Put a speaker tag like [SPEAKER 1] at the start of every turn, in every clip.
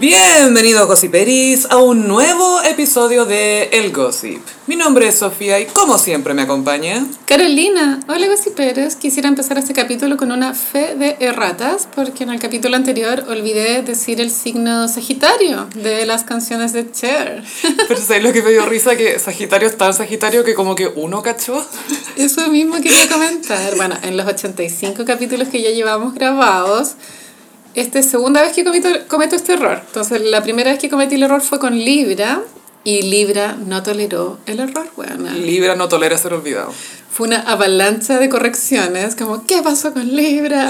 [SPEAKER 1] Bienvenidos Gossiperis a un nuevo episodio de El Gossip. Mi nombre es Sofía y como siempre me acompaña.
[SPEAKER 2] Carolina, hola gossiperos. Quisiera empezar este capítulo con una fe de erratas, porque en el capítulo anterior olvidé decir el signo Sagitario de las canciones de Cher.
[SPEAKER 1] Pero ¿sabes lo que me dio risa? Que Sagitario es tan Sagitario que como que uno cachó.
[SPEAKER 2] Eso mismo quería comentar. Bueno, en los 85 capítulos que ya llevamos grabados, esta es segunda vez que comito- cometo, este error. Entonces, la primera vez que cometí el error fue con Libra. Y Libra no toleró el error, weona.
[SPEAKER 1] Libra no tolera ser olvidado.
[SPEAKER 2] Fue una avalancha de correcciones, como, ¿qué pasó con Libra?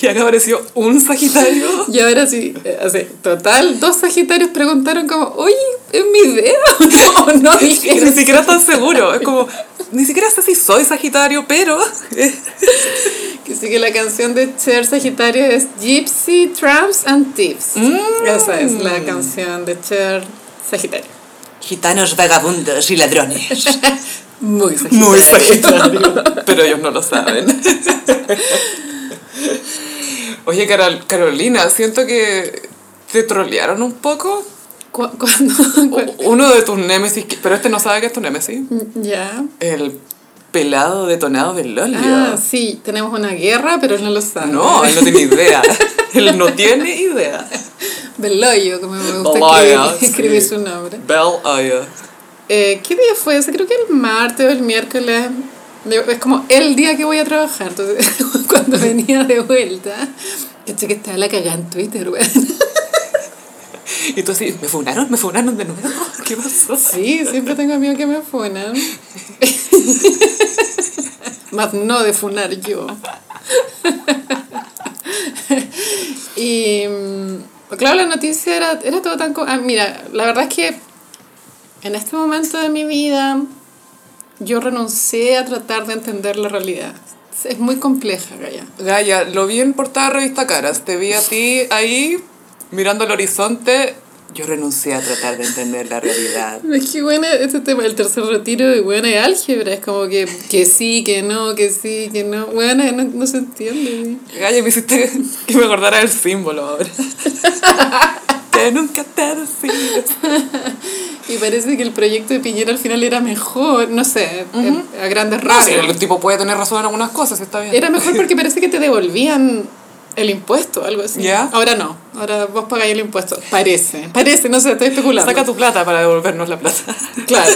[SPEAKER 1] Y ahora apareció un Sagitario.
[SPEAKER 2] Y ahora sí, eh, así, total, dos Sagitarios preguntaron como, oye, ¿es mi idea? o no?
[SPEAKER 1] Y ni siquiera tan seguro. Es como, ni siquiera sé si soy Sagitario, pero.
[SPEAKER 2] Que sí que la canción de Cher Sagitario es Gypsy, Tramps and Tips.
[SPEAKER 1] Mm.
[SPEAKER 2] Esa es la canción de Cher Sagitario.
[SPEAKER 3] Gitanos, vagabundos y ladrones.
[SPEAKER 2] Muy Sagitario.
[SPEAKER 1] Muy Sagitario. Pero ellos no lo saben. Oye, Carol- Carolina, siento que te trolearon un poco.
[SPEAKER 2] Cu- cuando- cu-
[SPEAKER 1] U- Uno de tus némesis, que- pero este no sabe que es tu némesis.
[SPEAKER 2] Ya.
[SPEAKER 1] El pelado detonado del Lolio.
[SPEAKER 2] Ah, sí, tenemos una guerra, pero él no lo sabe.
[SPEAKER 1] no, él no tiene idea. él no tiene idea.
[SPEAKER 2] Beloyo, como me gusta
[SPEAKER 1] Beloyo,
[SPEAKER 2] escribir, escribir
[SPEAKER 1] sí.
[SPEAKER 2] su nombre.
[SPEAKER 1] Bell Aya.
[SPEAKER 2] Eh, ¿Qué día fue ese? Creo que el martes o el miércoles. Digo, Es como el día que voy a trabajar. Entonces, cuando venía de vuelta, caché que estaba la cagada en Twitter, güey.
[SPEAKER 1] Y tú así, ¿me funaron? ¿Me funaron de nuevo? ¿Qué pasó?
[SPEAKER 2] Sí, siempre tengo amigos que me funan. Más no de funar yo. y mm, claro, la noticia era, era todo tan... co- ah, mira, la verdad es que en este momento de mi vida yo renuncié a tratar de entender la realidad. Es- Es muy compleja, Gaya.
[SPEAKER 1] Gaya, lo vi en portada de revista Caras. Te vi a ti ahí mirando el horizonte. Yo renuncié a tratar de entender la realidad.
[SPEAKER 2] Es que bueno, este tema del tercer retiro de bueno, es álgebra, es como que, que sí, que no, que sí, que no, bueno, no, no se entiende. sí.
[SPEAKER 1] Gaya, me hiciste que me acordara del símbolo ahora. Te nunca te decides.
[SPEAKER 2] Y parece que el proyecto de Piñera al final era mejor, no sé, eh, a grandes
[SPEAKER 1] No, si
[SPEAKER 2] rasgos.
[SPEAKER 1] el tipo puede tener razón en algunas cosas, está bien.
[SPEAKER 2] Era mejor porque parece que te devolvían el impuesto, algo así.
[SPEAKER 1] Ya.
[SPEAKER 2] Ahora no, ahora vos pagáis el impuesto. Parece, parece, no sé, estoy especulando.
[SPEAKER 1] Saca tu plata para devolvernos la plata.
[SPEAKER 2] Claro.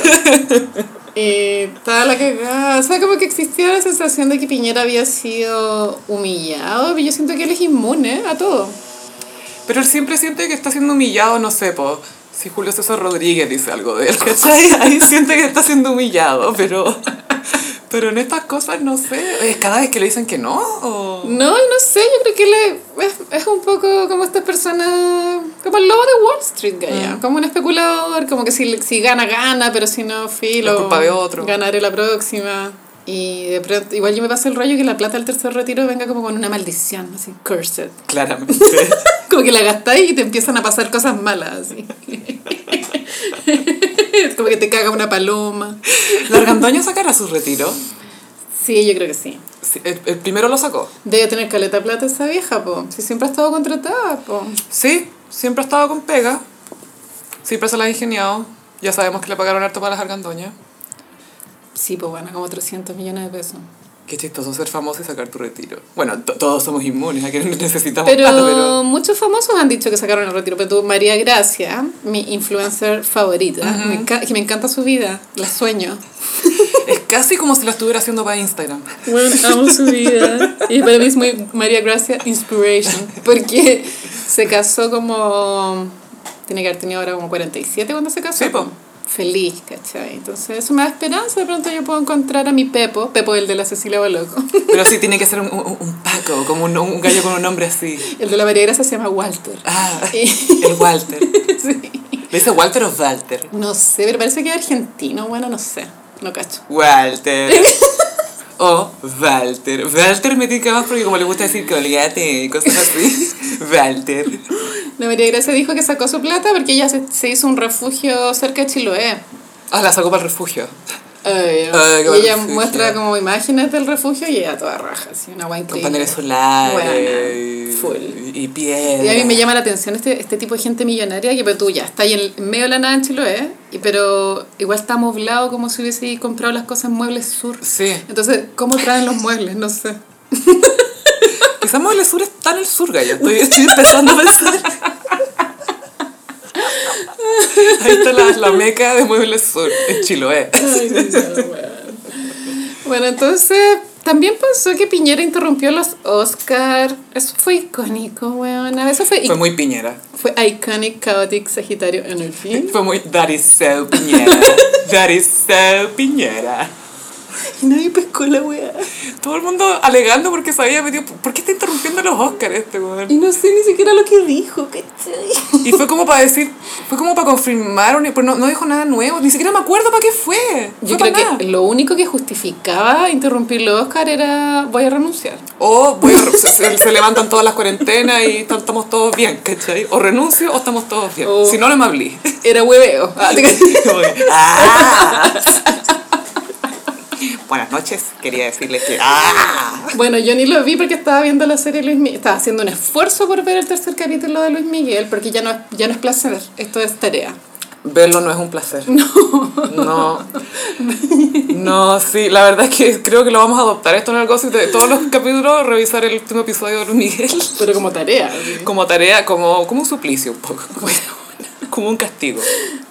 [SPEAKER 2] Y estaba la cagada. O sea, como que existía la sensación de que Piñera había sido humillado, pero yo siento que él es inmune a todo.
[SPEAKER 1] Pero él siempre siente que está siendo humillado, no sé, po. Si Julio César Rodríguez dice algo de él, ¿cachai? Ahí siente que está siendo humillado, pero... Pero en estas cosas, no sé, es cada vez que le dicen que no, o...
[SPEAKER 2] No, no sé, yo creo que él es, es un poco como estas personas, como el lobo de Wall Street, Gaya,
[SPEAKER 1] Mm.
[SPEAKER 2] como un especulador, como que si, si gana, gana, pero si no, filo,
[SPEAKER 1] Es culpa de otro.
[SPEAKER 2] ganaré la próxima. Y de pronto, igual yo me paso el rollo que la plata del tercer retiro venga como con una maldición, así, cursed.
[SPEAKER 1] Claramente.
[SPEAKER 2] Como que la gastáis y te empiezan a pasar cosas malas, así. como que te caga una paloma.
[SPEAKER 1] ¿Largandoño sacará su retiro?
[SPEAKER 2] Sí, yo creo que sí.
[SPEAKER 1] Sí, el, el primero lo sacó.
[SPEAKER 2] Debe tener caleta plata esa vieja, po. Si siempre ha estado contratada, po.
[SPEAKER 1] Sí, siempre ha estado con pega. Siempre se la ha ingeniado. Ya sabemos que le pagaron harto para las argandoñas.
[SPEAKER 2] Sí, pues bueno, como 300 millones de pesos.
[SPEAKER 1] Qué chistoso ser famoso y sacar tu retiro. Bueno, to- todos somos inmunes, a que necesitamos
[SPEAKER 2] Pero,
[SPEAKER 1] plata, Ah, pero...
[SPEAKER 2] muchos famosos han dicho que sacaron el retiro. Pero tú, María Gracia, mi influencer favorita, me enca- que me encanta su vida, la sueño.
[SPEAKER 1] Es casi como si lo estuviera haciendo para Instagram.
[SPEAKER 2] Bueno, amo su vida. Y para mí es muy María Gracia Inspiration. Porque se casó como. Tiene que haber tenido ahora como 47 cuando se casó.
[SPEAKER 1] Sí, po.
[SPEAKER 2] Feliz, ¿cachai? Entonces eso me da esperanza. De pronto yo puedo encontrar a mi Pepo, Pepo el de la Cecilia Boloco.
[SPEAKER 1] Pero sí, tiene que ser un, un- un paco, como un, un gallo con un nombre así.
[SPEAKER 2] El de la María Gracia se llama Walter.
[SPEAKER 1] Ah,
[SPEAKER 2] Y-
[SPEAKER 1] el Walter.
[SPEAKER 2] sí.
[SPEAKER 1] ¿Le dice Walter o Walter?
[SPEAKER 2] No sé, pero parece que es argentino. Bueno, no sé. No cacho.
[SPEAKER 1] Walter. O Walter. Walter me tinca más porque como le gusta decir colgate y cosas así. Walter.
[SPEAKER 2] La María Gracia dijo que sacó su plata porque ella se, se hizo un refugio cerca de Chiloé.
[SPEAKER 1] Ah, la sacó para el refugio.
[SPEAKER 2] Ay,
[SPEAKER 1] Ay, qué
[SPEAKER 2] y ella
[SPEAKER 1] refugio.
[SPEAKER 2] muestra como imágenes del refugio y ella toda raja, así, una guay
[SPEAKER 1] Con
[SPEAKER 2] increíble.
[SPEAKER 1] paneles solares.
[SPEAKER 2] Buena.
[SPEAKER 1] y,
[SPEAKER 2] Full.
[SPEAKER 1] y, y piedra.
[SPEAKER 2] Y a mí me llama la atención este, este tipo de gente millonaria que, pero tú ya, está ahí en, en medio de la nada en Chiloé, y, pero igual está amoblado como si hubiese comprado las cosas en Muebles Sur.
[SPEAKER 1] Sí.
[SPEAKER 2] Entonces, ¿cómo traen los muebles? No sé.
[SPEAKER 1] Quizás Muebles Sur está en el sur, Gaya. Estoy, estoy empezando a pensar. Ahí está la, la meca de Muebles Sur, en Chiloé.
[SPEAKER 2] bueno, entonces también pensó que Piñera interrumpió los Oscar. Eso fue icónico, weón. A veces fue,
[SPEAKER 1] Fue muy piñera.
[SPEAKER 2] fue iconic, chaotic, sagitario en el fin.
[SPEAKER 1] Fue muy. That is so piñera. That is so piñera.
[SPEAKER 2] Y nadie pescó la weá.
[SPEAKER 1] Todo el mundo alegando porque se había metido. ¿Por qué está interrumpiendo los Oscars este weón?
[SPEAKER 2] Y no sé ni siquiera lo que dijo, ¿cachai?
[SPEAKER 1] Y fue como para decir. Fue como para confirmar. un- Pero no, no dijo nada nuevo. Ni siquiera me acuerdo para qué fue.
[SPEAKER 2] Yo
[SPEAKER 1] Fue para
[SPEAKER 2] creo que
[SPEAKER 1] nada.
[SPEAKER 2] lo único que justificaba interrumpir los Oscar era voy a renunciar.
[SPEAKER 1] O voy a re- se, se- se levantan todas las cuarentenas y tam- estamos todos bien, ¿cachai? O renuncio o estamos todos bien.
[SPEAKER 2] O-
[SPEAKER 1] Si no, no me hablé.
[SPEAKER 2] Era hueveo. Ah, te caché.
[SPEAKER 4] ¡Ah!
[SPEAKER 1] Buenas noches, quería decirles que... ¡Ah!
[SPEAKER 2] Bueno, yo ni lo vi porque estaba viendo la serie Luis Miguel. Estaba haciendo un esfuerzo por ver el tercer capítulo de Luis Miguel porque ya no es, ya no es placer, esto es tarea.
[SPEAKER 1] Verlo no es un placer. No. No. No, sí, la verdad es que creo que lo vamos a adoptar esto en el gossip de todos los capítulos, revisar el último episodio de Luis Miguel
[SPEAKER 2] Pero como tarea. ¿sí?
[SPEAKER 1] como tarea, como, como un suplicio un poco, como un castigo.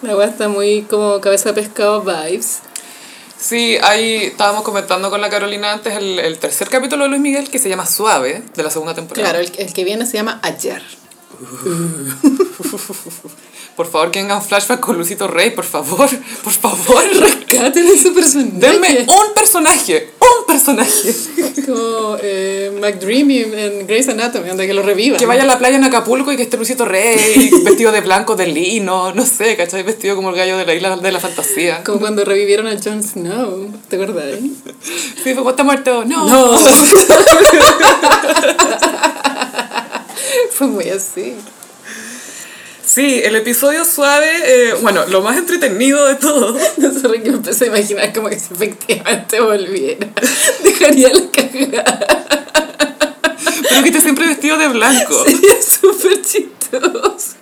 [SPEAKER 2] La weá está muy como cabeza de pescado vibes.
[SPEAKER 1] Sí, ahí estábamos comentando con la Carolina antes el, el tercer capítulo de Luis Miguel que se llama Suave, de la segunda temporada.
[SPEAKER 2] Claro, el, el que viene se llama Ayer.
[SPEAKER 1] Por favor, que hagan flashback con Lucito Rey, por favor, por favor.
[SPEAKER 2] Rescaten ese personaje.
[SPEAKER 1] Denme un personaje, un personaje.
[SPEAKER 2] Como eh, McDreamy en Grey's Anatomy, donde que lo revivan.
[SPEAKER 1] Que vaya a la playa en Acapulco y que esté Lucito Rey vestido de blanco, de lino, no sé, ¿cachai? Vestido como el gallo de la isla de la fantasía.
[SPEAKER 2] Como cuando revivieron a Jon Snow, ¿te acordás?
[SPEAKER 1] Sí, fue está muerto, no.
[SPEAKER 2] Fue muy así.
[SPEAKER 1] Sí, el episodio suave, eh, bueno, lo más entretenido de todo
[SPEAKER 2] No sé por qué me empecé a imaginar como que si efectivamente volviera, dejaría la cagada.
[SPEAKER 1] Pero que esté siempre vestido de blanco.
[SPEAKER 2] Sería súper chistoso.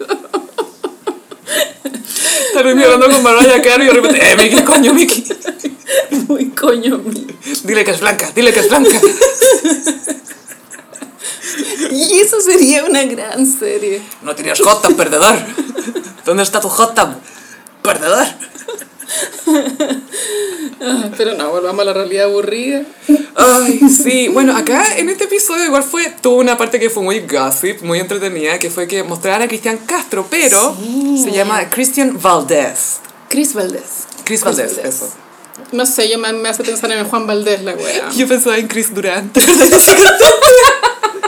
[SPEAKER 1] Está Luis Miguel hablando con Mariah Carey y de repente, eh, Miki, coño, Miki.
[SPEAKER 2] Muy coño mío.
[SPEAKER 1] Dile que es blanca, dile que es blanca.
[SPEAKER 2] Y eso sería una gran serie.
[SPEAKER 1] No tienes Jotam, perdedor. ¿Dónde está tu Jotam? Perdedor.
[SPEAKER 2] Ah, Pero no, volvamos a la realidad aburrida.
[SPEAKER 1] Ay, sí. Bueno, acá en este episodio igual fue, tuvo una parte que fue muy gossip, muy entretenida, que fue que mostraron a Cristian Castro, pero se llama Christian Valdés.
[SPEAKER 2] Chris Valdés.
[SPEAKER 1] Chris Valdés, eso.
[SPEAKER 2] No sé, yo me, me hace pensar en el Juan Valdés, la wea.
[SPEAKER 1] Yo pensaba en Chris Durant.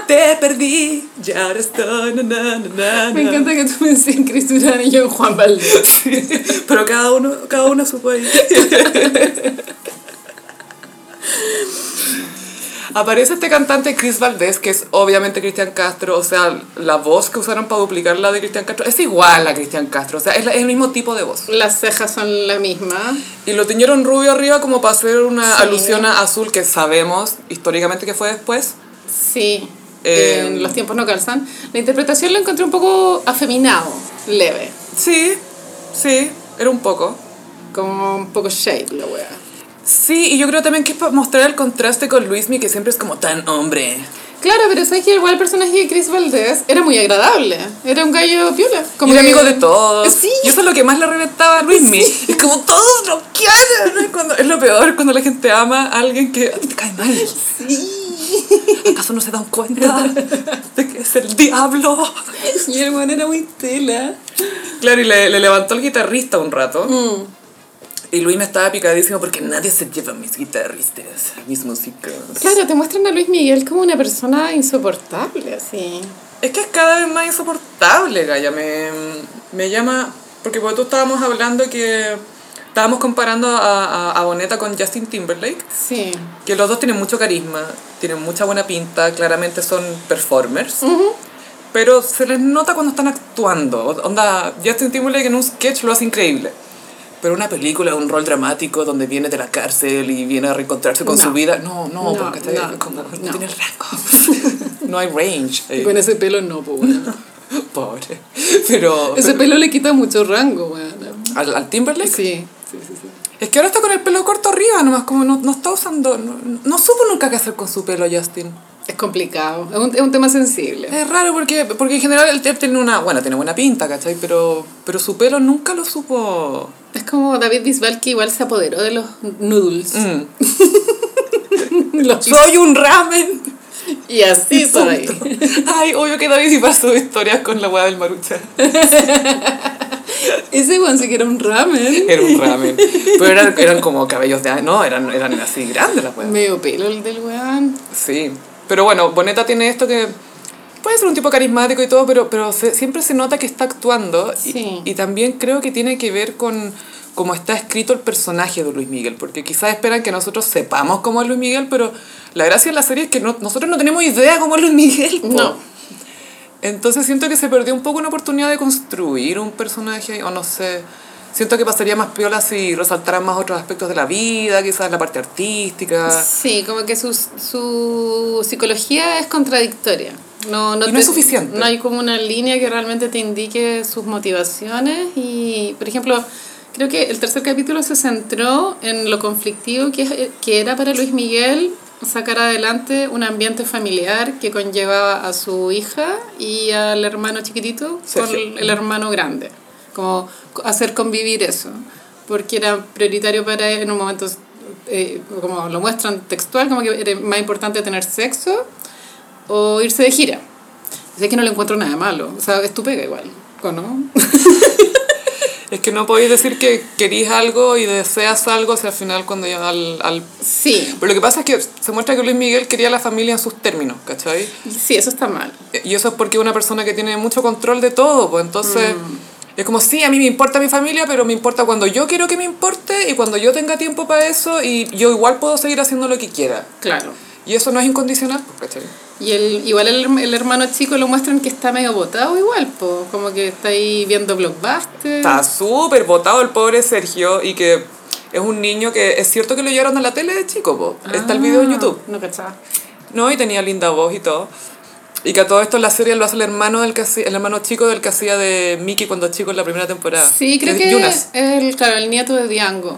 [SPEAKER 1] Te perdí, ya ahora estoy. na, na, na, na,
[SPEAKER 2] Me
[SPEAKER 1] na.
[SPEAKER 2] encanta que tú me decías en Chris Durán y yo en Juan Valdés.
[SPEAKER 1] Sí, pero cada uno, cada uno a su país. Aparece este cantante Chris Valdés, que es obviamente Cristian Castro, o sea, la voz que usaron para duplicar la de Cristian Castro es igual a Cristian Castro, o sea, es, la- es el mismo tipo de voz.
[SPEAKER 2] Las cejas son la misma.
[SPEAKER 1] Y lo tiñeron rubio arriba como para hacer una
[SPEAKER 2] Sí.
[SPEAKER 1] alusión a azul, que sabemos históricamente que fue después.
[SPEAKER 2] Sí,
[SPEAKER 1] Eh,
[SPEAKER 2] en los tiempos no calzan. La interpretación la encontré un poco afeminado, leve,
[SPEAKER 1] Sí, sí, era un poco.
[SPEAKER 2] como un poco shade la wea.
[SPEAKER 1] Sí, y yo creo también que es para mostrar el contraste con Luismi, que siempre es como tan hombre.
[SPEAKER 2] Claro, pero sabes que igual el personaje de Chris Valdés era muy agradable. Era un gallo piola.
[SPEAKER 1] Como
[SPEAKER 2] que-
[SPEAKER 1] amigo de todos.
[SPEAKER 2] Eh, Sí.
[SPEAKER 1] Y eso es lo que más le reventaba a Luismi. Es como todos lo quieren. ¿no? Cuando, es lo peor cuando la gente ama a alguien que a ti te cae mal. ¿Acaso no se dan cuenta de que es el diablo?
[SPEAKER 2] Y el weón era muy tela.
[SPEAKER 1] Claro, y le, le levantó el guitarrista un rato.
[SPEAKER 2] Mm.
[SPEAKER 1] Y Luis me estaba picadísimo porque nadie se lleva mis guitarristas, mis músicos.
[SPEAKER 2] Claro, te muestran a Luis Miguel como una persona insoportable, así.
[SPEAKER 1] Es que es cada vez más insoportable, Gaya. Me, me llama. Porque por tú estábamos hablando que. Estábamos comparando a, a, a Boneta con Justin Timberlake.
[SPEAKER 2] Sí.
[SPEAKER 1] Que los dos tienen mucho carisma, tienen mucha buena pinta, claramente son performers. Pero se les nota cuando están actuando. Onda, Justin Timberlake en un sketch lo hace increíble. Pero una película, un rol dramático donde viene de la cárcel y viene a reencontrarse con
[SPEAKER 2] No.
[SPEAKER 1] su vida. No, no,
[SPEAKER 2] No,
[SPEAKER 1] porque está
[SPEAKER 2] no,
[SPEAKER 1] como,
[SPEAKER 2] no,
[SPEAKER 1] no
[SPEAKER 2] no.
[SPEAKER 1] tiene el rango. No hay range. ahí.
[SPEAKER 2] Con ese pelo no, pues, weón.
[SPEAKER 1] Pobre. Pero.
[SPEAKER 2] Ese pelo le quita mucho rango, weón.
[SPEAKER 1] ¿Al, al Timberlake?
[SPEAKER 2] Sí, sí, sí, sí.
[SPEAKER 1] Es que ahora está con el pelo corto arriba, nomás como no, no está usando. No, no supo nunca qué hacer con su pelo, Justin.
[SPEAKER 2] Es complicado. Es un, es un tema sensible.
[SPEAKER 1] Es raro porque, porque en general el Tep tiene una. Bueno, tiene buena pinta, ¿cachai? Pero, pero su pelo nunca lo supo.
[SPEAKER 2] Es como David Bisbal que igual se apoderó de los noodles.
[SPEAKER 1] Mm.
[SPEAKER 2] Los hizo-
[SPEAKER 1] ¡Soy un ramen!
[SPEAKER 2] y así soy.
[SPEAKER 1] Ay, obvio que David Bisbal sube historias con la hueá del marucha.
[SPEAKER 2] Ese weón sí que era un ramen.
[SPEAKER 1] Era un ramen. Pero eran, eran como cabellos de... No, eran, eran así grandes las hueás.
[SPEAKER 2] Medio pelo el del weón.
[SPEAKER 1] Sí. Pero bueno, Boneta tiene esto que... Puede ser un tipo carismático y todo, pero, pero se- siempre se nota que está actuando. y-
[SPEAKER 2] Sí.
[SPEAKER 1] Y, también creo que tiene que ver con cómo está escrito el personaje de Luis Miguel. Porque quizás esperan que nosotros sepamos cómo es Luis Miguel, pero la gracia de la serie es que no- nosotros no tenemos idea cómo es Luis Miguel. po.
[SPEAKER 2] No.
[SPEAKER 1] Entonces siento que se perdió un poco una oportunidad de construir un personaje, o no sé. Siento que pasaría más piola si resaltaran más otros aspectos de la vida, quizás la parte artística.
[SPEAKER 2] Sí, como que su, su psicología es contradictoria. No, no,
[SPEAKER 1] Y no es suficiente.
[SPEAKER 2] No hay como una línea que realmente te indique sus motivaciones. Y, por ejemplo, creo que el tercer capítulo se centró en lo conflictivo que, es- que era para Luis Miguel sacar adelante un ambiente familiar que conllevaba a su hija y al hermano chiquitito
[SPEAKER 1] Sergio.
[SPEAKER 2] con el hermano grande. Como co- hacer convivir eso. Porque era prioritario para él en un momento, eh, como lo muestran textual, como que era más importante tener sexo o irse de gira. Sé que no le encuentro nada malo. O sea, es tu pega igual. ¿o no?
[SPEAKER 1] Es que no podéis decir que querís algo y deseas algo si al final cuando ya al, al...
[SPEAKER 2] Sí,
[SPEAKER 1] Pero lo que pasa es que se muestra que Luis Miguel quería la familia en sus términos, ¿cachai?
[SPEAKER 2] sí, eso está mal.
[SPEAKER 1] Y eso es porque es una persona que tiene mucho control de todo, pues entonces... Es como, sí, a mí me importa mi familia, pero me importa cuando yo quiero que me importe y cuando yo tenga tiempo para eso y yo igual puedo seguir haciendo lo que quiera.
[SPEAKER 2] Claro.
[SPEAKER 1] Y eso no es incondicional, pues, ¿cachai?
[SPEAKER 2] Y el, igual el, herm- el hermano chico lo muestran que está medio botado igual, po. como que está ahí viendo blockbuster.
[SPEAKER 1] Está súper botado el pobre Sergio y que es un niño que es cierto que lo llevaron a la tele de chico, po. Está el video en
[SPEAKER 2] Ah,
[SPEAKER 1] YouTube.
[SPEAKER 2] No cachaba.
[SPEAKER 1] No, y tenía linda voz y todo. Y que a todo esto en la serie lo hace el hermano, del que hacía- el hermano chico del que hacía de Mickey cuando chico en la primera temporada.
[SPEAKER 2] Sí, creo
[SPEAKER 1] es
[SPEAKER 2] que
[SPEAKER 1] Yunas,
[SPEAKER 2] es el, claro, el nieto de Diango,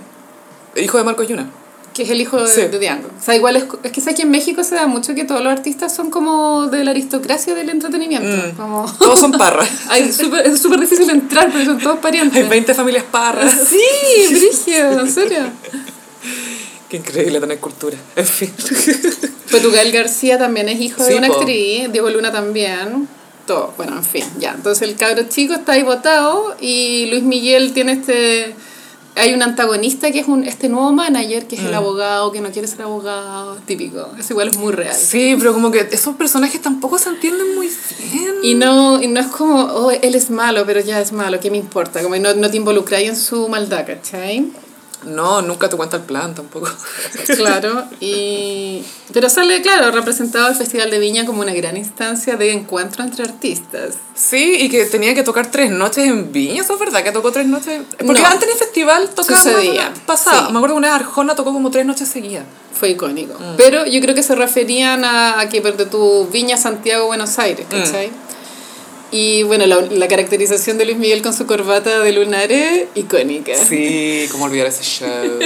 [SPEAKER 1] hijo de Marcos Yunas.
[SPEAKER 2] que es el hijo de,
[SPEAKER 1] Sí.
[SPEAKER 2] de Diango. O sea, igual es, es que sabes que en México se da mucho que todos los artistas son como de la aristocracia del entretenimiento. Como,
[SPEAKER 1] Mm. Todos son parras.
[SPEAKER 2] Ay, súper- es súper difícil entrar, pero son todos
[SPEAKER 1] Hay
[SPEAKER 2] parientes.
[SPEAKER 1] 20 familias parras.
[SPEAKER 2] Sí, brígido, en serio.
[SPEAKER 1] Qué increíble tener cultura. En fin.
[SPEAKER 2] Portugal Pues García también es hijo
[SPEAKER 1] Sí,
[SPEAKER 2] de una
[SPEAKER 1] po.
[SPEAKER 2] actriz, Diego Luna también. Todo, bueno, en fin, ya. Entonces el cabro chico está ahí votado y Luis Miguel tiene este. Hay un antagonista que es un, este nuevo manager, que es
[SPEAKER 1] Mm.
[SPEAKER 2] el abogado, que no quiere ser abogado, típico. Eso igual es muy real.
[SPEAKER 1] Sí, pero como que esos personajes tampoco se entienden muy bien.
[SPEAKER 2] Y no, y no es como, oh, él es malo, pero ya es malo, ¿qué me importa? Como que no, no te involucráis en su maldad, ¿cachai?
[SPEAKER 1] No, nunca te cuenta el plan tampoco.
[SPEAKER 2] Claro, y... Pero sale, claro, representado el Festival de Viña como una gran instancia de encuentro entre artistas.
[SPEAKER 1] Sí, y que tenía que tocar tres noches en Viña, eso es verdad, que tocó tres noches. Porque
[SPEAKER 2] No.
[SPEAKER 1] antes en el festival tocaba.
[SPEAKER 2] Sucedía,
[SPEAKER 1] Pasaba.
[SPEAKER 2] sí.
[SPEAKER 1] Me acuerdo que una vez Arjona tocó como tres noches seguidas.
[SPEAKER 2] Fue icónico. Pero yo creo que se referían a, a que de tu Viña, Santiago, Buenos Aires, ¿cachai? Y bueno, la, la caracterización de Luis Miguel con su corbata de lunares, icónica.
[SPEAKER 1] Sí, cómo olvidar ese show.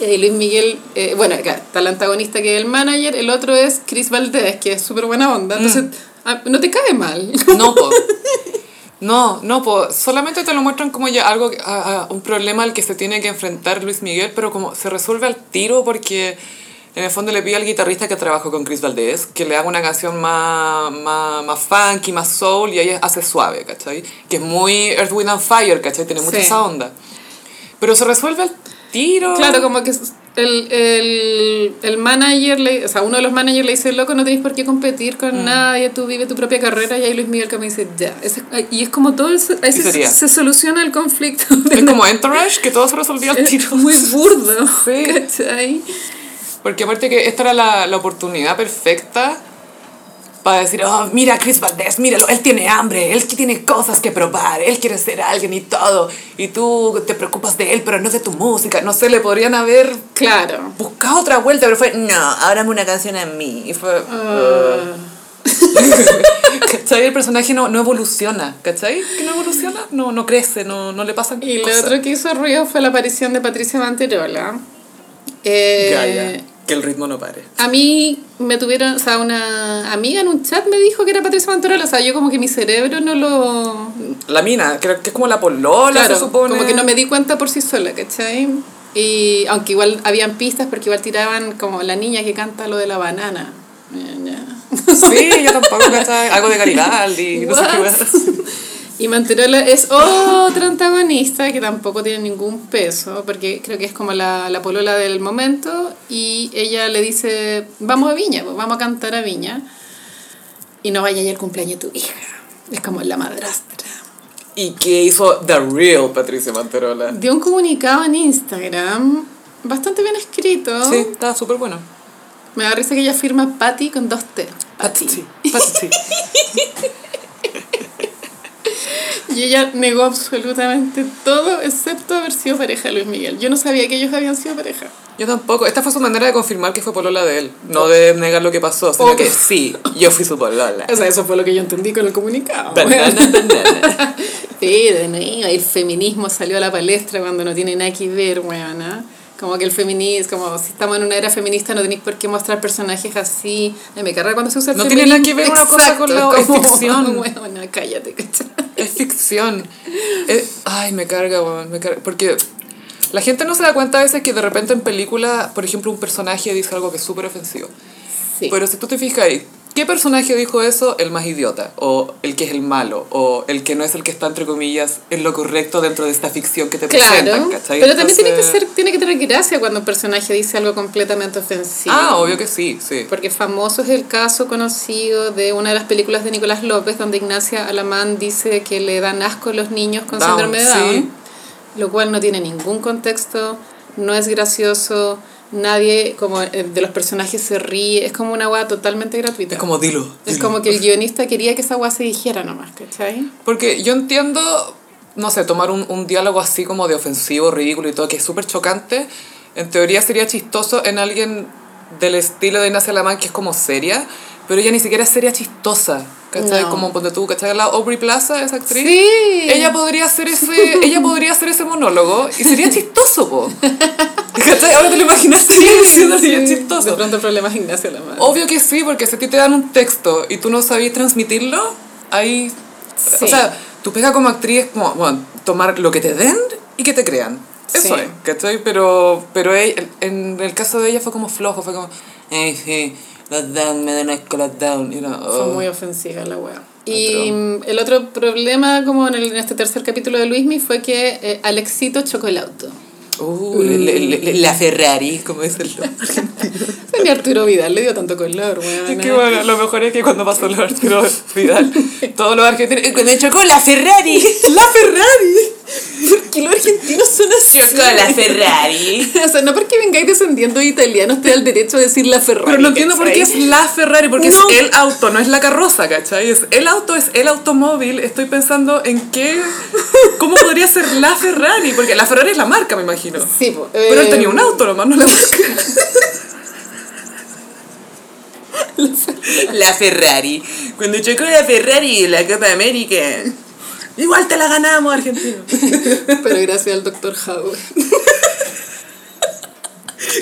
[SPEAKER 2] Y ahí Luis Miguel, eh, bueno, acá está el antagonista que es el manager, el otro es Chris Valdés, que es súper buena onda. Entonces, ah, no te cae mal.
[SPEAKER 1] No, po. No, no, po. Solamente te lo muestran como ya algo, que- a- a un problema al que se tiene que enfrentar Luis Miguel, pero como se resuelve al tiro porque en el fondo le pide al guitarrista que trabajó con Chris Valdés que le haga una canción más, más, más funky, más soul y ahí hace suave, ¿cachai? Que es muy Earth, Wind and Fire, ¿cachai? Tiene mucha
[SPEAKER 2] Sí.
[SPEAKER 1] esa onda. Pero se resuelve al tiro.
[SPEAKER 2] Claro, como que s- el, el, el manager, le, o sea, uno de los managers le dice, loco, no tenés por qué competir con
[SPEAKER 1] Mm.
[SPEAKER 2] nadie, tú vive tu propia carrera, y ahí Luis Miguel Cama dice, ya. Ese- ay, y es como todo, ese, ahí se,
[SPEAKER 1] sería.
[SPEAKER 2] se soluciona el conflicto. de
[SPEAKER 1] Es
[SPEAKER 2] una-
[SPEAKER 1] como Entourage, que todo se resolvió al
[SPEAKER 2] es
[SPEAKER 1] tiro.
[SPEAKER 2] muy burdo,
[SPEAKER 1] Sí.
[SPEAKER 2] ¿cachai?
[SPEAKER 1] Porque aparte que esta era la, la oportunidad perfecta para decir, oh, mira a Chris Valdés, míralo, él tiene hambre, él que tiene cosas que probar, él quiere ser alguien y todo, y tú te preocupas de él, pero no de tu música, no sé, le podrían haber
[SPEAKER 2] Claro.
[SPEAKER 1] buscado otra vuelta, pero fue, no, ahora hazme una canción a mí, y fue,
[SPEAKER 2] Ah.
[SPEAKER 1] ¿Cachai? El personaje no, no evoluciona, ¿cachai? Que no evoluciona, no, no crece, no, no le pasan
[SPEAKER 2] Y lo
[SPEAKER 1] cosas.
[SPEAKER 2] otro que hizo ruido fue la aparición de Patricia Manterola. Eh,
[SPEAKER 1] Gaia, que el ritmo no pare.
[SPEAKER 2] A mí me tuvieron, o sea, una amiga en un chat me dijo que era Patricia Manterola, o sea, yo como que mi cerebro no lo...
[SPEAKER 1] La mina, creo que es como la polola,
[SPEAKER 2] claro,
[SPEAKER 1] se supone.
[SPEAKER 2] como que no me di cuenta por sí sola, ¿cachai? Y aunque igual habían pistas, porque igual tiraban como la niña que canta lo de la banana.
[SPEAKER 1] Sí, yo tampoco, ¿cachai? Algo de Garibaldi, no sé qué
[SPEAKER 2] What?
[SPEAKER 1] más.
[SPEAKER 2] Y Manterola es otra antagonista que tampoco tiene ningún peso, porque creo que es como la, la polola del momento, y ella le dice, vamos a Viña, pues, vamos a cantar a Viña, y no vaya ya el cumpleaños de tu hija. Es como la madrastra.
[SPEAKER 1] ¿Y qué hizo The Real Patricia Manterola?
[SPEAKER 2] Dio un comunicado en Instagram, bastante bien escrito.
[SPEAKER 1] Sí, está súper bueno.
[SPEAKER 2] Me da risa que ella firma Patty con dos T.
[SPEAKER 1] Patsy. Patsy.
[SPEAKER 2] Y ella negó absolutamente todo, excepto haber sido pareja de Luis Miguel. Yo no sabía que ellos habían sido pareja.
[SPEAKER 1] Yo tampoco. Esta fue su manera de confirmar que fue polola de él. No de negar lo que pasó, sino
[SPEAKER 2] Ok.
[SPEAKER 1] que sí, yo fui su polola.
[SPEAKER 2] O sea, eso fue lo que yo entendí con el comunicado.
[SPEAKER 1] Banana, banana.
[SPEAKER 2] Sí, de nuevo, el feminismo salió a la palestra cuando no tiene nada que ver, weona. Como que el feminismo, como si estamos en una era feminista, no tenéis por qué mostrar personajes así. Ay, me carga cuando se usa el
[SPEAKER 1] No tiene nada que ver una cosa con la otra,
[SPEAKER 2] Exacto,
[SPEAKER 1] es
[SPEAKER 2] como,
[SPEAKER 1] ficción.
[SPEAKER 2] Weona, cállate, ¿cachai?
[SPEAKER 1] Es ficción. Es- ay, me carga, weón. Me carga. Porque la gente no se da cuenta a veces que de repente en película, por ejemplo, un personaje dice algo que es súper ofensivo.
[SPEAKER 2] Sí.
[SPEAKER 1] Pero si tú te fijas ahí, ¿qué personaje dijo eso? El más idiota, o el que es el malo, o el que no es el que está, entre comillas, en lo correcto dentro de esta ficción que te
[SPEAKER 2] Claro,
[SPEAKER 1] presentan, ¿cachai?
[SPEAKER 2] pero también tiene que
[SPEAKER 1] Entonces-
[SPEAKER 2] ser, tiene que tener gracia cuando un personaje dice algo completamente ofensivo.
[SPEAKER 1] Ah, obvio que sí, sí.
[SPEAKER 2] Porque famoso es el caso conocido de una de las películas de Nicolás López, donde Ignacia Alamán dice que le dan asco a los niños con
[SPEAKER 1] Down,
[SPEAKER 2] síndrome de
[SPEAKER 1] sí.
[SPEAKER 2] Down, lo cual no tiene ningún contexto, no es gracioso, nadie como eh, de los personajes se ríe, es como una hueá totalmente gratuita.
[SPEAKER 1] Es como dilo.
[SPEAKER 2] Es
[SPEAKER 1] dilo.
[SPEAKER 2] como que el guionista quería que esa hueá se dijera nomás, ¿cachai?
[SPEAKER 1] Porque yo entiendo, no sé, tomar un, un diálogo así como de ofensivo, ridículo y todo, que es súper chocante, en teoría sería chistoso en alguien del estilo de Ignacia Alamán, que es como seria, pero ella ni siquiera es seria chistosa, ¿cachai?
[SPEAKER 2] No.
[SPEAKER 1] Como ponte tú, ¿cachai? La Aubrey Plaza, esa actriz.
[SPEAKER 2] Sí.
[SPEAKER 1] Ella podría hacer ese, ella podría hacer ese monólogo y sería chistoso, po. ¿Cachai? Ahora te lo imaginas diciendo sería
[SPEAKER 2] De
[SPEAKER 1] chistoso.
[SPEAKER 2] pronto el problema es Ignacia Alamán.
[SPEAKER 1] Obvio que sí, porque si a ti te dan un texto y tú no sabías transmitirlo, ahí...
[SPEAKER 2] Sí.
[SPEAKER 1] O sea, tu pega como actriz es como, bueno, tomar lo que te den y que te crean. Eso
[SPEAKER 2] Sí.
[SPEAKER 1] es, ¿cachai? Pero, pero e- en el caso de ella fue como flojo, fue como... "Ey, sí, los down, me dan asco los down. y no,
[SPEAKER 2] Fue
[SPEAKER 1] oh.
[SPEAKER 2] muy ofensiva la weá. Y mm, el otro problema, como en, el- en este tercer capítulo de Luismi, fue que eh, Alexito chocó el auto.
[SPEAKER 1] Uh, le- le- le- le- la Ferrari, como dicen los...
[SPEAKER 2] Ni Arturo Vidal le dio tanto color, weón.
[SPEAKER 1] que bueno, lo mejor es que cuando pasó lo de Arturo Vidal, todos los argentinos... "Eh, Me chocó la Ferrari, la Ferrari.
[SPEAKER 2] ¿Por qué los argentinos son así?
[SPEAKER 5] Chocó la Ferrari.
[SPEAKER 2] o sea, no porque vengáis descendiendo de italianos te da el derecho a decir la Ferrari.
[SPEAKER 1] Pero no entiendo por qué es
[SPEAKER 2] ¿cachai?
[SPEAKER 1] la Ferrari, porque
[SPEAKER 2] No.
[SPEAKER 1] es el auto, no es la carroza, ¿cachai? Es el auto, es el automóvil. Estoy pensando en qué. ¿Cómo podría ser la Ferrari? Porque la Ferrari es la marca, me imagino.
[SPEAKER 2] Sí, po,
[SPEAKER 1] Pero él
[SPEAKER 2] eh,
[SPEAKER 1] tenía un auto nomás, no la marca.
[SPEAKER 5] La Ferrari. Cuando chocó la Ferrari en la Copa América. Igual te la ganamos, Argentina.
[SPEAKER 2] Pero gracias al doctor Howe.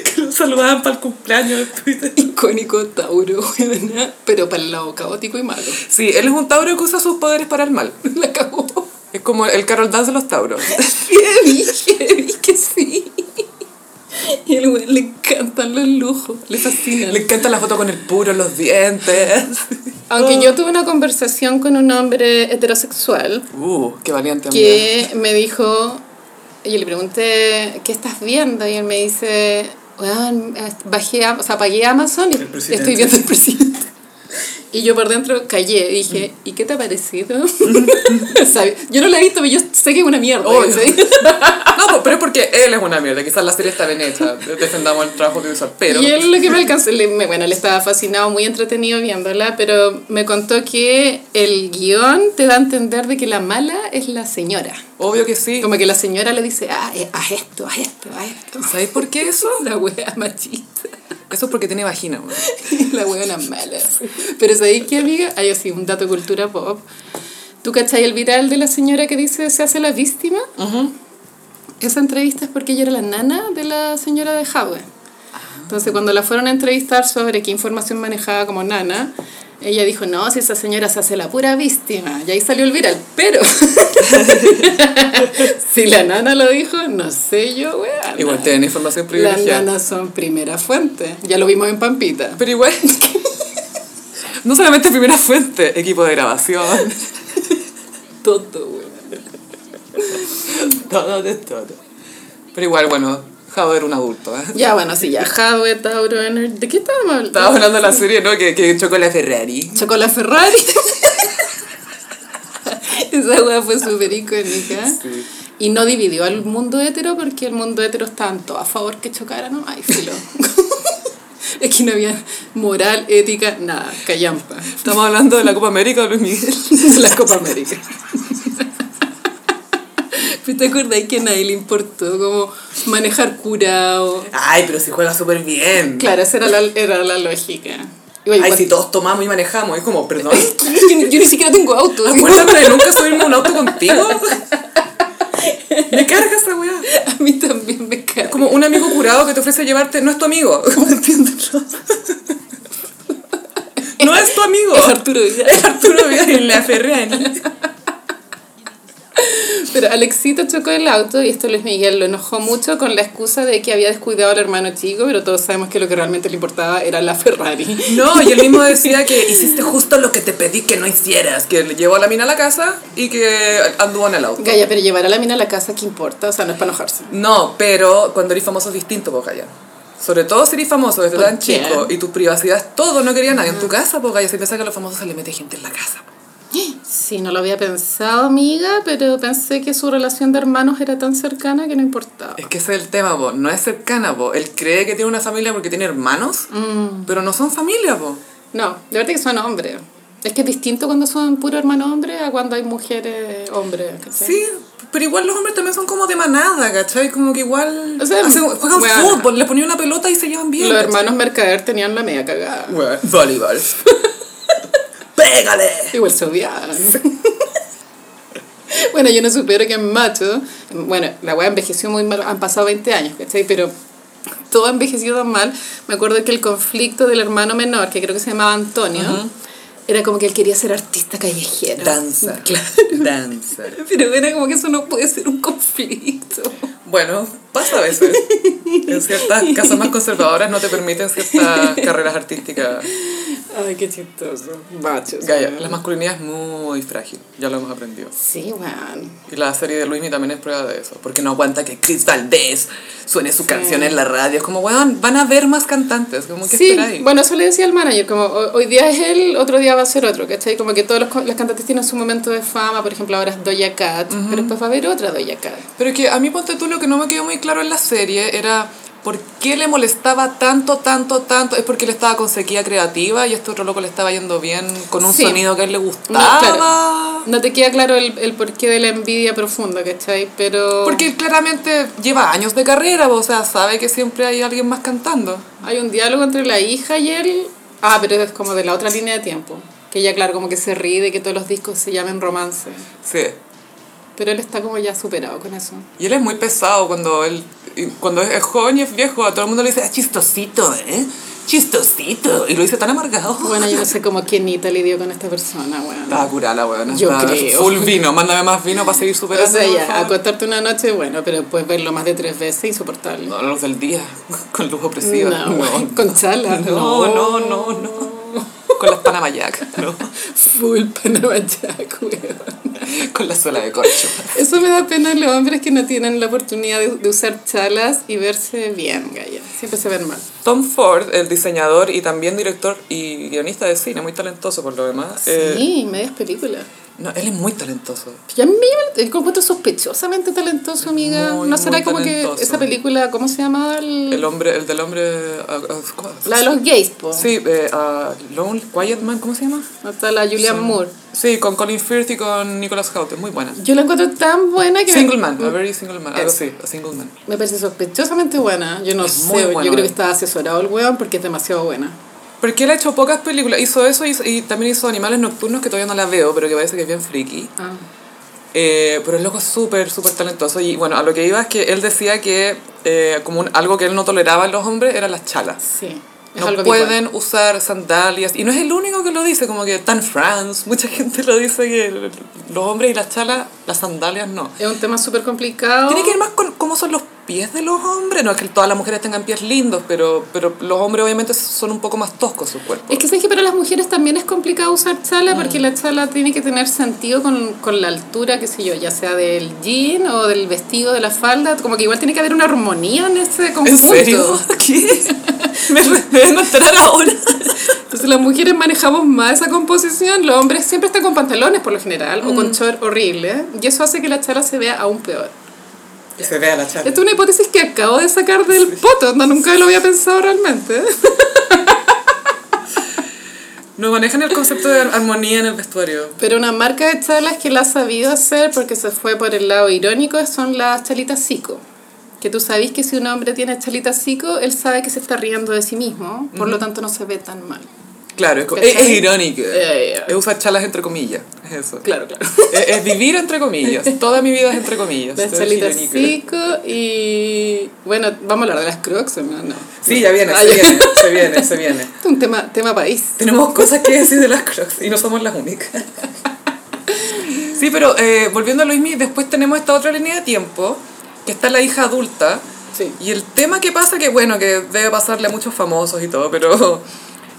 [SPEAKER 1] Que lo saludaban para el cumpleaños de Twitter.
[SPEAKER 2] Icónico Tauro, weón. Pero para el lado caótico y malo.
[SPEAKER 1] Sí, él es un Tauro que usa sus poderes para el mal.
[SPEAKER 2] La cagó.
[SPEAKER 1] Es como el Carol Dance de los Tauros.
[SPEAKER 2] Le dije, le dije sí. Y el güey le encantan los lujos, le fascinan.
[SPEAKER 1] Le encanta la foto con el puro, los dientes.
[SPEAKER 2] Aunque
[SPEAKER 1] Oh.
[SPEAKER 2] yo tuve una conversación con un hombre heterosexual
[SPEAKER 1] Uh, qué valiente. amiga.
[SPEAKER 2] que me dijo, y yo le pregunté, ¿qué estás viendo? Y él me dice, "Weón, eh, bajé, a- o sea, pagué Amazon y
[SPEAKER 1] presidente.
[SPEAKER 2] estoy viendo el presidente. Y yo por dentro callé y dije, ¿y qué te ha parecido? ¿Sabes? Yo no la he visto, pero yo sé que es una mierda.
[SPEAKER 1] Oh,
[SPEAKER 2] ¿cachai?
[SPEAKER 1] No, pues, pero es porque él es una mierda. Quizás la serie está bien hecha. Defendamos el trabajo audiovisual. Pero.
[SPEAKER 2] Y él lo que me alcanzó, le- me- bueno, le estaba fascinado, muy entretenido viéndola, pero me contó que el guión te da a entender de que la mala es la señora.
[SPEAKER 1] Obvio que sí.
[SPEAKER 2] Como que la señora le dice, ah, eh, haz esto, haz esto, haz esto.
[SPEAKER 1] ¿Sabéis por qué eso?
[SPEAKER 2] La wea machista.
[SPEAKER 6] Eso es porque tiene vagina, güey.
[SPEAKER 2] la huevona mala. Pero ¿sabéis qué, amiga? Hay así un dato de cultura pop. ¿Tú cachai el viral de la señora que dice se hace la víctima? Esa entrevista es porque ella era la nana de la señora de Hadwe. Entonces, cuando la fueron a entrevistar sobre qué información manejaba como nana, ella dijo, no, si esa señora se hace la pura víctima. Y ahí salió el viral. Pero, si la nana lo dijo, no sé yo, weón.
[SPEAKER 6] Igual tienen información
[SPEAKER 2] Las
[SPEAKER 6] privilegiada.
[SPEAKER 2] nanas son primera fuente. Ya lo vimos en Pampita.
[SPEAKER 6] Pero igual. no solamente primera fuente, equipo de grabación.
[SPEAKER 2] Todo, weón.
[SPEAKER 6] todo de todo. Pero igual, bueno, Javo era un adulto. ¿eh?
[SPEAKER 2] Ya, bueno, sí, ya. Hadwe, Tauro, Ener- ¿De qué estábamos hablando?
[SPEAKER 6] Estaba hablando de la serie, ¿no? Que, que chocó la Ferrari.
[SPEAKER 2] Chocó la Ferrari. Esa weá fue súper icónica.
[SPEAKER 6] Sí.
[SPEAKER 2] Y no dividió al mundo hétero porque el mundo hétero estaba en todo a favor que chocara, ¿no? Ay, filo. es que no había moral, ética, nada. Callampa.
[SPEAKER 6] Estamos hablando de la Copa América, Luis Miguel.
[SPEAKER 2] la Copa América. ¿Pero ¿Te acordáis que a nadie le importó como manejar curado?
[SPEAKER 1] Ay, pero si juega súper bien.
[SPEAKER 2] Claro, esa era la, era la lógica. Y bueno,
[SPEAKER 1] Ay,
[SPEAKER 2] igual-
[SPEAKER 1] si todos tomamos y manejamos, es como, perdón.
[SPEAKER 2] yo, yo ni siquiera tengo auto. así como-
[SPEAKER 1] Acuérdate de nunca subirme a un auto contigo. Me carga esa weá.
[SPEAKER 2] A mí también me cae.
[SPEAKER 1] Como un amigo curado que te ofrece llevarte, no es tu amigo. No es tu amigo.
[SPEAKER 2] Es Arturo Vidal.
[SPEAKER 1] Es Arturo Vidal y la Ferrari.
[SPEAKER 2] Pero Alexito chocó el auto y esto Luis Miguel lo enojó mucho con la excusa de que había descuidado al hermano chico, pero todos sabemos que lo que realmente le importaba era la Ferrari.
[SPEAKER 1] No, y él mismo decía que hiciste justo lo que te pedí que no hicieras. Que le llevó a la mina a la casa y que anduvo en el auto.
[SPEAKER 2] Gaya, pero llevar a la mina a la casa, ¿qué importa? O sea, no es para enojarse.
[SPEAKER 1] No, pero cuando eres famoso es distinto, po, Gaya. Sobre todo si eres famoso desde
[SPEAKER 2] ¿Por
[SPEAKER 1] tan
[SPEAKER 2] qué?
[SPEAKER 1] chico y tu privacidad es todo, no quería nadie en tu casa, po, Gaya. Se piensa que a los famosos se le mete gente en la casa. pues. po.
[SPEAKER 2] Sí, no lo había pensado, amiga, pero pensé que su relación de hermanos era tan cercana que no importaba.
[SPEAKER 1] Es que ese es el tema, po. No es cercana, po. Él cree que tiene una familia porque tiene hermanos,
[SPEAKER 2] Mm.
[SPEAKER 1] pero no son familia, po.
[SPEAKER 2] No, de verdad que son hombres. Es que es distinto cuando son puro hermano hombre a cuando hay mujeres hombres. ¿cachai?
[SPEAKER 1] Sí, pero igual los hombres también son como de manada, ¿cachai? Como que igual
[SPEAKER 2] O sea,
[SPEAKER 1] hacen- juegan
[SPEAKER 2] weona.
[SPEAKER 1] fútbol, le ponían una pelota y se llevan bien.
[SPEAKER 2] Los
[SPEAKER 1] ¿cachai?
[SPEAKER 2] hermanos Mercader tenían la media cagada.
[SPEAKER 1] Weón, Voleibol. ¡Pégale!
[SPEAKER 2] Igual se odiaban. bueno, yo no supero que en Macho, bueno, la weá envejeció muy mal, han pasado 20 años, ¿cachai? Pero todo ha envejecido tan mal. Me acuerdo que el conflicto del hermano menor, que creo que se llamaba Antonio, era como que él quería ser artista callejero.
[SPEAKER 1] Danza. Danza.
[SPEAKER 2] Pero era como que eso no puede ser un conflicto.
[SPEAKER 1] Bueno, pasa a veces. En ciertas casas más conservadoras no te permiten ciertas carreras artísticas.
[SPEAKER 2] Ay, qué chistoso. Machos.
[SPEAKER 1] Gaya,
[SPEAKER 2] weón.
[SPEAKER 1] la masculinidad es muy frágil, ya lo hemos aprendido.
[SPEAKER 2] Sí, weón.
[SPEAKER 1] Y la serie de Luismi también es prueba de eso, porque no aguanta que Chris Valdés suene su canción en la radio. Es como, weón, van a ver más cantantes, como que
[SPEAKER 2] Sí,
[SPEAKER 1] esperáis.
[SPEAKER 2] bueno, eso le decía al manager, como ho- hoy día es él, otro día va a ser otro, ¿cachai? Como que todos los, co- los cantantes tienen su momento de fama, por ejemplo, ahora es Doja Cat, pero después va a haber otra Doja Cat.
[SPEAKER 6] Pero que a mí, ponte tú, lo que no me quedó muy claro en la serie era por qué le molestaba tanto, tanto, tanto. Es porque él estaba con sequía creativa y a este otro loco le estaba yendo bien con un
[SPEAKER 2] Sí.
[SPEAKER 6] sonido que a él le
[SPEAKER 2] No,
[SPEAKER 6] gustaba.
[SPEAKER 2] claro, no te queda claro el, el porqué de la envidia profunda, ¿cachai? Pero
[SPEAKER 6] Porque él claramente lleva años de carrera, o sea, sabe que siempre hay alguien más cantando.
[SPEAKER 2] hay un diálogo entre la hija y él, ah, pero es como de la otra línea de tiempo, que ella, claro, como que se ríe de que todos los discos se llamen romance,
[SPEAKER 6] Sí.
[SPEAKER 2] pero él está como ya superado con eso.
[SPEAKER 6] Y él es muy pesado cuando él y cuando es joven y es viejo, a todo el mundo le dice, "Ah, chistosito, ¿eh? Chistosito. Y lo dice tan amargado.
[SPEAKER 2] Bueno, yo no sé cómo Kenita lidió con esta persona, bueno.
[SPEAKER 6] Estaba curada la weona.
[SPEAKER 2] Yo
[SPEAKER 6] estaba
[SPEAKER 2] creo.
[SPEAKER 6] Full vino, mándame más vino para seguir
[SPEAKER 2] O
[SPEAKER 6] superando.
[SPEAKER 2] sea,
[SPEAKER 6] por
[SPEAKER 2] ya,
[SPEAKER 6] favor.
[SPEAKER 2] acostarte una noche, bueno, pero después verlo más de tres veces, insoportable.
[SPEAKER 6] No, los del día, con luz opresiva.
[SPEAKER 2] No,
[SPEAKER 6] No,
[SPEAKER 2] con chala,
[SPEAKER 6] no,
[SPEAKER 2] no.
[SPEAKER 6] no, no. Con las panamayacas, no.
[SPEAKER 2] Full Panama Jack, weón.
[SPEAKER 6] Con la suela de corcho.
[SPEAKER 2] Eso me da pena en los hombres que no tienen la oportunidad de, de usar chalas y verse bien, gaya. Siempre se ven mal.
[SPEAKER 6] Tom Ford, el diseñador y también director y guionista de cine, muy talentoso por lo demás. eh,
[SPEAKER 2] sí, medias películas.
[SPEAKER 6] no, él es muy talentoso.
[SPEAKER 2] Ya a mí me lo encuentro sospechosamente talentoso, amiga.
[SPEAKER 6] Muy,
[SPEAKER 2] ¿No será
[SPEAKER 6] muy
[SPEAKER 2] como
[SPEAKER 6] talentoso.
[SPEAKER 2] que esa película, cómo se llama? El-
[SPEAKER 6] El hombre, el del hombre...
[SPEAKER 1] uh,
[SPEAKER 6] ah, ah, ¿cómo?
[SPEAKER 2] la de los gays, po.
[SPEAKER 6] Sí, eh, ah, Lone Quiet Man, ¿cómo se llama?
[SPEAKER 2] Hasta la Julianne Moore.
[SPEAKER 6] Sí, con Colin Firth y con Nicholas Hoult, es muy buena.
[SPEAKER 2] Yo la encuentro tan buena que... me-
[SPEAKER 6] Single Man, a very single man, algo
[SPEAKER 2] Mm. Es.
[SPEAKER 6] así, a single man.
[SPEAKER 2] Me parece sospechosamente buena. Yo no
[SPEAKER 6] muy
[SPEAKER 2] sé,
[SPEAKER 6] bueno,
[SPEAKER 2] yo creo
[SPEAKER 6] eh.
[SPEAKER 2] que estaba asesorado el weón porque es demasiado buena.
[SPEAKER 1] Porque él ha hecho pocas películas. Hizo eso hizo- y también hizo Animales Nocturnos, que todavía no la veo, pero que parece que es bien friki. Eh, pero el loco es súper, súper talentoso. Y bueno, a lo que iba es que él decía que eh, como un- algo que él no toleraba en los hombres eran las chalas.
[SPEAKER 2] Sí. Es
[SPEAKER 1] No
[SPEAKER 2] algo
[SPEAKER 1] pueden usar sandalias. Y no es el único que lo dice, como que tan France, mucha gente lo dice que el- los hombres y las chalas, las sandalias no.
[SPEAKER 2] Es un tema súper complicado.
[SPEAKER 1] Tiene que ver más con cómo son los pies de los hombres. No es que todas las mujeres tengan pies lindos, pero, pero los hombres obviamente son un poco más toscos su cuerpo.
[SPEAKER 2] Es que sabes que para las mujeres también es complicado usar
[SPEAKER 1] Mm.
[SPEAKER 2] chala porque la chala tiene que tener sentido con, con la altura, qué sé yo, ya sea del jean o del vestido, de la falda. Como que igual tiene que haber una armonía en ese
[SPEAKER 1] ¿En
[SPEAKER 2] conjunto.
[SPEAKER 1] serio? ¿Qué? Me, re- me vengo a enterar ahora.
[SPEAKER 2] Entonces las mujeres manejamos más esa composición. Los hombres siempre están con pantalones por lo general o
[SPEAKER 1] Mm.
[SPEAKER 2] con short horrible. ¿eh? Y eso hace que la chala se vea aún peor.
[SPEAKER 1] Que se vea la chala.
[SPEAKER 2] Esta es una hipótesis que acabo de sacar del poto. No, nunca lo había pensado realmente.
[SPEAKER 1] No manejan el concepto de armonía en el vestuario.
[SPEAKER 2] Pero una marca de chalas que la ha sabido hacer porque se fue por el lado irónico son las chalitas psico. Que tú sabes que si un hombre tiene chalitas psico, él sabe que se está riendo de sí mismo, por lo tanto no se ve tan mal.
[SPEAKER 1] Claro, es, co-
[SPEAKER 2] ¿Cachai?
[SPEAKER 1] es- es irónico.
[SPEAKER 2] Eh, eh.
[SPEAKER 1] Es usar chalas entre comillas. Es eso.
[SPEAKER 2] Claro, claro.
[SPEAKER 1] Es, es vivir entre comillas. Toda mi vida es entre comillas.
[SPEAKER 2] Las
[SPEAKER 1] Todo es
[SPEAKER 2] chalitas
[SPEAKER 1] irónico.
[SPEAKER 2] psico y. Bueno, vamos a hablar de las crocs, ¿o no? No.
[SPEAKER 1] Sí, ya viene,
[SPEAKER 2] Ah,
[SPEAKER 1] se
[SPEAKER 2] ya.
[SPEAKER 1] viene, se viene, se viene.
[SPEAKER 2] Esto es un tema, tema país.
[SPEAKER 1] Tenemos cosas que decir de las crocs y no somos las únicas. Sí, pero eh, volviendo a Luismi, después tenemos esta otra línea de tiempo, que está la hija adulta.
[SPEAKER 2] Sí.
[SPEAKER 1] Y el tema que pasa, que bueno, que debe pasarle a muchos famosos y todo, pero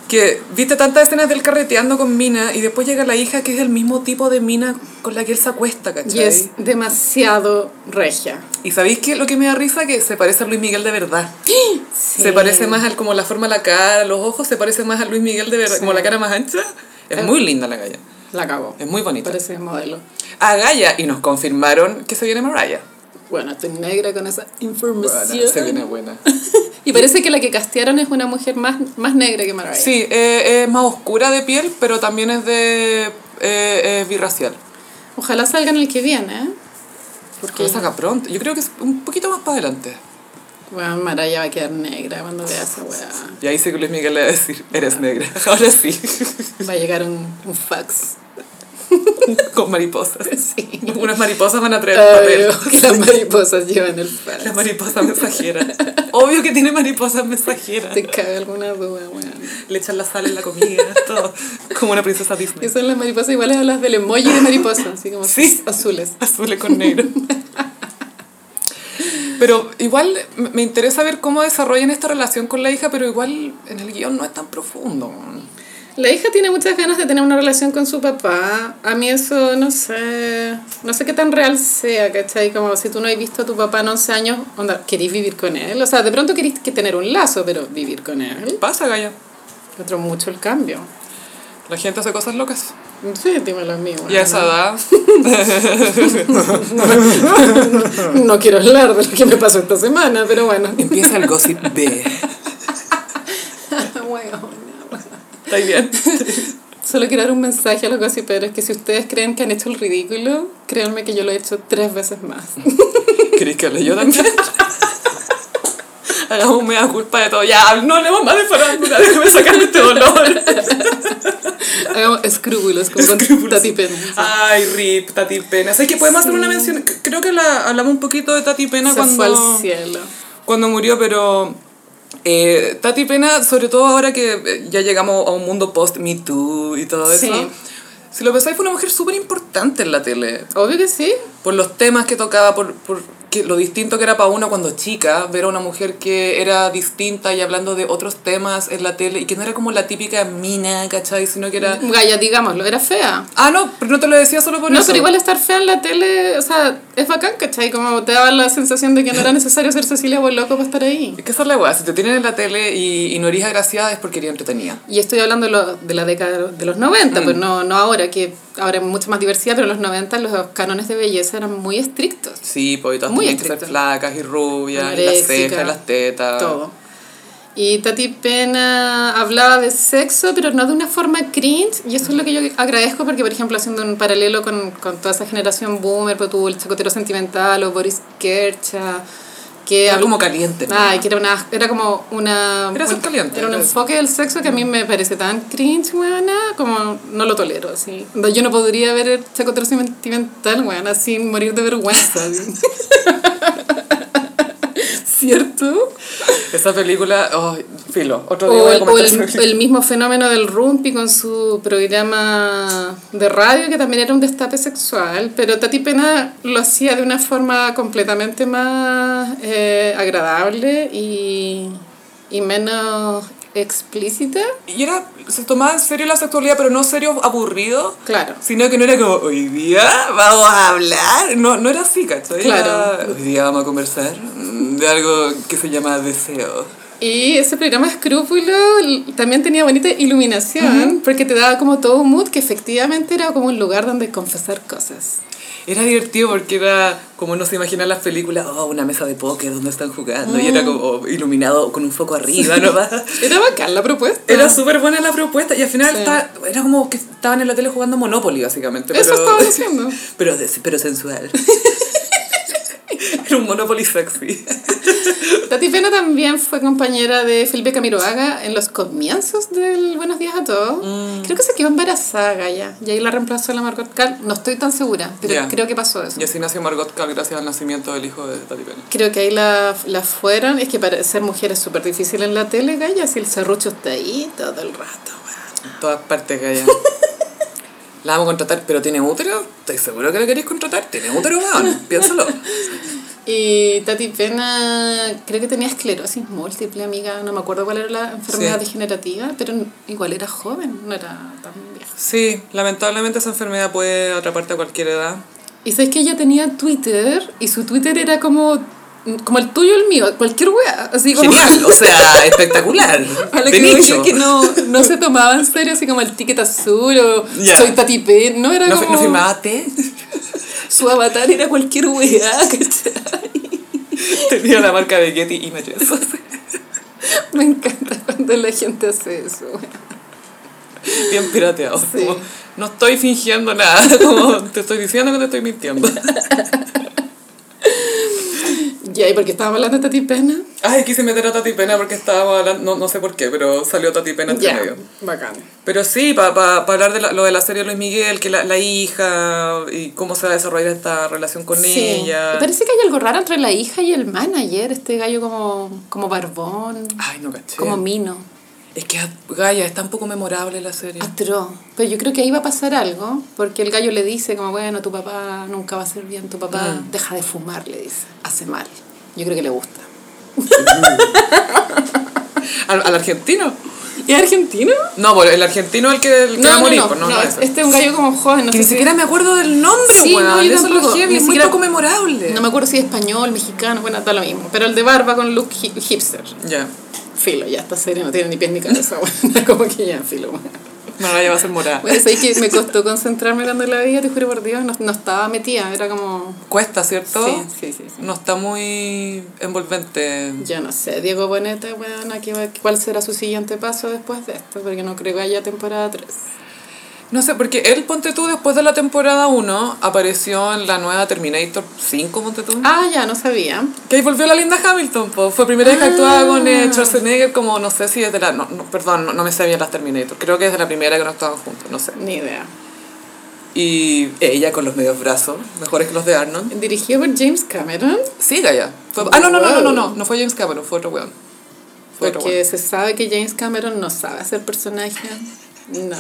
[SPEAKER 1] que viste tantas escenas del carreteando con Mina y después llega la hija que es el mismo tipo de Mina con la que él se acuesta, ¿cachai?
[SPEAKER 2] Y es demasiado regia.
[SPEAKER 1] Y sabéis que lo que me da risa que se parece a Luis Miguel de verdad. Se parece más al como la forma de la cara, los ojos, se parece más a Luis Miguel de verdad, como la cara más ancha. Es muy linda la Gaia,
[SPEAKER 2] La cagó.
[SPEAKER 1] es muy bonita.
[SPEAKER 2] Parece modelo.
[SPEAKER 1] A Gaia y nos confirmaron que se viene Mariah.
[SPEAKER 2] Bueno, estoy negra con esa información.
[SPEAKER 1] se viene buena.
[SPEAKER 2] Y parece que la que castearon es una mujer más, más negra que Mariah.
[SPEAKER 1] Sí, eh, es más oscura de piel, pero también es de eh, es birracial.
[SPEAKER 2] Ojalá salgan el que viene, ¿eh?
[SPEAKER 1] Porque lo saca pronto. Yo creo que es un poquito más para adelante.
[SPEAKER 2] Bueno, Mariah va a quedar negra cuando vea esa weá.
[SPEAKER 1] Y ahí sé que Luis Miguel le va a decir, eres negra. Ahora sí,
[SPEAKER 2] Va a llegar un, un fax.
[SPEAKER 1] con mariposas.
[SPEAKER 2] Sí.
[SPEAKER 1] Unas mariposas van a traer papel.
[SPEAKER 2] Obvio que las mariposas llevan el fax.
[SPEAKER 1] La mariposa mensajera. Obvio que tiene mariposas mensajeras.
[SPEAKER 2] Te cabe alguna duda, weón.
[SPEAKER 1] Le echan la sal en la comida, todo. Como una princesa
[SPEAKER 2] Que
[SPEAKER 1] Disney.
[SPEAKER 2] son las mariposas iguales a las del emoji de mariposa, así como
[SPEAKER 1] Sí.
[SPEAKER 2] azules.
[SPEAKER 1] Azul con negro. Pero igual me me interesa ver cómo desarrollan esta relación con la hija, pero igual en el guión no es tan profundo.
[SPEAKER 2] La hija tiene muchas ganas de tener una relación con su papá. A mí eso no sé, no sé qué tan real sea, ¿cachai? Como si tú no has visto a tu papá en 11 años, onda, ¿querís vivir con él? O sea, de pronto querís que tener un lazo, pero vivir con él.
[SPEAKER 1] Pasa, Gaya.
[SPEAKER 2] Otro mucho el cambio.
[SPEAKER 1] La gente hace cosas locas.
[SPEAKER 2] Sí, dime lo mismo.
[SPEAKER 1] Y a esa edad,
[SPEAKER 2] No quiero hablar de lo que me pasó esta semana, pero bueno.
[SPEAKER 1] empieza el gossip de... ¿Está bien?
[SPEAKER 2] Solo quiero dar un mensaje a los gossiperos que si ustedes creen que han hecho el ridículo, créanme que yo lo he hecho tres veces más.
[SPEAKER 1] ¿Queréis que hable yo también? Hagamos un mea culpa de todo. Ya, no hablemos más de farándula, déjame sacarme este dolor.
[SPEAKER 2] Hagamos escrúpulos con Tati Pena.
[SPEAKER 1] Ay, Rip, Tati Pena. ¿Sabes que podemos hacer una mención? C- Creo que la, hablamos un poquito de Tati Pena
[SPEAKER 2] Se fue
[SPEAKER 1] cuando,
[SPEAKER 2] al cielo.
[SPEAKER 1] cuando murió, pero eh, Tati Pena, sobre todo ahora que eh, ya llegamos a un mundo post Me Too y todo eso.
[SPEAKER 2] Sí.
[SPEAKER 1] Si lo pensáis, fue una mujer súper importante en la tele.
[SPEAKER 2] Obvio que sí.
[SPEAKER 1] Por los temas que tocaba, por, por que- lo distinto que era para uno cuando chica, ver a una mujer que era distinta y hablando de otros temas en la tele y que no era como la típica mina, ¿cachai? Sino que era.
[SPEAKER 2] Gaya, digámoslo, era fea.
[SPEAKER 1] Ah, no, pero no te lo decía solo por
[SPEAKER 2] Mm. No,
[SPEAKER 1] eso.
[SPEAKER 2] pero igual estar fea en la tele, o sea, es bacán, ¿cachai? Como te daba la sensación de que no era necesario ser Cecilia Boloco para estar ahí.
[SPEAKER 1] Es que esa es la weá, si te tienen en la tele y, y no eres agraciada es porque eres entretenida.
[SPEAKER 2] Y estoy hablando de, lo- de la década de los 90, pero no, no ahora, que ahora hay mucha más diversidad, pero en los 90 los cánones de belleza eran muy estrictos.
[SPEAKER 1] Sí, pues y todas
[SPEAKER 2] Muy
[SPEAKER 1] tenían que ser
[SPEAKER 2] estricto.
[SPEAKER 1] flacas y rubias, y las
[SPEAKER 2] Anoréxica,
[SPEAKER 1] cejas, y las tetas.
[SPEAKER 2] Todo. Y Tati Pena hablaba de sexo, pero no de una forma cringe. Y eso es lo que yo agradezco, porque, por ejemplo, haciendo un paralelo con, con toda esa generación boomer, pues tuvo el chacotero sentimental o Boris Kercha, que
[SPEAKER 1] Era
[SPEAKER 2] habl-
[SPEAKER 1] como caliente. ¿no?
[SPEAKER 2] Ay, que era una era como una
[SPEAKER 1] Era ser
[SPEAKER 2] un-
[SPEAKER 1] caliente,
[SPEAKER 2] Era un
[SPEAKER 1] era-
[SPEAKER 2] enfoque del sexo que a mí me parece tan cringe, weona, como no lo tolero, así. No, Yo no podría ver el chacotero sentimental, weona, sin morir de vergüenza. así. ¿Cierto?
[SPEAKER 1] Esa película, oh, filo, otro día
[SPEAKER 2] O,
[SPEAKER 1] voy a
[SPEAKER 2] el, o
[SPEAKER 1] comentar
[SPEAKER 2] el-
[SPEAKER 1] sobre-
[SPEAKER 2] el mismo fenómeno del Rumpi con su programa de radio, que también era un destape sexual, pero Tati Pena lo hacía de una forma completamente más eh, agradable y, y menos explícita.
[SPEAKER 1] Y era, se tomaba en serio la sexualidad, pero no serio aburrido,
[SPEAKER 2] Claro.
[SPEAKER 1] sino que no era como, hoy día vamos a hablar. No, no era así, ¿cachai? Era,
[SPEAKER 2] Claro.
[SPEAKER 1] hoy día vamos a conversar mm, de algo que se llama deseo.
[SPEAKER 2] Y ese programa Escrúpulo l- también tenía bonita iluminación, porque te daba como todo un mood que efectivamente era como un lugar donde confesar cosas.
[SPEAKER 1] Era divertido porque era como uno se imagina en las películas, oh, una mesa de póker donde están jugando, y era como oh, iluminado con un foco arriba, ¿no?
[SPEAKER 2] Era bacán la propuesta.
[SPEAKER 1] Era súper buena la propuesta y al final
[SPEAKER 2] Sí.
[SPEAKER 1] está- era como que estaban en la tele jugando Monopoly, básicamente.
[SPEAKER 2] Eso
[SPEAKER 1] pero-
[SPEAKER 2] estaban haciendo.
[SPEAKER 1] Pero, de- pero sensual. Era un Monopoly sexy.
[SPEAKER 2] Tati Pena también fue compañera de Felipe Camiroaga en los comienzos del Buenos Días a Todos.
[SPEAKER 1] Mm.
[SPEAKER 2] Creo que se quedó embarazada Gaya, y ahí la reemplazó la Margot Cal. No estoy tan segura, pero
[SPEAKER 1] Ya.
[SPEAKER 2] creo que pasó eso.
[SPEAKER 1] Y así nació Margot Cal gracias al nacimiento del hijo de Tati Pena.
[SPEAKER 2] Creo que ahí la, la fueron. Es que para ser mujer es súper difícil en la tele, Gaya, si el serrucho está ahí todo el rato. weón.
[SPEAKER 1] En todas partes que haya. La vamos a contratar, pero tiene útero. Estoy seguro que la queréis contratar. Tiene útero, weón. Piénsalo.
[SPEAKER 2] Y Tati Pena creo que tenía esclerosis múltiple, amiga. No me acuerdo cuál era la enfermedad
[SPEAKER 1] Sí.
[SPEAKER 2] degenerativa, pero igual era joven, no era tan vieja.
[SPEAKER 1] Sí, lamentablemente esa enfermedad puede atraparte a cualquier edad.
[SPEAKER 2] Y sabes que ella tenía Twitter y su Twitter era como, como el tuyo, el mío, cualquier wea. Así como,
[SPEAKER 1] Genial, o sea, espectacular.
[SPEAKER 2] A lo
[SPEAKER 1] De
[SPEAKER 2] que voy
[SPEAKER 1] nicho.
[SPEAKER 2] es que no, no se tomaba en serio, así como el ticket azul o
[SPEAKER 1] Ya.
[SPEAKER 2] soy Tati P. No era
[SPEAKER 1] No, fi-
[SPEAKER 2] como.
[SPEAKER 1] no firmaba té.
[SPEAKER 2] su avatar era cualquier wea. ¿cachai?
[SPEAKER 1] Tenía la marca de Getty Images.
[SPEAKER 2] Me encanta cuando la gente hace eso.
[SPEAKER 1] Bien pirateado.
[SPEAKER 2] Sí.
[SPEAKER 1] Como, no estoy fingiendo nada. Como, te estoy diciendo que te estoy mintiendo.
[SPEAKER 2] Ya, ¿y por qué estábamos hablando de Tati Pena?
[SPEAKER 1] Ay, quise meter a Tati Pena porque estábamos hablando, no, no sé por qué, pero salió Tati Pena entre
[SPEAKER 2] Ya,
[SPEAKER 1] medio.
[SPEAKER 2] bacán.
[SPEAKER 1] Pero sí, para hablar de la- lo de la serie Luis Miguel, que la, la hija y cómo se va a desarrollar esta relación con
[SPEAKER 2] Sí.
[SPEAKER 1] ella.
[SPEAKER 2] Me Parece que hay algo raro entre la hija y el manager, este gallo como, como barbón,
[SPEAKER 1] Ay, no caché.
[SPEAKER 2] como mino.
[SPEAKER 1] Es que Gaia es tan poco memorable la serie.
[SPEAKER 2] Atroz. Pero yo creo que ahí va a pasar algo, porque el gallo le dice como, bueno, tu papá nunca va a ser bien, tu papá
[SPEAKER 1] Mm.
[SPEAKER 2] deja de fumar, le dice, hace mal. Yo creo que le gusta.
[SPEAKER 1] ¿Al, al argentino?
[SPEAKER 2] ¿Y es argentino?
[SPEAKER 1] No, por el argentino es el que, el que va a morir. pues, no, no, eso.
[SPEAKER 2] este es un gallo como joven, no
[SPEAKER 1] Que ni
[SPEAKER 2] sé si-
[SPEAKER 1] siquiera me acuerdo del nombre,
[SPEAKER 2] Sí,
[SPEAKER 1] weón.
[SPEAKER 2] no, yo
[SPEAKER 1] Eso es lo
[SPEAKER 2] tampoco,
[SPEAKER 1] heavy,
[SPEAKER 2] ni
[SPEAKER 1] es muy
[SPEAKER 2] siquiera-
[SPEAKER 1] poco memorable.
[SPEAKER 2] No me acuerdo si es español, mexicano, bueno, está lo mismo. Pero el de barba con look hi- hipster.
[SPEAKER 1] Ya.
[SPEAKER 2] Filo, ya está serio, no tiene ni pies ni cabeza, bueno, como que ya, filo. bueno.
[SPEAKER 1] Bueno, Gaia va a ser morada.
[SPEAKER 2] Bueno, sabes que me costó concentrarme cuando la veía, te juro por Dios, no, no estaba metida, era como...
[SPEAKER 1] Cuesta, ¿cierto?
[SPEAKER 2] Sí, sí, sí. sí.
[SPEAKER 1] No está muy envolvente.
[SPEAKER 2] Yo no sé, Diego Boneta, weón, aquí va- ¿cuál será su siguiente paso después de esto? Porque no creo que haya temporada 3.
[SPEAKER 1] No sé, porque él, ponte tú, después de la temporada 1, apareció en la nueva Terminator 5, ponte tú.
[SPEAKER 2] Ah, ya, no sabía.
[SPEAKER 1] Que ahí volvió la linda Hamilton, po. fue primera vez que
[SPEAKER 2] Ah.
[SPEAKER 1] actuaba con eh, Schwarzenegger, como no sé si desde la. No, no, perdón, no, no me sé bien las Terminator, creo que desde la primera que no estaban juntos, no sé.
[SPEAKER 2] Ni idea.
[SPEAKER 1] Y ella con los medios brazos, mejores que los de Arnold.
[SPEAKER 2] Dirigido por James Cameron,
[SPEAKER 1] Sí, Gaya. Fue- ah, no, no, no, no, no, no,
[SPEAKER 2] Wow.
[SPEAKER 1] no fue James Cameron, fue otro weón. Fue otro
[SPEAKER 2] porque se sabe que James Cameron no sabe hacer personajes. No.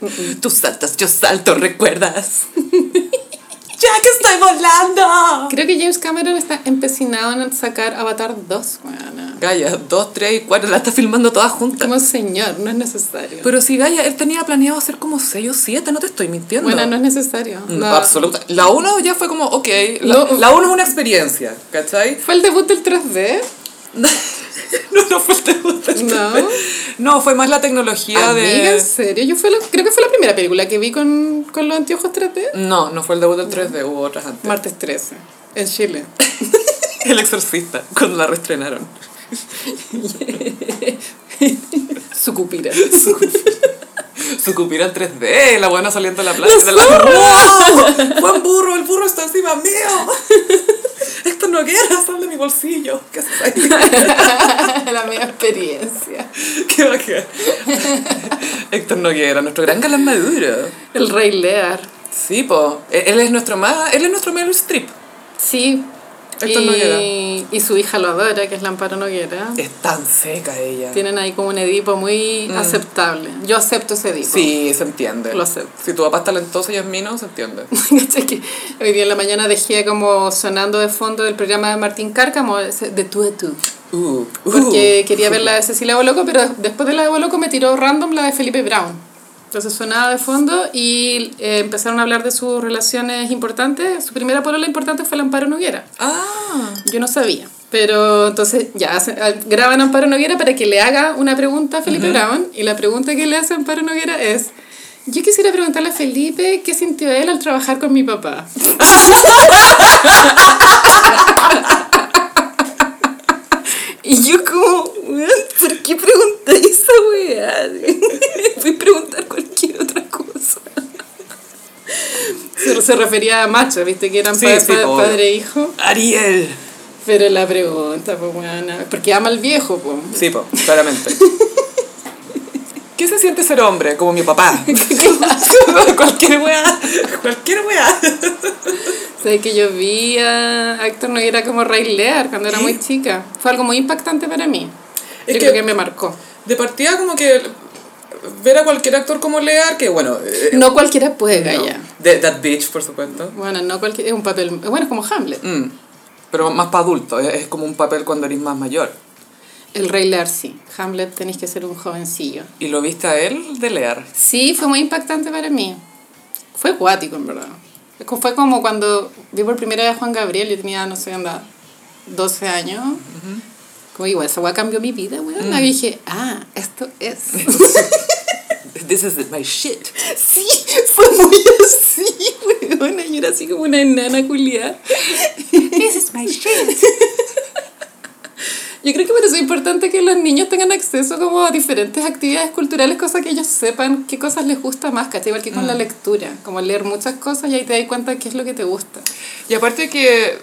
[SPEAKER 1] weón. Tú saltas, yo salto, ¿recuerdas? ¡Ya que estoy volando!
[SPEAKER 2] Creo que James Cameron está empecinado en sacar Avatar 2, weón.
[SPEAKER 1] Gaya, dos, tres y cuatro, la está filmando todas juntas.
[SPEAKER 2] Como señor, no es necesario.
[SPEAKER 1] Pero si Gaia, él tenía planeado hacer como 6 o 7, no Mm, te estoy mintiendo.
[SPEAKER 2] bueno, no es necesario.
[SPEAKER 1] No,
[SPEAKER 2] No.
[SPEAKER 1] absoluta. La 1 ya fue como, ok, la,
[SPEAKER 2] No.
[SPEAKER 1] la 1 es una experiencia, ¿cachai?
[SPEAKER 2] ¿Fue el debut del 3D?
[SPEAKER 1] No, no fue el debut del
[SPEAKER 2] No.
[SPEAKER 1] café. No, fue más la tecnología
[SPEAKER 2] Amiga, ¿en
[SPEAKER 1] de...
[SPEAKER 2] serio? Yo fue la- creo que fue la primera película que vi con, con los anteojos 3D.
[SPEAKER 1] No, no fue el debut del 3D, hubo otras antes.
[SPEAKER 2] Martes 13, en Chile.
[SPEAKER 1] El Exorcista, cuando la reestrenaron.
[SPEAKER 2] Sucupira.
[SPEAKER 1] Sucupira al 3D, la buena saliendo a la plaza. de la- ¡Wow! ¡Buen burro! ¡El burro está encima mío! Esto Noguera, sal de mi bolsillo. ¿Qué haces ahí?
[SPEAKER 2] la media experiencia.
[SPEAKER 1] ¿Qué va a quedar? Héctor Noguera, nuestro gran galán maduro.
[SPEAKER 2] El rey Lear.
[SPEAKER 1] Sí, po. E-, Él él es nuestro más, él es nuestro Meryl Streep.
[SPEAKER 2] Sí.
[SPEAKER 1] Héctor
[SPEAKER 2] Y,
[SPEAKER 1] Noguera.
[SPEAKER 2] y su hija lo adora, que es Lamparo Noguera.
[SPEAKER 1] Es tan seca ella.
[SPEAKER 2] Tienen ahí como un Edipo muy aceptable. Yo acepto ese Edipo.
[SPEAKER 1] Sí, se entiende.
[SPEAKER 2] Lo acepto.
[SPEAKER 1] Si tu papá es talentoso y es mino, se entiende.
[SPEAKER 2] ¿Cachai? que hoy día en la mañana dejé como sonando de fondo el programa de Martín Cárcamo, ese de tú a tú.
[SPEAKER 1] Uh, uh.
[SPEAKER 2] Porque quería ver la de Cecilia Boloco, pero después de la de Boloco me tiró random la de Felipe Brown. Entonces sonaba de fondo y eh, empezaron a hablar de sus relaciones importantes. Su primera polola importante fue el Amparo Noguera.
[SPEAKER 1] Ah,
[SPEAKER 2] Yo no sabía. Pero entonces ya hacen- ah, graban a Amparo Noguera para que le haga una pregunta a Felipe Brown. Y la pregunta que le hace Amparo Noguera es: Yo quisiera preguntarle a Felipe qué sintió él al trabajar con mi papá. Y yo, como, "Weón, ¿por qué preguntáis esa weá? Fui a preguntar cualquier otra cosa. Se, se refería a macho, viste que eran
[SPEAKER 1] Sí,
[SPEAKER 2] pa-
[SPEAKER 1] sí,
[SPEAKER 2] pa-
[SPEAKER 1] po,
[SPEAKER 2] padre e hijo.
[SPEAKER 1] Ariel.
[SPEAKER 2] Pero la pregunta, pues, weona, porque ama al viejo, pues.
[SPEAKER 1] Sí, po, claramente. ¿Qué se siente ser hombre? Como mi papá. cualquier weá. Cualquier weá.
[SPEAKER 2] Sabes que yo vi a Héctor Noguera como Ray Lear cuando era
[SPEAKER 1] ¿Sí?
[SPEAKER 2] muy chica. Fue algo muy impactante para mí.
[SPEAKER 1] Es
[SPEAKER 2] yo
[SPEAKER 1] que-
[SPEAKER 2] creo que me marcó.
[SPEAKER 1] De partida, como que ver a cualquier actor como Lear, que bueno. eh,
[SPEAKER 2] No cualquiera puede,
[SPEAKER 1] no.
[SPEAKER 2] Gaya.
[SPEAKER 1] De- That Bitch, por supuesto.
[SPEAKER 2] Bueno, no cualquiera. Es un papel. Bueno, es como Hamlet.
[SPEAKER 1] Mm, Pero más para adulto, es, es como un papel cuando eres más mayor.
[SPEAKER 2] El Rey Lear, sí. Hamlet tenés que ser un jovencillo.
[SPEAKER 1] Y lo viste a él de Lear.
[SPEAKER 2] Sí, fue muy impactante para mí. Fue acuático, en verdad. Es como- Fue como cuando vi por primera vez a Juan Gabriel, yo tenía, no sé, anda, 12 años. Como igual, esa weá cambió mi vida, weón. Y dije, ah, esto es.
[SPEAKER 1] This is my shit.
[SPEAKER 2] sí, fue muy así, weón. Yo era así como una enana culiada.
[SPEAKER 1] This is my shit.
[SPEAKER 2] Yo creo que por eso es importante que los niños tengan acceso como a diferentes actividades culturales, cosas que ellos sepan qué cosas les gusta más, ¿cachai? Igual que con la
[SPEAKER 1] Mm.
[SPEAKER 2] lectura, como leer muchas cosas y ahí te das cuenta de qué es lo que te gusta.
[SPEAKER 1] Y aparte que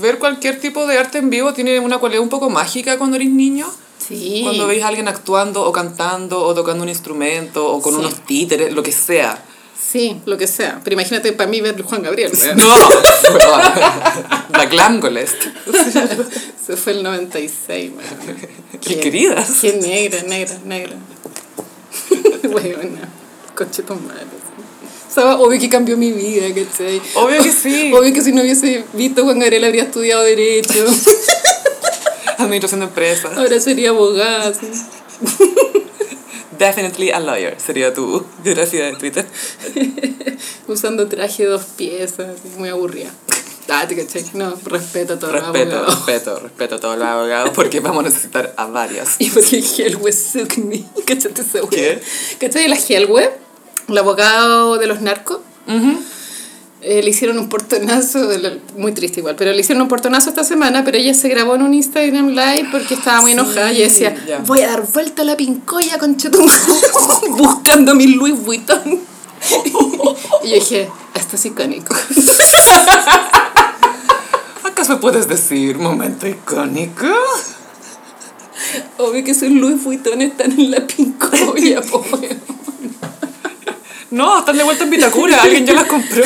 [SPEAKER 1] ver cualquier tipo de arte en vivo tiene una cualidad un poco mágica cuando eres niño.
[SPEAKER 2] Sí.
[SPEAKER 1] Cuando veis a alguien actuando o cantando o tocando un instrumento o con
[SPEAKER 2] Sí.
[SPEAKER 1] unos títeres, lo que sea.
[SPEAKER 2] Sí, lo que sea. Pero imagínate para mí ver Juan Gabriel. weón.
[SPEAKER 1] No, la glángoles.
[SPEAKER 2] Se fue el 96, weón. Qué-
[SPEAKER 1] Queridas.
[SPEAKER 2] Qué negra, negra, negra. Weona. Coche madre. Estaba obvio que cambió mi vida, ¿cachai?
[SPEAKER 1] Obvio que sí.
[SPEAKER 2] Obvio que si no hubiese visto Juan Gabriel habría estudiado Derecho.
[SPEAKER 1] Administración de empresas.
[SPEAKER 2] Ahora sería abogada. sí.
[SPEAKER 1] Definitely a lawyer sería tu biografía de Twitter.
[SPEAKER 2] Usando traje de dos piezas. así, Muy aburrida. Ah, te cachai. No, respeto a todo
[SPEAKER 1] Respeto,
[SPEAKER 2] abogado.
[SPEAKER 1] respeto, respeto a todos los abogados porque vamos a necesitar a varios.
[SPEAKER 2] Y porque el Helwe Sugni, ¿cachate esa wea?
[SPEAKER 1] ¿Qué?
[SPEAKER 2] ¿Cachai? La Helwe, el abogado de los narcos, eh, le hicieron un portonazo, lo- muy triste igual, pero le hicieron un portonazo esta semana, pero ella se grabó en un Instagram Live porque estaba muy
[SPEAKER 1] Sí,
[SPEAKER 2] enojada y decía,
[SPEAKER 1] ya.
[SPEAKER 2] voy a dar vuelta a la pincoya con buscando mi Louis Vuitton. y yo dije, esto es icónico.
[SPEAKER 1] ¿Acaso puedes decir momento icónico?
[SPEAKER 2] Obvio que sus Louis Vuitton están en la pincoya, po, weón.
[SPEAKER 1] No, están de vuelta en Vitacura, alguien ya las compró.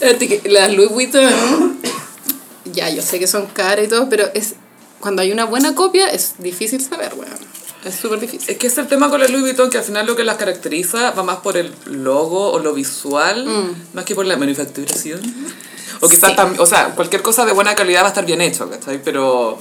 [SPEAKER 2] Fíjate que Las Louis Vuitton, ya, yo sé que son caras y todo, pero es cuando hay una buena copia es difícil saber, weón. Es súper difícil.
[SPEAKER 1] Es que es el tema con la Louis Vuitton, que al final lo que las caracteriza va más por el logo o lo visual, más que por la manufacturación. O quizás
[SPEAKER 2] Sí.
[SPEAKER 1] tam- o sea, cualquier cosa de buena calidad va a estar bien hecho, ¿cachai? Pero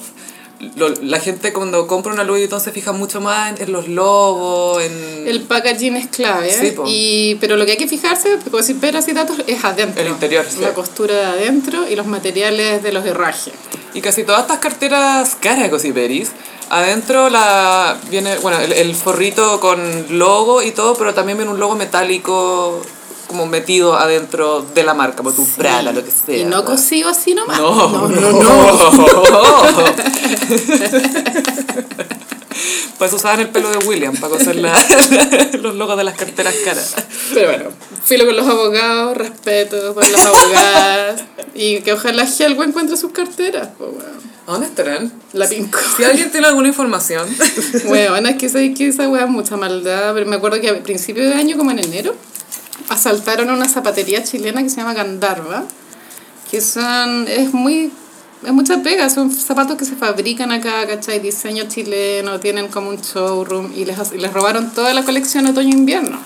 [SPEAKER 1] lo- la gente cuando compra una Louis Vuitton se fija mucho más en, en los logos, en
[SPEAKER 2] El packaging es clave,
[SPEAKER 1] Sí,
[SPEAKER 2] ¿eh?
[SPEAKER 1] po.
[SPEAKER 2] y, pero lo que hay que fijarse, como decir peras y datos, es adentro.
[SPEAKER 1] El interior, sí.
[SPEAKER 2] La costura de adentro y los materiales de los herrajes.
[SPEAKER 1] Y casi todas estas carteras caras de Cosiperis, adentro la viene, bueno, el, el forrito con logo y todo, pero también viene un logo metálico como metido adentro de la marca, por tu prala, lo que sea.
[SPEAKER 2] Y no cosido así nomás.
[SPEAKER 1] No, no, no. pues usaban el pelo de William para coser la- los logos de las carteras caras.
[SPEAKER 2] Pero bueno, filo con los abogados, respeto por las abogadas. Y que ojalá Helgo encuentre sus carteras, pues,
[SPEAKER 1] ¿Dónde estarán?
[SPEAKER 2] La pinco.
[SPEAKER 1] Si alguien tiene alguna información.
[SPEAKER 2] Weón, es que sabéis que esa weá es mucha maldad. Pero me acuerdo que a principio de año, como en enero, asaltaron una zapatería chilena que se llama Gandarva. Que son. Es muy. Es mucha pega, son zapatos que se fabrican acá, ¿cachai? Diseño chileno, tienen como un showroom y les, y les robaron toda la colección otoño-invierno.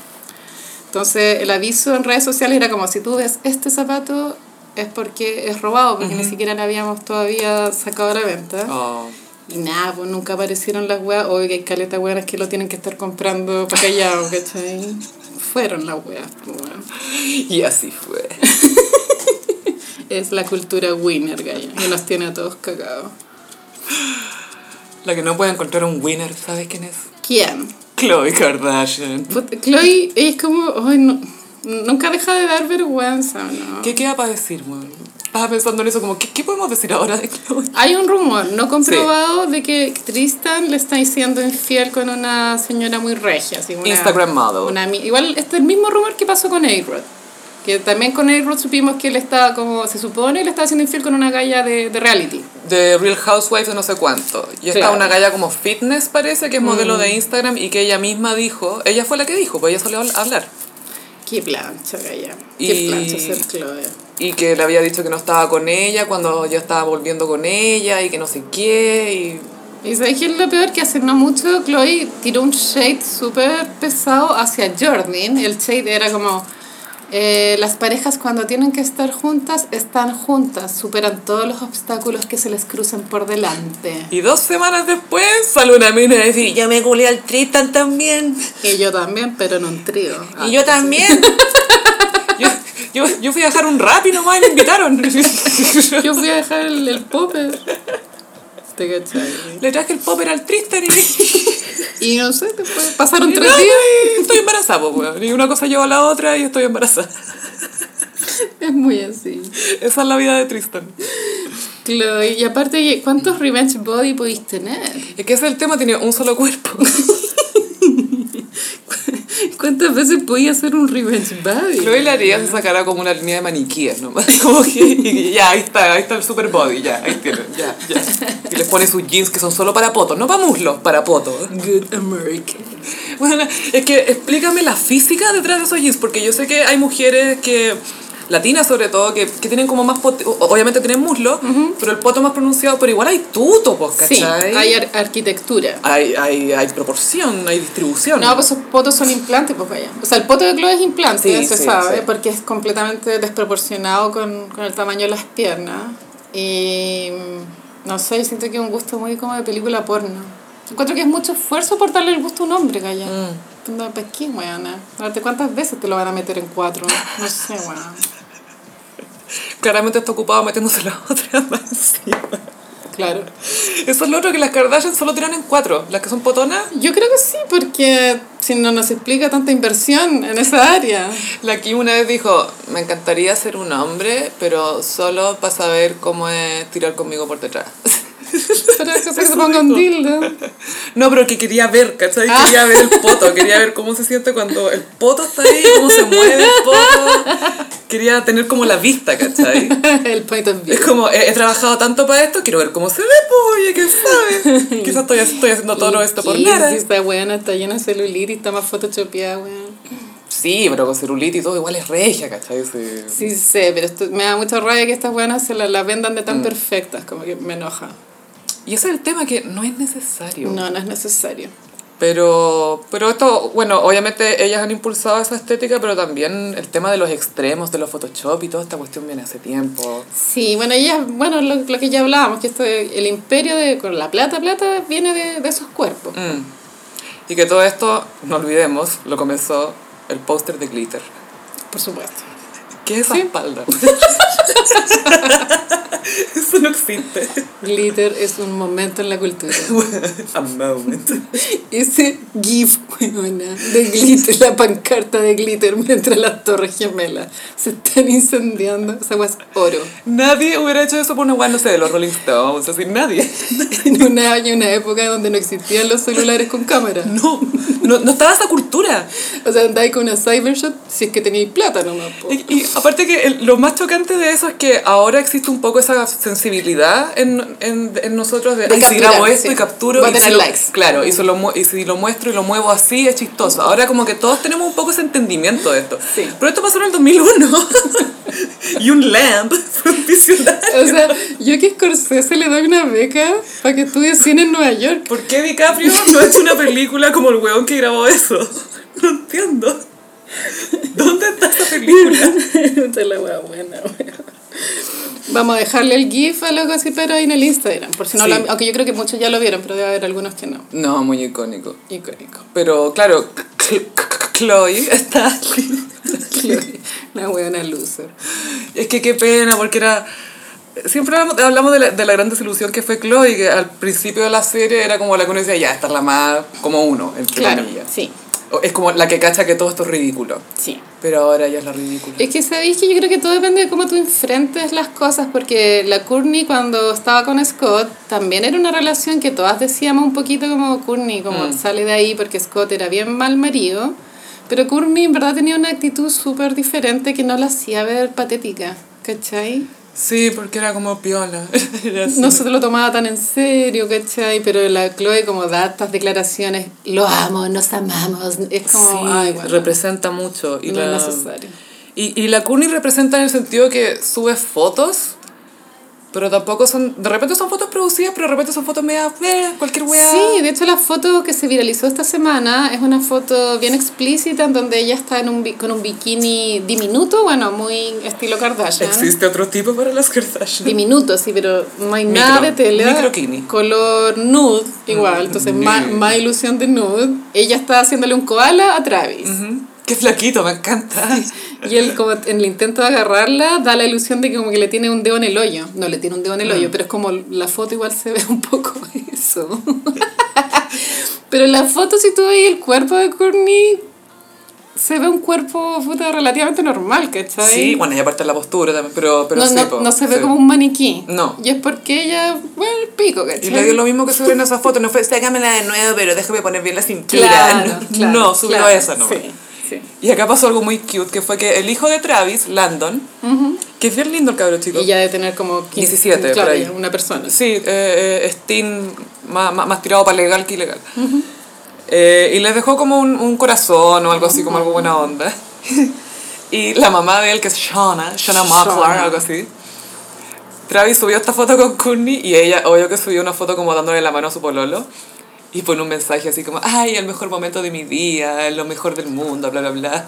[SPEAKER 2] Entonces, el aviso en redes sociales era como: si tú ves este zapato, es porque es robado, porque ni siquiera la habíamos todavía sacado a la venta.
[SPEAKER 1] Oh.
[SPEAKER 2] Y nada, pues nunca aparecieron las weas. Obvio que hay caleta weas que lo tienen que estar comprando para callado, ¿cachai? Fueron las weas, pues, weón.
[SPEAKER 1] Y así fue.
[SPEAKER 2] Es la cultura winner, gaya, que nos tiene a todos cagados.
[SPEAKER 1] La que no puede encontrar un winner, ¿sabes quién es?
[SPEAKER 2] ¿Quién?
[SPEAKER 1] Chloe Kardashian.
[SPEAKER 2] Put- Chloe es como. Ay, no, nunca deja de dar vergüenza, ¿no?
[SPEAKER 1] ¿Qué queda para decir, weón? Estaba pensando en eso, como, ¿qué, qué podemos decir ahora de Chloe?
[SPEAKER 2] Hay un rumor no comprobado de que Tristan le está siendo infiel con una señora muy regia. Así una,
[SPEAKER 1] Instagram model.
[SPEAKER 2] una mi- igual este es el mismo rumor que pasó con A-Rod. Que también con A-Rod supimos que él estaba como, se supone, le estaba haciendo infiel con una galla de, de reality.
[SPEAKER 1] De Real Housewives de no sé cuánto. Y está
[SPEAKER 2] Claro. Mm.
[SPEAKER 1] una galla como fitness, parece, que es modelo de Instagram y que ella misma dijo, ella fue la que dijo, pues ella salió a hablar.
[SPEAKER 2] Qué plancha, galla. Qué
[SPEAKER 1] Y-
[SPEAKER 2] plancha ser Chloe.
[SPEAKER 1] Y que le había dicho que no estaba con ella cuando ya estaba volviendo con ella y que no sé qué.
[SPEAKER 2] Y sabes que es lo peor que hace no mucho, Chloe tiró un shade súper pesado hacia Jordan. El shade era como, eh, las parejas cuando tienen que estar juntas, están juntas, superan todos los obstáculos que se les cruzan por delante.
[SPEAKER 1] Y, y dos semanas después sale una mina y dice, ya me culé al Tristan también.
[SPEAKER 2] Y yo también, pero en un trío.
[SPEAKER 1] Y yo también. yo, yo, yo fui a dejar un rap y nomás y me invitaron.
[SPEAKER 2] Yo fui a dejar el, el popper. ¿Te cachai?
[SPEAKER 1] Le traje el popper al Tristan y,
[SPEAKER 2] Y no sé, después pasaron
[SPEAKER 1] y no,
[SPEAKER 2] tres días.
[SPEAKER 1] y estoy embarazada, pues, weón. Y una cosa lleva a la otra y estoy embarazada.
[SPEAKER 2] Es muy así.
[SPEAKER 1] Esa es la vida de Tristan.
[SPEAKER 2] Chloe, y aparte, ¿cuántos revenge body podéis tener?
[SPEAKER 1] Es que ese es el tema, tiene un solo cuerpo.
[SPEAKER 2] ¿Cuántas veces podía hacer un revenge body?
[SPEAKER 1] Chloe le haría se sacara como una línea de maniquíes nomás. Como que y ya, ahí está, ahí está el super body, ya, ahí tiene, ya, ya. Y les pone sus jeans que son solo para potos, no para muslos, para potos.
[SPEAKER 2] Good American.
[SPEAKER 1] Bueno, es que explícame la física detrás de esos jeans, porque yo sé que hay mujeres que, latinas sobre todo, que, que tienen como más pot- o- obviamente tienen muslo, pero el poto más pronunciado, pero igual hay tuto, pues,
[SPEAKER 2] Sí,
[SPEAKER 1] ¿cachai?
[SPEAKER 2] hay ar- arquitectura.
[SPEAKER 1] hay, hay, hay proporción, hay distribución.
[SPEAKER 2] No, pues esos potos son implantes, pues vaya. O sea, el poto de Chloe es implante,
[SPEAKER 1] Sí,
[SPEAKER 2] ya se
[SPEAKER 1] sí,
[SPEAKER 2] sabe,
[SPEAKER 1] sí.
[SPEAKER 2] porque es completamente desproporcionado con, con el tamaño de las piernas. Y mm, no sé, siento que es un gusto muy como de película porno. Encuentro que es mucho esfuerzo por darle el gusto a un hombre, calla.
[SPEAKER 1] Mm.
[SPEAKER 2] No, ¿Para qué, weona? A verte cuántas veces te lo van a meter en cuatro. No sé, weona.
[SPEAKER 1] Claramente está ocupado metiéndose la otra más encima.
[SPEAKER 2] Claro.
[SPEAKER 1] Eso es lo otro que las Kardashian solo tiran en cuatro. Las que son potonas,
[SPEAKER 2] Yo creo que sí, porque si no nos explica tanta inversión en esa área.
[SPEAKER 1] la Kim una vez dijo, me encantaría ser un hombre, pero solo para saber cómo es tirar conmigo por detrás.
[SPEAKER 2] Pero es cosa que se ponga un dildo.
[SPEAKER 1] No, pero que quería ver, ¿cachai?
[SPEAKER 2] Ah.
[SPEAKER 1] Quería ver el poto, quería ver cómo se siente cuando el poto está ahí, cómo se mueve el poto. Quería tener como la vista, ¿cachai?
[SPEAKER 2] El point of
[SPEAKER 1] Es
[SPEAKER 2] view.
[SPEAKER 1] como, he, he trabajado tanto para esto, quiero ver cómo se ve, pues, oye, ¿quién sabe? Quizás estoy, estoy haciendo todo esto por
[SPEAKER 2] Y
[SPEAKER 1] nada.
[SPEAKER 2] si Esta weona está llena de celulitis, está más photoshopeada, weón.
[SPEAKER 1] Sí, pero con celulitis y todo igual es regia, ¿cachai? Sí.
[SPEAKER 2] Sí sé, pero esto- me da mucha rabia que estas weonas se las la vendan de tan perfectas, como que me enoja.
[SPEAKER 1] Y ese es el tema que no es necesario.
[SPEAKER 2] No, no es necesario.
[SPEAKER 1] Pero, pero esto, bueno, obviamente ellas han impulsado esa estética, pero también el tema de los extremos, de los Photoshop y toda esta cuestión viene hace tiempo.
[SPEAKER 2] Sí, bueno, ella, bueno lo, lo que ya hablábamos, que esto de- el imperio de, con la plata, plata, viene de, de esos cuerpos.
[SPEAKER 1] Mm. Y que todo esto, no olvidemos, lo comenzó el póster de Glitter.
[SPEAKER 2] Por supuesto.
[SPEAKER 1] ¿Qué es esa
[SPEAKER 2] Sí.
[SPEAKER 1] espalda? Eso no existe.
[SPEAKER 2] Glitter es un momento en la cultura.
[SPEAKER 1] A moment.
[SPEAKER 2] Ese GIF, weona, de glitter, la pancarta de glitter mientras las torres gemelas se están incendiando. Esa agua es oro.
[SPEAKER 1] Nadie hubiera hecho eso por una guay, no sé, de los Rolling Stones, así, nadie.
[SPEAKER 2] En una, en una época donde no existían los celulares con cámara.
[SPEAKER 1] No, no, no estaba esa cultura.
[SPEAKER 2] O sea, andáis con una cybershot si es que tenéis plata nomás. po.
[SPEAKER 1] Y, y Aparte que el- lo más chocante de eso es que ahora existe un poco esa sensibilidad en, en, en nosotros de,
[SPEAKER 2] De
[SPEAKER 1] "Ay, si
[SPEAKER 2] capturar,
[SPEAKER 1] grabo esto
[SPEAKER 2] sí.
[SPEAKER 1] y capturo
[SPEAKER 2] Va a
[SPEAKER 1] y
[SPEAKER 2] tener
[SPEAKER 1] si lo-
[SPEAKER 2] likes".
[SPEAKER 1] claro, y, se lo mu- y si lo muestro y lo muevo así es chistoso. Ahora como que todos tenemos un poco ese entendimiento de esto.
[SPEAKER 2] Sí.
[SPEAKER 1] Pero esto pasó en el 2001 y un lamp fue un visionario.
[SPEAKER 2] O sea, yo que Scorsese le doy una beca para que estudie cine en Nueva York.
[SPEAKER 1] ¿Por qué DiCaprio no ha hecho una película como el weón que grabó eso? No entiendo. ¿Dónde está esa película?
[SPEAKER 2] Esta es la wea buena, wea. Vamos a dejarle el GIF a loco así, pero ahí en el Instagram. Por si no
[SPEAKER 1] Sí.
[SPEAKER 2] lo han- Aunque yo creo que muchos ya lo vieron, pero debe haber algunos que no.
[SPEAKER 1] No, muy icónico.
[SPEAKER 2] Icónico.
[SPEAKER 1] Pero claro, Cl- Cl- Chloe está.
[SPEAKER 2] Una buena loser.
[SPEAKER 1] Es que qué pena, porque era. Siempre hablamos- hablamos de la, de la gran desilusión que fue Chloe, que al principio de la serie era como la que uno decía, ya, esta es la más como uno, entre
[SPEAKER 2] Claro,
[SPEAKER 1] comillas.
[SPEAKER 2] sí,
[SPEAKER 1] O- Es como la que cacha que todo esto es ridículo.
[SPEAKER 2] sí.
[SPEAKER 1] Pero ahora ya es la ridícula.
[SPEAKER 2] Es que sabéis que yo creo que todo depende de cómo tú enfrentes las cosas, porque la Courtney cuando estaba con Scott también era una relación que todas decíamos un poquito como Courtney, como
[SPEAKER 1] Mm.
[SPEAKER 2] sale de ahí porque Scott era bien mal marido, pero Courtney en verdad tenía una actitud súper diferente que no la hacía ver patética, ¿cachai?
[SPEAKER 1] Sí, porque era como piola. Era así.
[SPEAKER 2] No se lo tomaba tan en serio, ¿cachai? Pero la Chloe como da estas declaraciones, lo amo, nos amamos, es como,
[SPEAKER 1] Sí,
[SPEAKER 2] ay, bueno,
[SPEAKER 1] representa mucho. Y
[SPEAKER 2] no es
[SPEAKER 1] la-
[SPEAKER 2] necesario.
[SPEAKER 1] Y, y la Courtney representa en el sentido que sube fotos, pero tampoco son. De repente son fotos producidas, pero de repente son fotos media. eh, cualquier wea.
[SPEAKER 2] Sí, de hecho la foto que se viralizó esta semana es una foto bien explícita en donde ella está en un bi- con un bikini diminuto, bueno, muy estilo Kardashian.
[SPEAKER 1] Existe otro tipo para las Kardashian.
[SPEAKER 2] Diminuto, sí, pero no hay
[SPEAKER 1] Micro,
[SPEAKER 2] nada de tela.
[SPEAKER 1] microkini.
[SPEAKER 2] Color nude, igual. Entonces, más,
[SPEAKER 1] nude.
[SPEAKER 2] más ilusión de nude. Ella está haciéndole un koala a Travis.
[SPEAKER 1] Ujú. Qué flaquito, me encanta.
[SPEAKER 2] Y él, como en el intento de agarrarla, da la ilusión de que como que le tiene un dedo en el hoyo. No le tiene un dedo en el
[SPEAKER 1] Ah.
[SPEAKER 2] hoyo, pero es como la foto igual se ve un poco eso. pero en la foto, si tú ves el cuerpo de Courtney, se ve un cuerpo puta, relativamente normal, ¿cachai?
[SPEAKER 1] Sí, bueno, y aparte la postura también, pero, pero
[SPEAKER 2] no,
[SPEAKER 1] sí,
[SPEAKER 2] no-
[SPEAKER 1] po,
[SPEAKER 2] no se ve
[SPEAKER 1] sí.
[SPEAKER 2] como un maniquí.
[SPEAKER 1] No.
[SPEAKER 2] Y es porque ella, bueno, el pico, ¿cachai?
[SPEAKER 1] Y le dio lo mismo que subir en esa foto, no fue, sácamela de nuevo, pero déjame poner bien la cintura.
[SPEAKER 2] Claro,
[SPEAKER 1] no,
[SPEAKER 2] claro,
[SPEAKER 1] no, subió
[SPEAKER 2] claro,
[SPEAKER 1] esa, no.
[SPEAKER 2] Sí, sí.
[SPEAKER 1] Y acá pasó algo muy cute, que fue que el hijo de Travis, Landon, que es bien lindo el cabro chico.
[SPEAKER 2] Y ya de tener como 15,
[SPEAKER 1] 17 por
[SPEAKER 2] claro,
[SPEAKER 1] ahí.
[SPEAKER 2] ya una persona.
[SPEAKER 1] Sí, eh, eh, es teen más, más, más tirado para legal que ilegal. Eh, y les dejó como un, un corazón o algo así, como algo buena onda. y la mamá de él, que es Shauna, Shauna Mocklar,
[SPEAKER 2] Shauna.
[SPEAKER 1] algo así. Travis subió esta foto con Courtney y ella, obvio que subió una foto como dándole la mano a su pololo. Y pone un mensaje así como, ay, el mejor momento de mi día, lo mejor del mundo, bla, bla, bla.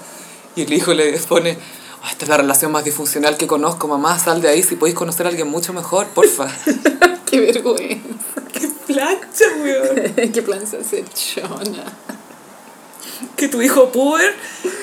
[SPEAKER 1] Y el hijo le pone, "Ah, esta es la relación más disfuncional que conozco, mamá, sal de ahí, si podéis conocer a alguien mucho mejor, porfa.
[SPEAKER 2] Qué vergüenza.
[SPEAKER 1] ¡Qué plancha, weón!
[SPEAKER 2] Qué plan se hace chona.
[SPEAKER 1] Que tu hijo puber,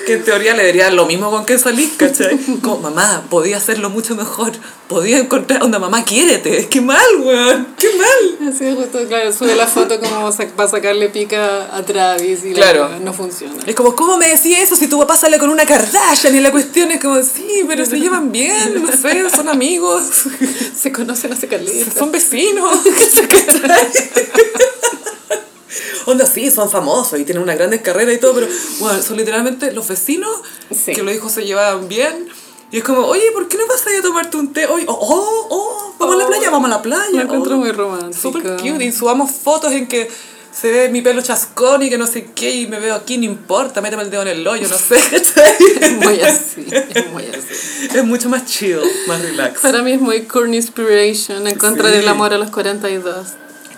[SPEAKER 1] que en teoría le diría lo mismo con que salís, ¿cachai? Como, mamá, podía hacerlo mucho mejor, podía encontrar, onda, mamá, quiérete, qué mal, weón, qué mal.
[SPEAKER 2] Así justo, claro, sube la foto como sa- para sacarle pica a Travis y la
[SPEAKER 1] Claro.
[SPEAKER 2] weá no funciona.
[SPEAKER 1] Es como, ¿cómo me decía eso si tú papá sale con una Kardashian? Y la cuestión es como, sí, pero se llevan bien, no sé, son amigos,
[SPEAKER 2] Se conocen hace caleta.
[SPEAKER 1] son vecinos, ¿cachai? Onda, sí, son famosos y tienen una grandes carrera y todo, pero bueno, son literalmente los vecinos
[SPEAKER 2] Sí.
[SPEAKER 1] que los hijos se llevaban bien. Y es como, oye, ¿por qué no vas a ir a tomarte un té hoy? Oh, oh, oh, vamos a la
[SPEAKER 2] Oh,
[SPEAKER 1] playa, vamos a la
[SPEAKER 2] Lo
[SPEAKER 1] playa.
[SPEAKER 2] encuentro
[SPEAKER 1] oh.
[SPEAKER 2] muy romántico.
[SPEAKER 1] Súper cute. Y subamos fotos en que se ve mi pelo chascón y que no sé qué, y me veo aquí, no importa, méteme el dedo en el hoyo, no sé.
[SPEAKER 2] Es muy así, es muy así.
[SPEAKER 1] es mucho más chill, más relax.
[SPEAKER 2] Para mí es muy Courtney Inspiration en contra
[SPEAKER 1] Sí.
[SPEAKER 2] del amor a los 42.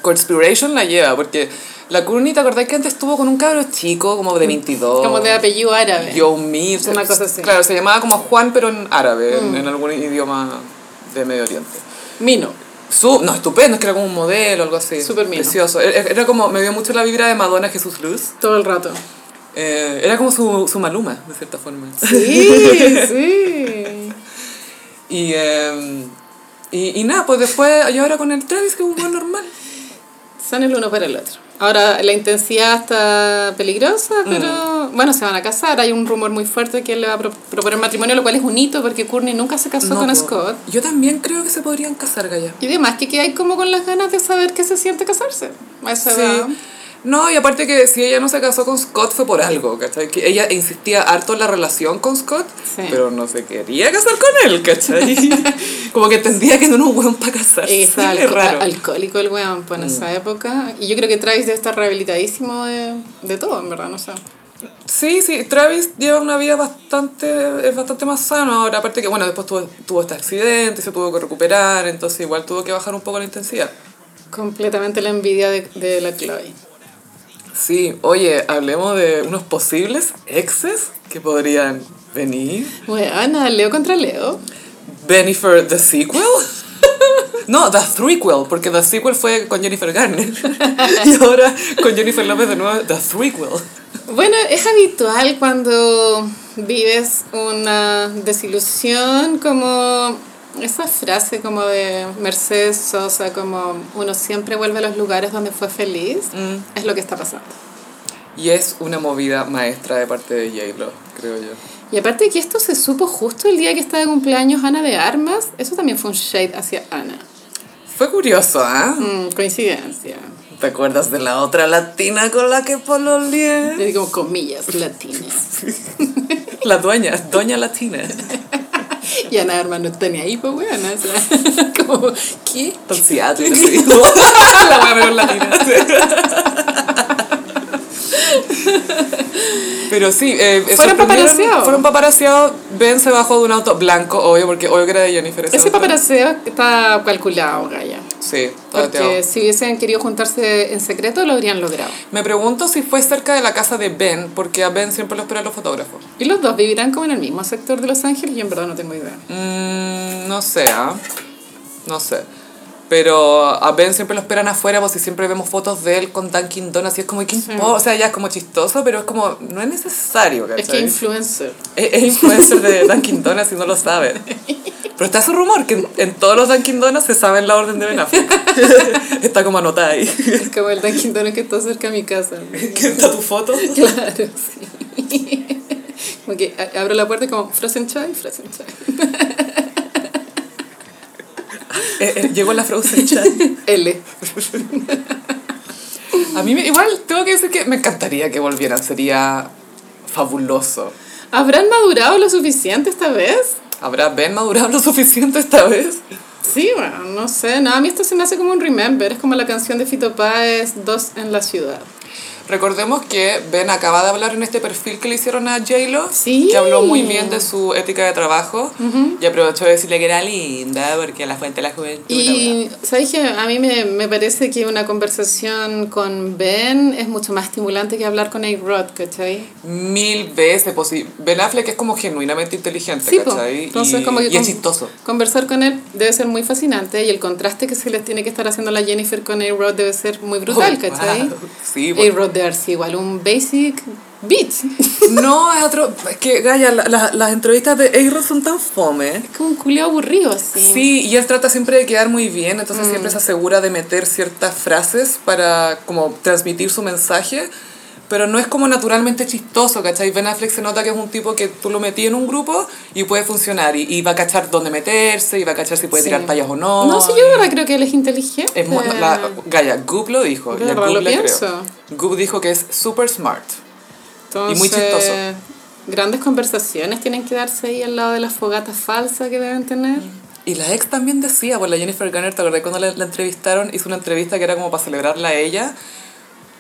[SPEAKER 1] Conspiration la lleva, porque la Courtney, ¿te acordás que antes estuvo con un cabro chico, como de 22?
[SPEAKER 2] Como de apellido árabe.
[SPEAKER 1] Yomir.
[SPEAKER 2] Una cosa así. Mm.
[SPEAKER 1] Claro, se llamaba como Juan, pero en árabe, en- en algún idioma de Medio Oriente.
[SPEAKER 2] Mino.
[SPEAKER 1] Su, no, estupendo, es que era como un modelo, algo así.
[SPEAKER 2] Súper mino.
[SPEAKER 1] Precioso. Era, era como, me dio mucho la vibra de Madonna Jesús Luz.
[SPEAKER 2] Todo el rato.
[SPEAKER 1] Eh, era como su, su maluma, de cierta forma.
[SPEAKER 2] Sí, sí.
[SPEAKER 1] Y, eh, y, y nada, pues después, yo ahora con el Travis, que es un buen normal.
[SPEAKER 2] Son el uno para el otro. Ahora, la intensidad está peligrosa,
[SPEAKER 1] Mm.
[SPEAKER 2] pero bueno, se van a casar. Hay un rumor muy fuerte que él le va a pro- proponer matrimonio, lo cual es un hito porque Courtney nunca se casó
[SPEAKER 1] No,
[SPEAKER 2] con
[SPEAKER 1] po.
[SPEAKER 2] Scott.
[SPEAKER 1] Yo también creo que se podrían casar, Gaya.
[SPEAKER 2] Y además que queda ahí como con las ganas de saber qué se siente casarse. A esa
[SPEAKER 1] Sí.
[SPEAKER 2] edad.
[SPEAKER 1] No, y aparte que si ella no se casó con Scott fue por algo, ¿cachai? Que ella insistía harto en la relación con Scott,
[SPEAKER 2] Sí.
[SPEAKER 1] pero no se quería casar con él, ¿cachai? Como que entendía que no era un hueón para casarse.
[SPEAKER 2] Y
[SPEAKER 1] Es
[SPEAKER 2] estaba alco-
[SPEAKER 1] raro. Mm.
[SPEAKER 2] alcohólico el weón pues, en esa época. Y yo creo que Travis debe estar rehabilitadísimo de, de todo, en verdad, no sé.
[SPEAKER 1] Sí, sí, Travis lleva una vida bastante, es bastante más sana ahora, aparte que, bueno, después tuvo, tuvo este accidente, se tuvo que recuperar, entonces igual tuvo que bajar un poco la intensidad.
[SPEAKER 2] Completamente la envidia de, de la Chloe.
[SPEAKER 1] Sí, oye, hablemos de unos posibles exes que podrían venir.
[SPEAKER 2] Bueno, Leo contra Leo.
[SPEAKER 1] Bennifer the sequel? No, the threequel, porque the sequel fue con Jennifer Garner. Y ahora con Jennifer López de nuevo, the threequel.
[SPEAKER 2] Bueno, es habitual cuando vives una desilusión como esa frase como de Mercedes Sosa, como uno siempre vuelve a los lugares donde fue feliz, es lo que está pasando.
[SPEAKER 1] Mm. Y es una movida maestra de parte de J-Lo, creo yo.
[SPEAKER 2] Y aparte de que esto se supo justo el día que está de cumpleaños Ana de Armas, eso también fue un shade hacia Ana.
[SPEAKER 1] Fue curioso, ¿ah?
[SPEAKER 2] Mm, coincidencia.
[SPEAKER 1] ¿Te acuerdas de la otra latina con la que
[SPEAKER 2] Le
[SPEAKER 1] pololeé?
[SPEAKER 2] digo comillas latinas.
[SPEAKER 1] La dueña, doña latina.
[SPEAKER 2] Y Ana de Armas no tenía hipo, weón. O sea, como, ¿qué?
[SPEAKER 1] Torciato. La voy a ver en latina. Pero sí, eh, eh,
[SPEAKER 2] Fueron
[SPEAKER 1] sorprendieron-
[SPEAKER 2] paparaseados.
[SPEAKER 1] Fueron paparaseados. Ben se bajó de un auto blanco, obvio, porque obvio que era de Jennifer. ese
[SPEAKER 2] Ese
[SPEAKER 1] auto.
[SPEAKER 2] paparaseo está calculado, Gaya.
[SPEAKER 1] Sí,
[SPEAKER 2] Porque
[SPEAKER 1] toteado.
[SPEAKER 2] si hubiesen querido juntarse en secreto, lo habrían logrado.
[SPEAKER 1] Me pregunto si fue cerca de la casa de Ben, porque a Ben siempre lo esperan los fotógrafos.
[SPEAKER 2] Y los dos vivirán como en el mismo sector de Los Ángeles, yo en verdad no tengo idea.
[SPEAKER 1] Mm, no sé, ¿ah? No sé. Pero a Ben siempre lo esperan afuera, pues si siempre vemos fotos de él con Dunkin' Donuts, y es como, ¿qué impo- O sea, ya es como chistoso, pero es como, no es necesario, ¿cachai?
[SPEAKER 2] Es que influencer.
[SPEAKER 1] Es, es influencer de Dunkin' Donuts y no lo sabe. Pero está su rumor que en, en todos los Dunkin' Donuts se sabe la orden de Ben Affleck. Está como anotada ahí.
[SPEAKER 2] Es como el Dunkin' Donuts que está cerca de mi casa.
[SPEAKER 1] ¿Qué está tu foto?
[SPEAKER 2] Claro, sí. Como que a- abro la puerta y como, frozen chai, frozen chai.
[SPEAKER 1] Eh, eh, llegó la Frozen Chan.
[SPEAKER 2] L.
[SPEAKER 1] A mí me- igual tengo que decir que me encantaría que volvieran. Sería fabuloso.
[SPEAKER 2] ¿Habrán madurado lo suficiente esta vez?
[SPEAKER 1] ¿Habrá Ben madurado lo suficiente esta vez?
[SPEAKER 2] Sí, bueno, no sé. No, a mí esto se me hace como un remember. Es como la canción de Fito Páez, Dos en la ciudad.
[SPEAKER 1] Recordemos que Ben acaba de hablar en este perfil que le hicieron a J-Lo,
[SPEAKER 2] Sí.
[SPEAKER 1] que habló muy bien de su ética de trabajo y aprovechó de decirle que era linda porque la fuente de la juventud. la
[SPEAKER 2] Y sabes que a mí me, me parece que una conversación con Ben es mucho más estimulante que hablar con A-Rod, ¿cachai?
[SPEAKER 1] weá. Mil veces, pues sí. Ben Affleck es como genuinamente inteligente,
[SPEAKER 2] Sí, po.
[SPEAKER 1] ¿cachai?
[SPEAKER 2] Entonces,
[SPEAKER 1] y,
[SPEAKER 2] como que
[SPEAKER 1] y es
[SPEAKER 2] con-
[SPEAKER 1] chistoso.
[SPEAKER 2] Conversar con él debe ser muy fascinante y el contraste que se les tiene que estar haciendo a la Jennifer con A-Rod debe ser muy brutal,
[SPEAKER 1] Oh,
[SPEAKER 2] ¿cachai?
[SPEAKER 1] wow. Sí, bueno.
[SPEAKER 2] A-Rod debe ser igual un basic bitch.
[SPEAKER 1] No, es otro. Es que, Gaya, la- la- las entrevistas de a son tan fome.
[SPEAKER 2] Es como un culio aburrido así.
[SPEAKER 1] Sí, y él trata siempre de quedar muy bien, entonces
[SPEAKER 2] Mm.
[SPEAKER 1] siempre se asegura de meter ciertas frases para como transmitir su mensaje, pero no es como naturalmente chistoso, ¿cachai? Ben Affleck se nota que es un tipo que tú lo metí en un grupo y puede funcionar, y, y va a cachar dónde meterse, y va a cachar si puede
[SPEAKER 2] Sí.
[SPEAKER 1] tirar tallas o no.
[SPEAKER 2] No, sí, yo de verdad creo que él es inteligente.
[SPEAKER 1] Es muy- la, Gaia, Goop lo dijo, y a
[SPEAKER 2] De verdad,
[SPEAKER 1] Goop
[SPEAKER 2] lo
[SPEAKER 1] le creo.
[SPEAKER 2] pienso.
[SPEAKER 1] Goop dijo que es super smart.
[SPEAKER 2] Entonces,
[SPEAKER 1] muy chistoso.
[SPEAKER 2] Grandes conversaciones tienen que darse ahí al lado de las fogatas falsas que deben tener.
[SPEAKER 1] Y la ex también decía, pues la Jennifer Garner, ¿te acordás cuando la, la entrevistaron? Hizo una entrevista que era como para celebrarla a ella,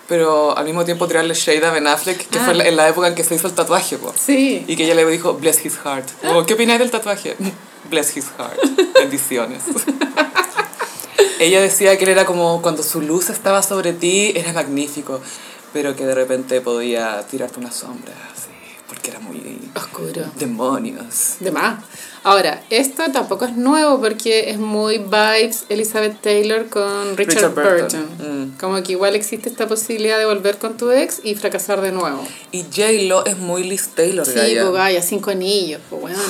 [SPEAKER 1] pero al mismo tiempo tirarle shade a Ben Affleck, que
[SPEAKER 2] Ah.
[SPEAKER 1] fue la- en la época en que se hizo el tatuaje, po.
[SPEAKER 2] Sí.
[SPEAKER 1] Y que ella le dijo, bless his heart. Como, ¿Qué opináis del tatuaje? Bless his heart. Bendiciones. ella decía que él era como, cuando su luz estaba sobre ti, era magnífico, pero que de repente podía tirarte una sombra, así, porque era muy...
[SPEAKER 2] Oscuro.
[SPEAKER 1] Demonios.
[SPEAKER 2] De más. Ahora, esto tampoco es nuevo porque es muy vibes Elizabeth Taylor con Richard,
[SPEAKER 1] Richard Burton. Mm.
[SPEAKER 2] Burton. Como que igual existe esta posibilidad de volver con tu ex y fracasar de nuevo.
[SPEAKER 1] Y J-Lo es muy Liz Taylor,
[SPEAKER 2] Sí,
[SPEAKER 1] Gaia.
[SPEAKER 2] pues vaya, cinco anillos, pues weona.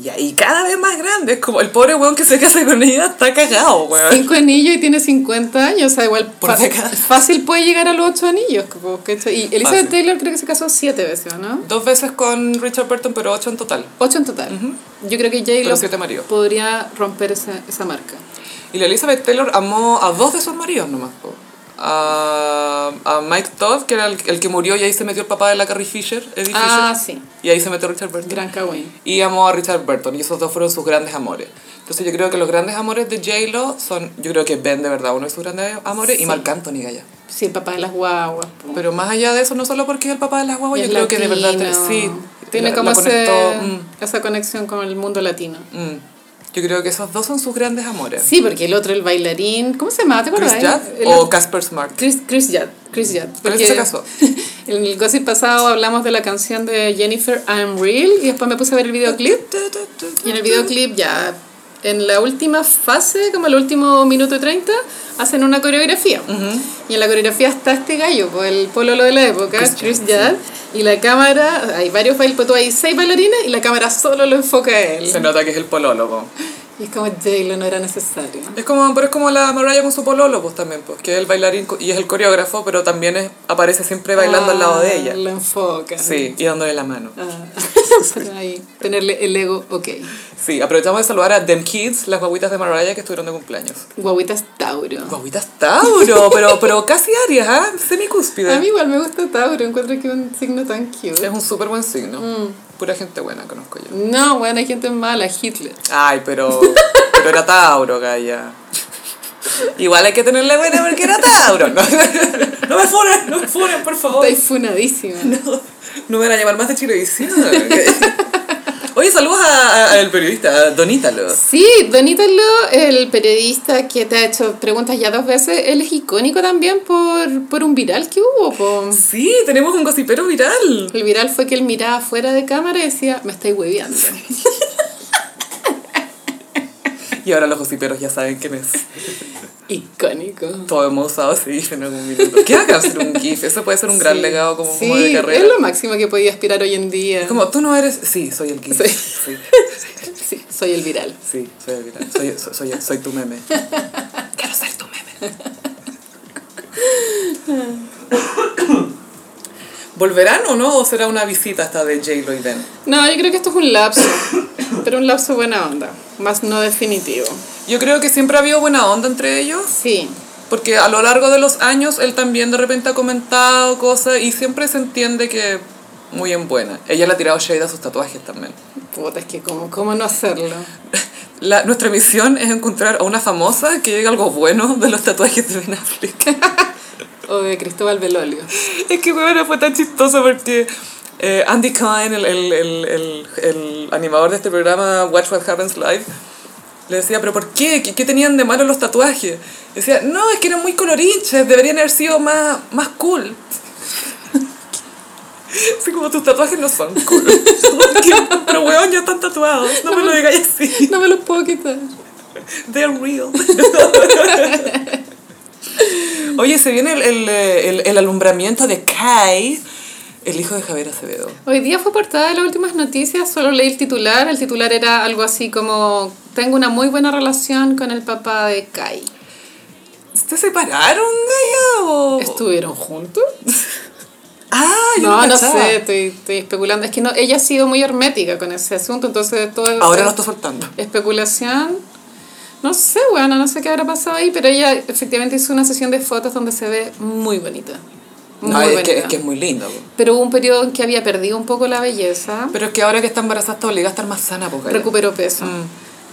[SPEAKER 1] Y ahí cada vez más grande. Es como el pobre weón que se casa con ella está cagado, weón.
[SPEAKER 2] Cinco anillos y tiene 50 años, o sea, igual
[SPEAKER 1] Ah. Por
[SPEAKER 2] fa-
[SPEAKER 1] décadas.
[SPEAKER 2] fácil puede llegar a los ocho anillos. como que esto- Y Elizabeth
[SPEAKER 1] Fácil.
[SPEAKER 2] Taylor creo que se casó siete veces, ¿o ¿no?
[SPEAKER 1] Dos veces con Richard Burton, pero ocho en total.
[SPEAKER 2] Ocho en total. Yo creo que J-Lo
[SPEAKER 1] Pero siete maridos.
[SPEAKER 2] podría romper esa, esa marca.
[SPEAKER 1] Y la Elizabeth Taylor amó a dos de sus maridos nomás. po. a, a Mike Todd, que era el, el que murió y ahí se metió el papá de la Carrie Fisher, Eddie
[SPEAKER 2] Ah,
[SPEAKER 1] Fisher.
[SPEAKER 2] sí.
[SPEAKER 1] Y ahí se metió Richard Burton.
[SPEAKER 2] Gran Cagüín.
[SPEAKER 1] Y amó a Richard Burton, y esos dos fueron sus grandes amores. Entonces yo creo que los grandes amores de J-Lo son, yo creo que Ben de verdad uno de sus grandes amores,
[SPEAKER 2] Sí.
[SPEAKER 1] y Marc Anthony Gaya.
[SPEAKER 2] Sí, el papá de las guaguas. po.
[SPEAKER 1] Pero más allá de eso, no solo porque es el papá de las guaguas, yo
[SPEAKER 2] Es
[SPEAKER 1] creo que de verdad te-
[SPEAKER 2] latino.
[SPEAKER 1] sí.
[SPEAKER 2] Tiene
[SPEAKER 1] la-
[SPEAKER 2] como
[SPEAKER 1] la
[SPEAKER 2] ese-
[SPEAKER 1] conectó, mm,
[SPEAKER 2] esa conexión con el mundo latino.
[SPEAKER 1] mm. Yo creo que esos dos son sus grandes amores.
[SPEAKER 2] Sí, porque el otro, el bailarín, ¿cómo se llama? ¿Te
[SPEAKER 1] Chris
[SPEAKER 2] acuerdas?
[SPEAKER 1] Judd
[SPEAKER 2] El-
[SPEAKER 1] o Casper Smart.
[SPEAKER 2] Chris, Chris Judd. Chris Judd.
[SPEAKER 1] Pero
[SPEAKER 2] porque
[SPEAKER 1] ese se casó.
[SPEAKER 2] En el gossip pasado hablamos de la canción de Jennifer I'm Real y después me puse a ver el videoclip. Y en el videoclip ya, en la última fase, como el último minuto 30, hacen una coreografía. Y en la coreografía está este gallo, pues, el pololo de la época, Chris, Judd. Y la cámara, hay varios bailes, pues tú hay seis bailarines y la cámara solo lo enfoca a él.
[SPEAKER 1] Se nota que es el polólogo.
[SPEAKER 2] Y es como J-Lo no era necesario.
[SPEAKER 1] Es como, pero es como la Mariah con su polólogo pues, también, pues, que es el bailarín co- y es el coreógrafo, pero también es- aparece siempre bailando al lado
[SPEAKER 2] Ah,
[SPEAKER 1] de ella.
[SPEAKER 2] Lo enfoca.
[SPEAKER 1] Sí, y dándole la mano.
[SPEAKER 2] Ah, para ahí, tenerle el ego, ok.
[SPEAKER 1] Sí, aprovechamos de saludar a Them Kids, las guaguitas de Mariah que estuvieron de cumpleaños.
[SPEAKER 2] Guaguitas Tauro.
[SPEAKER 1] Guaguitas Tauro, pero, pero casi Aries, ¿ah? Semicúspide.
[SPEAKER 2] A mí igual me gusta Tauro, encuentro que es un signo tan
[SPEAKER 1] Es
[SPEAKER 2] cute.
[SPEAKER 1] un súper buen signo. Pura gente buena conozco yo.
[SPEAKER 2] No, bueno, hay gente mala, Hitler.
[SPEAKER 1] Ay, pero, pero era Tauro, Gaya. Igual hay que tenerle buena porque era Tauro. No, No me funen, no me funen, por favor.
[SPEAKER 2] Estoy funadísima.
[SPEAKER 1] No me van a llamar más de Chilevisión. Oye, saludos a- a- al periodista, a Don Ítalo.
[SPEAKER 2] Sí, Don Ítalo, el periodista que te ha hecho preguntas ya dos veces, él es icónico también por, por un viral que hubo. po.
[SPEAKER 1] Sí, tenemos un gossipero viral.
[SPEAKER 2] El viral fue que él miraba fuera de cámara y decía, me estáis hueveando.
[SPEAKER 1] Y ahora los gossiperos ya saben quién es.
[SPEAKER 2] Icónico.
[SPEAKER 1] Todo hemos usado ese GIF en algún minuto. ¿Qué haga hacer un GIF? Eso puede ser un gran
[SPEAKER 2] Sí.
[SPEAKER 1] legado como,
[SPEAKER 2] Sí,
[SPEAKER 1] como de carrera.
[SPEAKER 2] es lo máximo que podía aspirar hoy en día.
[SPEAKER 1] Como tú no eres. Sí, soy el GIF.
[SPEAKER 2] Sí.
[SPEAKER 1] Sí,
[SPEAKER 2] Sí, soy el viral.
[SPEAKER 1] sí, soy el viral. Soy, soy, soy, soy tu meme. Quiero ser tu meme. ¿Volverán o no? ¿O será una visita hasta de J-Lo y Ben?
[SPEAKER 2] No, yo creo que esto es un lapso, pero un lapso buena onda, más no definitivo.
[SPEAKER 1] Yo creo que siempre ha habido buena onda entre ellos,
[SPEAKER 2] Sí,
[SPEAKER 1] porque a lo largo de los años él también de repente ha comentado cosas y siempre se entiende que muy en buena. Ella le ha tirado shade a sus tatuajes también.
[SPEAKER 2] puta, es que cómo, cómo no hacerlo.
[SPEAKER 1] La- nuestra misión es encontrar a una famosa que llegue algo bueno de los tatuajes de Ben Affleck.
[SPEAKER 2] O de Cristóbal Belolio.
[SPEAKER 1] es que bueno, fue tan chistoso porque eh, Andy Cohen, el, el, el, el- el animador de este programa Watch What Happens Live, le decía, pero ¿por qué? ¿Qué, qué tenían de malo los tatuajes? Decía, no, es que eran muy colorinches, deberían haber sido más, más cool. Así como tus tatuajes no son cool. pero weón, ya están tatuados, no me lo digáis así.
[SPEAKER 2] No me los puedo quitar.
[SPEAKER 1] They're real. Oye, se viene el, el, eh, el- el alumbramiento de Kai, el hijo de Javier Acevedo.
[SPEAKER 2] Hoy día fue portada de las últimas noticias, solo leí el titular. El titular era algo así como, tengo una muy buena relación con el papá de Kai.
[SPEAKER 1] ¿Se separaron, Gaya? O...
[SPEAKER 2] ¿Estuvieron juntos?
[SPEAKER 1] Ah, Oh. yo
[SPEAKER 2] No, no
[SPEAKER 1] cachaba.
[SPEAKER 2] sé, estoy, estoy especulando. Es que no, ella ha sido muy hermética con ese asunto, entonces todo...
[SPEAKER 1] Ahora lo está soltando.
[SPEAKER 2] especulación. No sé, bueno, no sé qué habrá pasado ahí, pero ella efectivamente hizo una sesión de fotos donde se ve muy bonita. Muy
[SPEAKER 1] No, es
[SPEAKER 2] bonita.
[SPEAKER 1] que, es que es muy lindo. po.
[SPEAKER 2] Pero hubo un periodo en que había perdido un poco la belleza,
[SPEAKER 1] Pero es que ahora que está embarazada te obliga a estar más sana, po, Gaya.
[SPEAKER 2] recuperó peso.
[SPEAKER 1] Mm.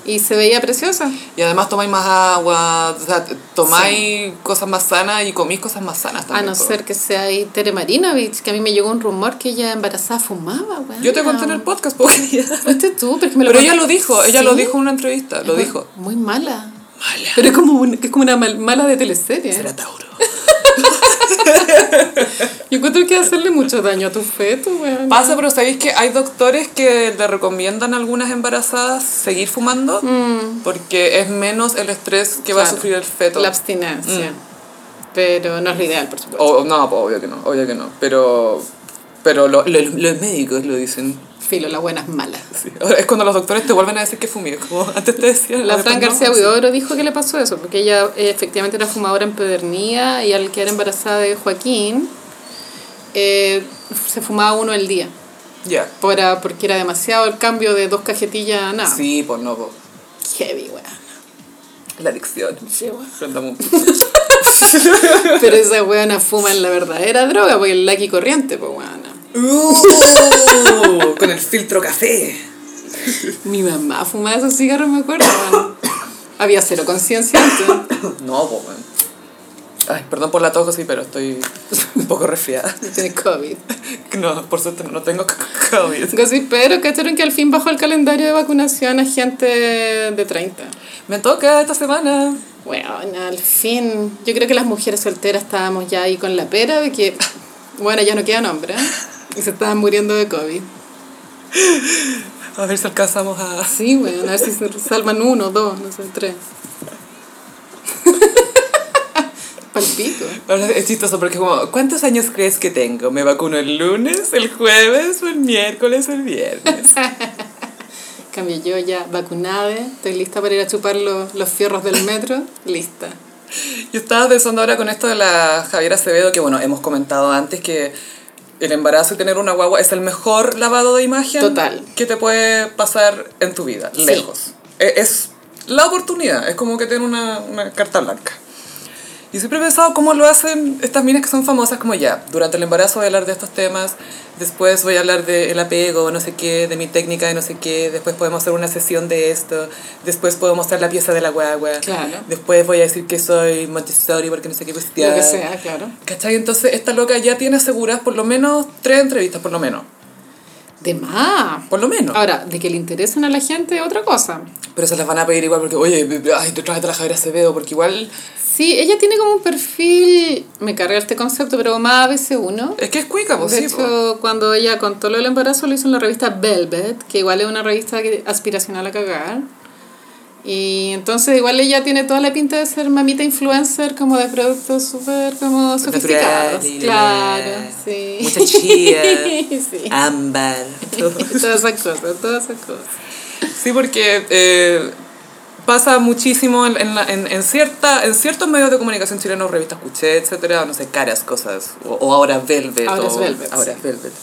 [SPEAKER 2] Y se veía preciosa.
[SPEAKER 1] Y además tomáis más agua, o sea, tomáis cosas más sanas y comís cosas más sanas
[SPEAKER 2] A
[SPEAKER 1] también.
[SPEAKER 2] no
[SPEAKER 1] po.
[SPEAKER 2] ser que sea ahí Tere Marinovich, que a mí me llegó un rumor que ella embarazada fumaba, weón.
[SPEAKER 1] Yo te conté en el podcast, po, Gaya.
[SPEAKER 2] Fuiste tú, porque Ah. me lo
[SPEAKER 1] Pero ella lo
[SPEAKER 2] contaste.
[SPEAKER 1] dijo, ella lo
[SPEAKER 2] ¿Sí?
[SPEAKER 1] dijo en una entrevista, lo dijo.
[SPEAKER 2] Muy mala.
[SPEAKER 1] Mala.
[SPEAKER 2] Pero es como, un- es como una mal- mala de teleserie.
[SPEAKER 1] Era Tauro.
[SPEAKER 2] Yo encuentro que hacerle mucho daño a tu feto, weón.
[SPEAKER 1] Pasa, pero ¿sabéis que hay doctores que le recomiendan a algunas embarazadas seguir fumando? Porque es menos el estrés que va a
[SPEAKER 2] Mm. Claro.
[SPEAKER 1] sufrir el feto. Mm.
[SPEAKER 2] La abstinencia. Pero no es lo ideal, por supuesto.
[SPEAKER 1] O- no, pues, obvio que no, obvio que no. Pero, pero lo- lo- los médicos lo dicen.
[SPEAKER 2] Filo, la buena es mala.
[SPEAKER 1] Sí. Ahora es cuando los doctores te vuelven a decir que fumé, como antes te decía.
[SPEAKER 2] La
[SPEAKER 1] después
[SPEAKER 2] Fran
[SPEAKER 1] pues, no.
[SPEAKER 2] García Huidobro dijo que le pasó eso, porque ella eh, efectivamente era fumadora empedernida y al quedar embarazada de Joaquín, eh, se fumaba uno al día,
[SPEAKER 1] Ya.
[SPEAKER 2] para, porque era demasiado el cambio de dos cajetillas a nada.
[SPEAKER 1] Sí, pues no, pues.
[SPEAKER 2] Heavy, weón.
[SPEAKER 1] La adicción.
[SPEAKER 2] Sí, weón.
[SPEAKER 1] Prendamos un-
[SPEAKER 2] Pero esa weona fuma en la verdadera droga, porque el laki corriente, pues weona.
[SPEAKER 1] Uh, con el filtro café.
[SPEAKER 2] Mi mamá fumaba esos cigarros, me acuerdo. weón. Había cero conciencia antes.
[SPEAKER 1] No, po, weón. Ay, perdón por la tos, sí, pero estoy un poco resfriada.
[SPEAKER 2] Tiene COVID.
[SPEAKER 1] No, por suerte no tengo COVID.
[SPEAKER 2] Gossip, pero cacharon que al fin bajó el calendario de vacunación a gente de 30.
[SPEAKER 1] Me toca esta semana.
[SPEAKER 2] Bueno, al fin. Yo creo que las mujeres solteras estábamos ya ahí con la pera de que, bueno, ya no quedan hombres. ¿eh? Y se estaban muriendo de COVID.
[SPEAKER 1] A ver si alcanzamos a...
[SPEAKER 2] Sí, bueno, a ver si se salvan uno, dos, no sé, tres. Palpico.
[SPEAKER 1] Ahora es chistoso porque es como, ¿cuántos años crees que tengo? ¿Me vacuno el lunes, el jueves, o el miércoles, el viernes?
[SPEAKER 2] Cambio yo ya vacunada, estoy lista para ir a chupar lo- los fierros del metro, lista.
[SPEAKER 1] Yo estaba pensando ahora con esto de la Javiera Acevedo, que bueno, hemos comentado antes que el embarazo y tener una guagua es el mejor lavado de imagen
[SPEAKER 2] Total.
[SPEAKER 1] que te puede pasar en tu vida,
[SPEAKER 2] Sí.
[SPEAKER 1] lejos. E- Es la oportunidad, es como que tener una, una carta blanca. Y siempre he pensado cómo lo hacen estas minas que son famosas, como ya, durante el embarazo voy a hablar de estos temas, después voy a hablar del apego, no sé qué, de mi técnica, de no sé qué, después podemos hacer una sesión de esto, después puedo mostrar la pieza de la guagua,
[SPEAKER 2] Claro.
[SPEAKER 1] después voy a decir que soy Montessori porque no sé qué cuestión.
[SPEAKER 2] Lo que sea, claro.
[SPEAKER 1] ¿Cachai? Entonces esta loca ya tiene aseguradas por lo menos tres entrevistas, por lo menos.
[SPEAKER 2] De más.
[SPEAKER 1] Por lo menos.
[SPEAKER 2] Ahora, de que le interesen a la gente, otra cosa.
[SPEAKER 1] Pero se las van a pedir igual porque, oye, be- be- ay, te traes a la Javiera Acevedo porque igual...
[SPEAKER 2] Sí, ella tiene como un perfil, me carga este concepto, pero más ABC1.
[SPEAKER 1] Es que es cuica, pues
[SPEAKER 2] De
[SPEAKER 1] sí, po.
[SPEAKER 2] hecho, cuando ella contó lo del embarazo, lo hizo en la revista Velvet, que igual es una revista que- aspiracional a cagar. Y entonces igual ella tiene toda la pinta de ser mamita influencer, como de productos súper
[SPEAKER 1] Pues
[SPEAKER 2] como sofisticados.
[SPEAKER 1] Natural,
[SPEAKER 2] claro,
[SPEAKER 1] lila,
[SPEAKER 2] sí.
[SPEAKER 1] mucha Ah. chía.
[SPEAKER 2] sí.
[SPEAKER 1] Ámbar.
[SPEAKER 2] Todas esas cosas, todas esas cosas.
[SPEAKER 1] Sí, porque eh, pasa muchísimo en, en, la- en- en cierta, en ciertos medios de comunicación chilenos, revistas Cuché, etcétera, no sé, caras cosas, o, o ahora Velvet.
[SPEAKER 2] Ahora
[SPEAKER 1] o,
[SPEAKER 2] es Velvet,
[SPEAKER 1] Ahora
[SPEAKER 2] sí.
[SPEAKER 1] es Velvet.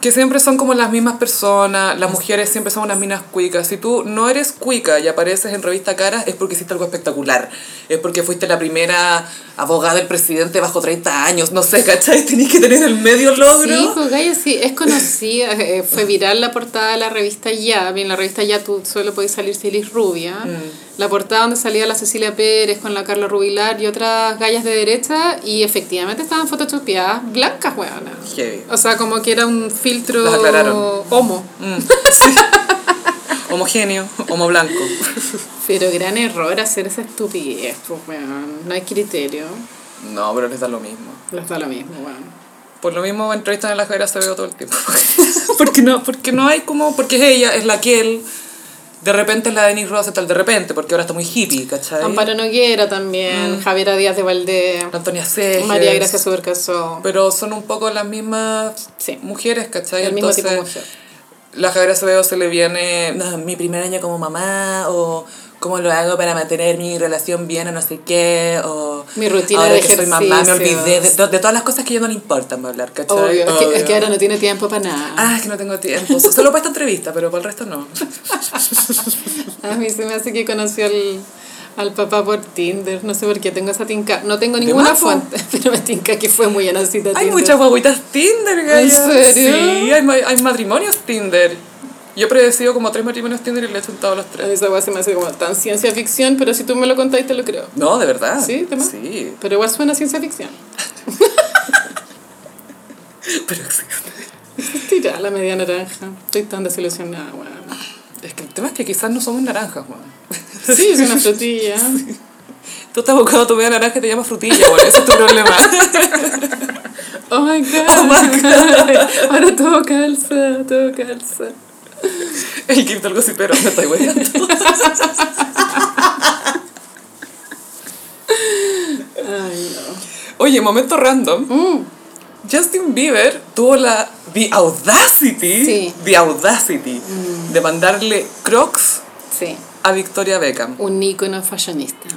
[SPEAKER 1] Que siempre son como las mismas personas, las mujeres siempre son unas minas cuicas. Si tú no eres cuica y apareces en revista Caras es porque hiciste algo espectacular. Es porque fuiste la primera abogada del presidente bajo 30 años. No sé, ¿cachai? Tenés que tener el medio logro.
[SPEAKER 2] Sí, pues, Gaia, sí, es conocida, eh, fue viral la portada de la revista Ya, bien, la revista Ya tú solo podías salir si eres rubia,
[SPEAKER 1] Mm.
[SPEAKER 2] la portada donde salía la Cecilia Pérez con la Carla Rubilar y otras gallas de derecha y efectivamente estaban photoshopeadas blancas, weona.
[SPEAKER 1] Heavy.
[SPEAKER 2] O sea, como que era un filtro
[SPEAKER 1] Las aclararon.
[SPEAKER 2] homo.
[SPEAKER 1] Homogéneo, homo blanco.
[SPEAKER 2] Pero gran error hacer esa estupidez, pues, weón. No hay criterio.
[SPEAKER 1] No, pero les da lo mismo.
[SPEAKER 2] Les da lo mismo, weón.
[SPEAKER 1] Por lo mismo entrevistan a la Javiera Acevedo todo el tiempo. porque no, porque no hay como, porque es ella, es la que él. De repente es la Denise Rosa, tal de repente, porque ahora está muy hippie, ¿cachai?
[SPEAKER 2] Amparo Noguera
[SPEAKER 1] Mm.
[SPEAKER 2] también, Javiera Díaz de Valdés,
[SPEAKER 1] La Antonia Cejas.
[SPEAKER 2] María Gracia Subercaso.
[SPEAKER 1] Pero son un poco las mismas
[SPEAKER 2] Sí.
[SPEAKER 1] mujeres, ¿cachai?
[SPEAKER 2] El mismo tipo de mujer.
[SPEAKER 1] la Javiera Acevedo se le viene "No, mi primer año como mamá o cómo lo hago para mantener mi relación bien o no sé qué o
[SPEAKER 2] Mi rutina
[SPEAKER 1] ahora
[SPEAKER 2] de
[SPEAKER 1] que soy mamá me
[SPEAKER 2] ejercicios".
[SPEAKER 1] olvidé de, to- de todas las cosas que yo no le importan hablar ¿cachai?
[SPEAKER 2] Obvio, es que, es que
[SPEAKER 1] Obvio.
[SPEAKER 2] ahora no tiene tiempo para nada.
[SPEAKER 1] Ah, es que no tengo tiempo. So- Solo para esta entrevista, pero para el resto no.
[SPEAKER 2] A mí se me hace que conoció al, al papá por Tinder. No sé por qué tengo esa tinca. No tengo ninguna
[SPEAKER 1] más, po?
[SPEAKER 2] fuente, pero me tinca que fue muy a la cita
[SPEAKER 1] Hay
[SPEAKER 2] Tinder.
[SPEAKER 1] muchas guaguitas Tinder, Gaya.
[SPEAKER 2] ¿En serio?
[SPEAKER 1] Sí, hay, ma- hay matrimonios Tinder. Yo he predecido como tres matrimonios Tinder y le he chuntado los
[SPEAKER 2] A
[SPEAKER 1] tres.
[SPEAKER 2] mí Esa weá se me hace como tan ciencia ficción, pero si tú me lo contáis te lo creo.
[SPEAKER 1] No, de verdad.
[SPEAKER 2] ¿Sí? ¿Tema?
[SPEAKER 1] Sí.
[SPEAKER 2] Pero igual suena a ciencia ficción.
[SPEAKER 1] Pero sí.
[SPEAKER 2] Tira la media naranja. Estoy tan desilusionada, weón.
[SPEAKER 1] Es que el tema es que quizás no somos naranjas, Juan.
[SPEAKER 2] Sí, es una frutilla.
[SPEAKER 1] Tú estás buscando tu media naranja y te llamas frutilla, bueno, ese es tu problema.
[SPEAKER 2] Oh my god.
[SPEAKER 1] Oh my
[SPEAKER 2] Ahora todo calza, todo calza.
[SPEAKER 1] El gift algo así, pero me estoy hueveando.
[SPEAKER 2] Ay, Mm, no.
[SPEAKER 1] Oye, momento random. Justin Bieber tuvo la the audacity,
[SPEAKER 2] Sí.
[SPEAKER 1] the audacity de mandarle crocs
[SPEAKER 2] Sí,
[SPEAKER 1] a Victoria Beckham.
[SPEAKER 2] un ícono fashionista.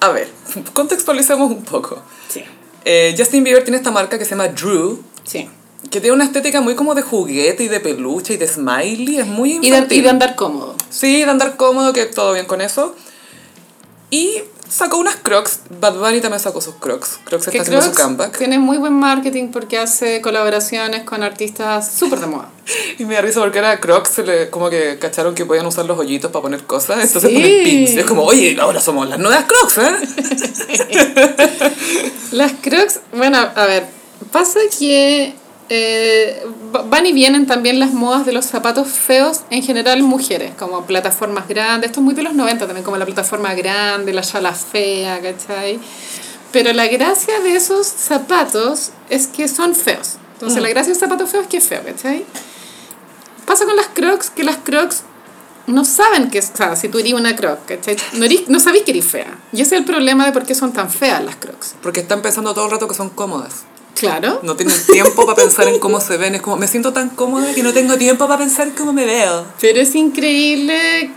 [SPEAKER 1] A ver, contextualicemos un poco.
[SPEAKER 2] Sí.
[SPEAKER 1] Eh, Justin Bieber tiene esta marca que se llama Drew,
[SPEAKER 2] Sí.
[SPEAKER 1] que tiene una estética muy como de juguete y de peluche y de smiley, es muy
[SPEAKER 2] Y de,
[SPEAKER 1] infantil.
[SPEAKER 2] y de andar cómodo.
[SPEAKER 1] Sí, de andar cómodo, que todo bien con eso. Y Sacó unas crocs. Bad Bunny también sacó sus crocs. Crocs
[SPEAKER 2] Que
[SPEAKER 1] está haciendo su
[SPEAKER 2] Crocs
[SPEAKER 1] comeback.
[SPEAKER 2] tiene muy buen marketing porque hace colaboraciones con artistas súper de moda.
[SPEAKER 1] Y me da risa porque era Crocs, se le- como que cacharon que podían usar los hoyitos para poner cosas, entonces
[SPEAKER 2] Sí.
[SPEAKER 1] ponen pins. Y Es como, oye, ahora somos las nuevas Crocs, ¿eh?
[SPEAKER 2] Las Crocs, bueno, a ver, pasa que eh, va- van y vienen también las modas de los zapatos feos, en general mujeres, como plataformas grandes, esto es muy de los 90 también, como la plataforma grande, la chala fea, ¿cachai? Pero la gracia de esos zapatos es que son feos. Entonces la gracia de un zapato feo es que es feo, ¿cachai? Pasa con las crocs, que las crocs no saben que, o sea, si tú eres una croc, ¿cachai? No, erís- no sabís que eres fea. Y ese es el problema de por qué son tan feas las crocs.
[SPEAKER 1] Porque están pensando todo el rato que son cómodas.
[SPEAKER 2] Claro.
[SPEAKER 1] No tienen tiempo para pensar en cómo se ven. Es como, me siento tan cómoda que no tengo tiempo para pensar cómo me veo.
[SPEAKER 2] Pero es increíble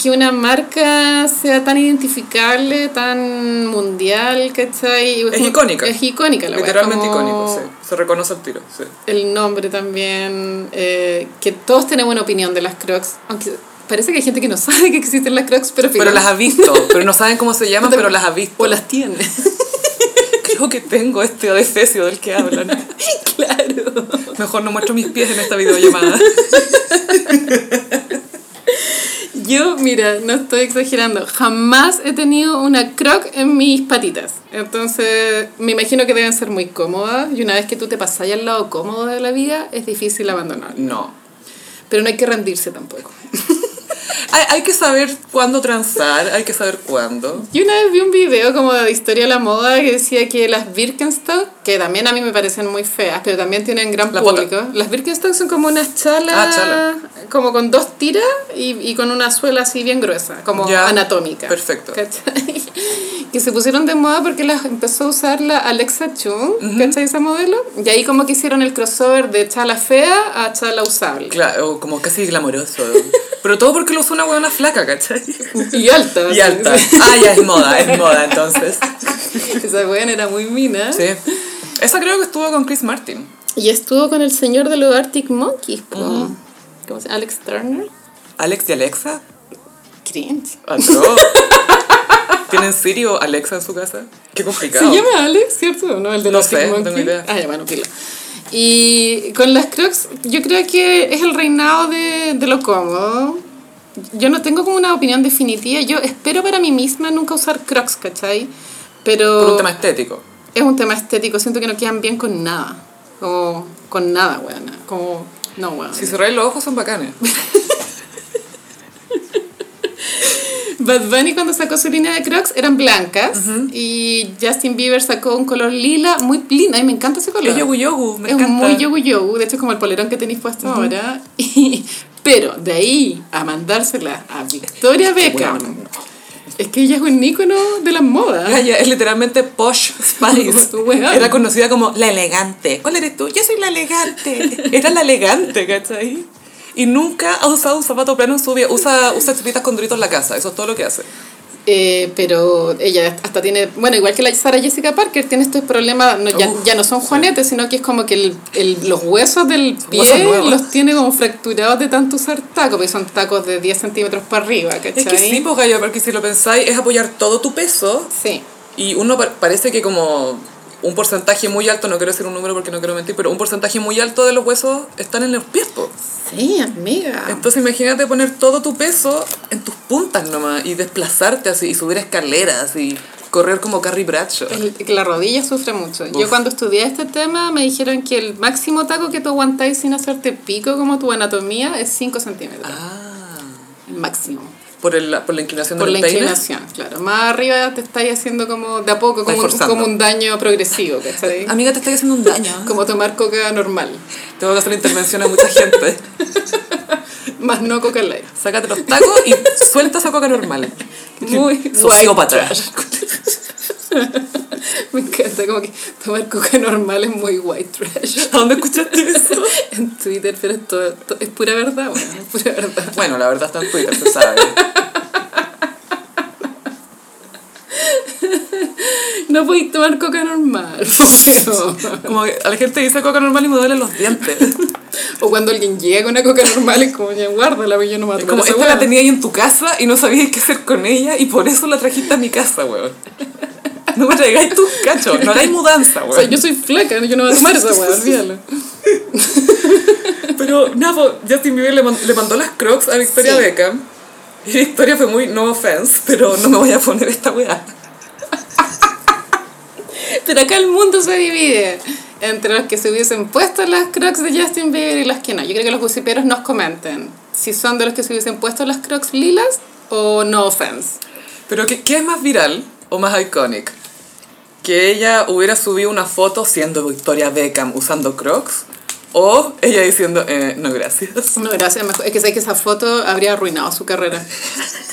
[SPEAKER 2] que una marca sea tan identificable, tan mundial, ¿cachai?
[SPEAKER 1] Es icónica.
[SPEAKER 2] Es icónica la wea,
[SPEAKER 1] Literalmente
[SPEAKER 2] como
[SPEAKER 1] icónico, sí. Se reconoce el tiro, sí.
[SPEAKER 2] El nombre también, eh, que todos tenemos una opinión de las crocs, aunque parece que hay gente que no sabe que existen las crocs, pero...
[SPEAKER 1] Pero
[SPEAKER 2] filo.
[SPEAKER 1] las ha visto, pero no saben cómo se llaman, pero las ha visto.
[SPEAKER 2] O las tiene.
[SPEAKER 1] Creo que tengo este adefesio del que hablan. claro. Mejor no muestro mis pies en esta videollamada.
[SPEAKER 2] Yo, mira, no estoy exagerando, jamás he tenido una croc en mis patitas. Entonces, me imagino que deben ser muy cómodas y una vez que tú te pasas al lado cómodo de la vida, es difícil abandonarlo.
[SPEAKER 1] No.
[SPEAKER 2] Pero no hay que rendirse tampoco.
[SPEAKER 1] Hay, hay que saber cuándo transar, hay que saber cuándo.
[SPEAKER 2] Yo una vez vi un video como de historia de la moda que decía que las Birkenstock, que también a mí me parecen muy feas, pero también tienen gran
[SPEAKER 1] La
[SPEAKER 2] público. Las Birkenstock son como unas chalas,
[SPEAKER 1] Ah, chala.
[SPEAKER 2] como con dos tiras y, y con una suela así bien gruesa, como
[SPEAKER 1] Ya.
[SPEAKER 2] anatómica.
[SPEAKER 1] Perfecto.
[SPEAKER 2] ¿Cachai? Que se pusieron de moda porque las empezó a usar la Alexa Chung, ¿cachai? Esa modelo. Y ahí como que hicieron el crossover de chala fea a chala usable.
[SPEAKER 1] Claro, o como casi glamoroso. Pero todo porque lo usa una huevona flaca, ¿cachai?
[SPEAKER 2] Y alta.
[SPEAKER 1] Y
[SPEAKER 2] así.
[SPEAKER 1] alta. Ah, ya es moda, es moda entonces.
[SPEAKER 2] Esa buena era muy mina.
[SPEAKER 1] Sí. Esa creo que estuvo con Chris Martin.
[SPEAKER 2] Y estuvo con el señor de los Arctic Monkeys, po. ¿cómo se llama? Alex Turner.
[SPEAKER 1] Alex y Alexa.
[SPEAKER 2] Cringe.
[SPEAKER 1] Atroz. ¿Tienen Siri o Alexa en su casa? Qué
[SPEAKER 2] Se
[SPEAKER 1] complicado.
[SPEAKER 2] llama Alex, ¿cierto? ¿O No, el de los
[SPEAKER 1] No
[SPEAKER 2] Arctic
[SPEAKER 1] sé, no
[SPEAKER 2] Monkeys.
[SPEAKER 1] tengo idea.
[SPEAKER 2] Ah, ya, bueno, pila. Y con las Crocs, yo creo que es el reinado de, de lo cómodo. Yo no tengo como una opinión definitiva. Yo espero para mí misma nunca usar Crocs, ¿cachai? Pero
[SPEAKER 1] Por un tema estético.
[SPEAKER 2] es un tema estético. Siento que no quedan bien con nada. Como con nada, weona. Como, no, weona.
[SPEAKER 1] Si cerráis los ojos son bacanes.
[SPEAKER 2] Bad Bunny cuando sacó su línea de Crocs eran blancas y Justin Bieber sacó un color lila muy lindo y me encanta ese color.
[SPEAKER 1] Es yogu yogu, me
[SPEAKER 2] es
[SPEAKER 1] encanta.
[SPEAKER 2] muy yogu yogu, de hecho es como el polerón que tenéis puesto ahora. Y- pero de ahí a mandársela a Victoria Beckham. Es que ella es un ícono de las modas.
[SPEAKER 1] Gaya, Ah, es literalmente posh Spice.
[SPEAKER 2] Weón.
[SPEAKER 1] Era conocida como la elegante. ¿Cuál eres tú? Yo soy la elegante. Era la elegante, ¿cachai? Y nunca ha usado un zapato plano en su vida. Usa, usa chupitas con duritos en la casa. Eso es todo lo que hace.
[SPEAKER 2] Eh, pero ella hasta tiene, bueno, igual que la Sara Jessica Parker, tiene estos problemas, no, ya,
[SPEAKER 1] Uf,
[SPEAKER 2] ya no son juanetes, sino que es como que el- el- los huesos del pie
[SPEAKER 1] huesos nuevos.
[SPEAKER 2] los tiene como fracturados de tanto usar tacos, porque son tacos de 10 centímetros para arriba, ¿cachai?
[SPEAKER 1] Es que sí, pues, Gaya, porque si lo pensáis, es apoyar todo tu peso
[SPEAKER 2] Sí.
[SPEAKER 1] Y uno pa- parece que como un porcentaje muy alto, no quiero decir un número porque no quiero mentir, pero un porcentaje muy alto de los huesos están en los pies. po.
[SPEAKER 2] Sí, amiga.
[SPEAKER 1] Entonces imagínate poner todo tu peso en tus puntas nomás y desplazarte así y subir escaleras y correr como Carrie Bradshaw.
[SPEAKER 2] El- que la rodilla sufre mucho. Yo
[SPEAKER 1] Uf.
[SPEAKER 2] cuando estudié este tema me dijeron que el máximo taco que tú aguantáis sin hacerte pico como tu anatomía es 5 centímetros.
[SPEAKER 1] Ah,
[SPEAKER 2] El máximo.
[SPEAKER 1] por, el, por la inclinación
[SPEAKER 2] Por
[SPEAKER 1] del
[SPEAKER 2] la
[SPEAKER 1] peine.
[SPEAKER 2] inclinación, claro. Más arriba te estáis haciendo como de a poco,
[SPEAKER 1] Estáis
[SPEAKER 2] como, un-
[SPEAKER 1] forzando. Ah.
[SPEAKER 2] como un daño progresivo, ¿cachai?
[SPEAKER 1] Amiga, te estoy haciendo un daño.
[SPEAKER 2] Como tomar coca normal,
[SPEAKER 1] Tengo que hacer intervención a mucha gente.
[SPEAKER 2] más no coca light.
[SPEAKER 1] Sácate los tacos y suelta esa coca normal.
[SPEAKER 2] Muy
[SPEAKER 1] Sociópata.
[SPEAKER 2] Me encanta como que tomar coca normal es muy white trash.
[SPEAKER 1] ¿A dónde escuchaste eso?
[SPEAKER 2] En Twitter, pero es, todo- to- es pura verdad, bueno, es pura verdad.
[SPEAKER 1] Bueno, la verdad está en Twitter, se sabe.
[SPEAKER 2] No podéis tomar coca normal. po, weón.
[SPEAKER 1] Como que a la gente dice coca normal y me duelen los dientes.
[SPEAKER 2] O cuando alguien llega con una coca normal es como, ya guárdala, porque yo no me voy a
[SPEAKER 1] Es
[SPEAKER 2] tomar
[SPEAKER 1] como,
[SPEAKER 2] esa
[SPEAKER 1] esta
[SPEAKER 2] hueá".
[SPEAKER 1] la tenía ahí en tu casa y no sabías qué hacer con ella y por eso la trajiste a mi casa, weón. No me traigáis tus cachos, no hagáis mudanza, weón.
[SPEAKER 2] O sea, yo soy flaca, yo no voy a tomar esa hueá, olvídalo.
[SPEAKER 1] Pero nada, po, Justin Bieber le, man- le mandó las crocs a Victoria
[SPEAKER 2] Sí.
[SPEAKER 1] Beckham. Y Victoria fue muy no offense, pero no me voy a poner esta weá.
[SPEAKER 2] Pero acá el mundo se divide entre los que se hubiesen puesto las crocs de Justin Bieber y los que no. Yo creo que los gusiperos nos comenten si son de los que se hubiesen puesto las crocs lilas o no offense.
[SPEAKER 1] Pero ¿qué, ¿qué es más viral o más iconic? ¿Que ella hubiera subido una foto siendo Victoria Beckham usando crocs? ¿O ella diciendo, eh, no gracias?
[SPEAKER 2] No, gracias, mejor. Es que sé que esa foto habría arruinado su carrera.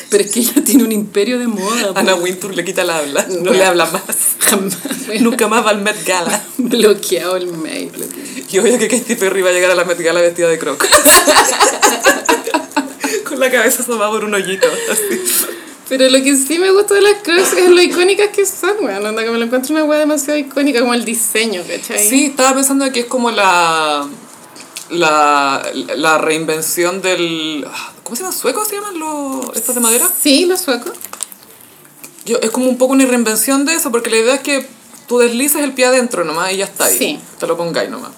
[SPEAKER 2] Pero es que ella tiene un imperio de moda. po.
[SPEAKER 1] Ana Wintour le quita la habla, no
[SPEAKER 2] Bueno.
[SPEAKER 1] le habla más.
[SPEAKER 2] Jamás.
[SPEAKER 1] Nunca más va al Met Gala.
[SPEAKER 2] Bloqueado el mail.
[SPEAKER 1] Y obvio que Katy Perry va a llegar a la Met Gala vestida de crocs. Con la cabeza asomada por un hoyito. así.
[SPEAKER 2] Pero lo que sí me gusta de las crocs es lo icónicas que son, weón. Onda que me lo encuentro una weá demasiado icónica como el diseño, ¿cachai?
[SPEAKER 1] Sí, estaba pensando que es como la, la, la reinvención del... ¿Cómo se llaman? ¿Suecos se llaman los, estas de madera?
[SPEAKER 2] Sí, los suecos.
[SPEAKER 1] Yo, es como un poco una reinvención de eso, porque la idea es que tú deslizas el pie adentro nomás y ya está ahí.
[SPEAKER 2] Sí.
[SPEAKER 1] Te lo pongáis nomás.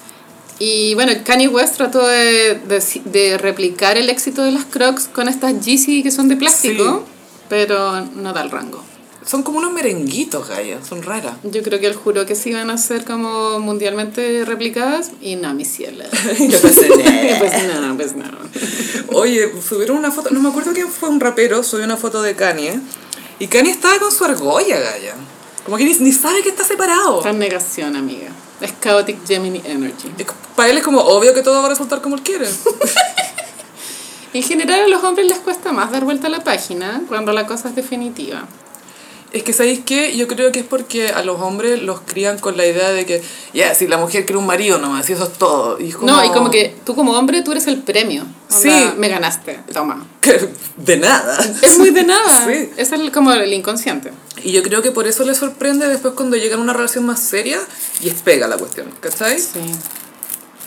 [SPEAKER 2] Y bueno, Kanye West trató de, de, de replicar el éxito de las crocs con estas Yeezy que son de plástico, pero no da el rango.
[SPEAKER 1] Son como unos merenguitos, Gaya. Son raras.
[SPEAKER 2] Yo creo que él juró que se iban a ser como mundialmente replicadas y no, mi cielo.
[SPEAKER 1] Yo pensé, "Nee".
[SPEAKER 2] pues no, pues no.
[SPEAKER 1] Oye, subieron una foto, no me acuerdo quién fue un rapero, subió una foto de Kanye. Y Kanye estaba con su argolla, Gaya. Como que ni, ni sabe que está separado.
[SPEAKER 2] Esta negación, amiga. Es Chaotic Gemini Energy.
[SPEAKER 1] Es- Para él es como obvio que todo va a resultar como él quiere.
[SPEAKER 2] En general a los hombres les cuesta más dar vuelta a la página cuando la cosa es definitiva.
[SPEAKER 1] Es que, ¿sabéis qué? Yo creo que es porque a los hombres los crían con la idea de que, ya, si la mujer quiere un marido nomás, y eso es todo. Y es
[SPEAKER 2] No, y como que tú como hombre, tú eres el premio.
[SPEAKER 1] Sí.
[SPEAKER 2] sí. Me ganaste, toma.
[SPEAKER 1] que De nada.
[SPEAKER 2] Es muy de nada.
[SPEAKER 1] Sí.
[SPEAKER 2] Es el- como el inconsciente.
[SPEAKER 1] Y yo creo que por eso les sorprende después cuando llegan a una relación más seria y es pega la cuestión, ¿cachai?
[SPEAKER 2] Sí.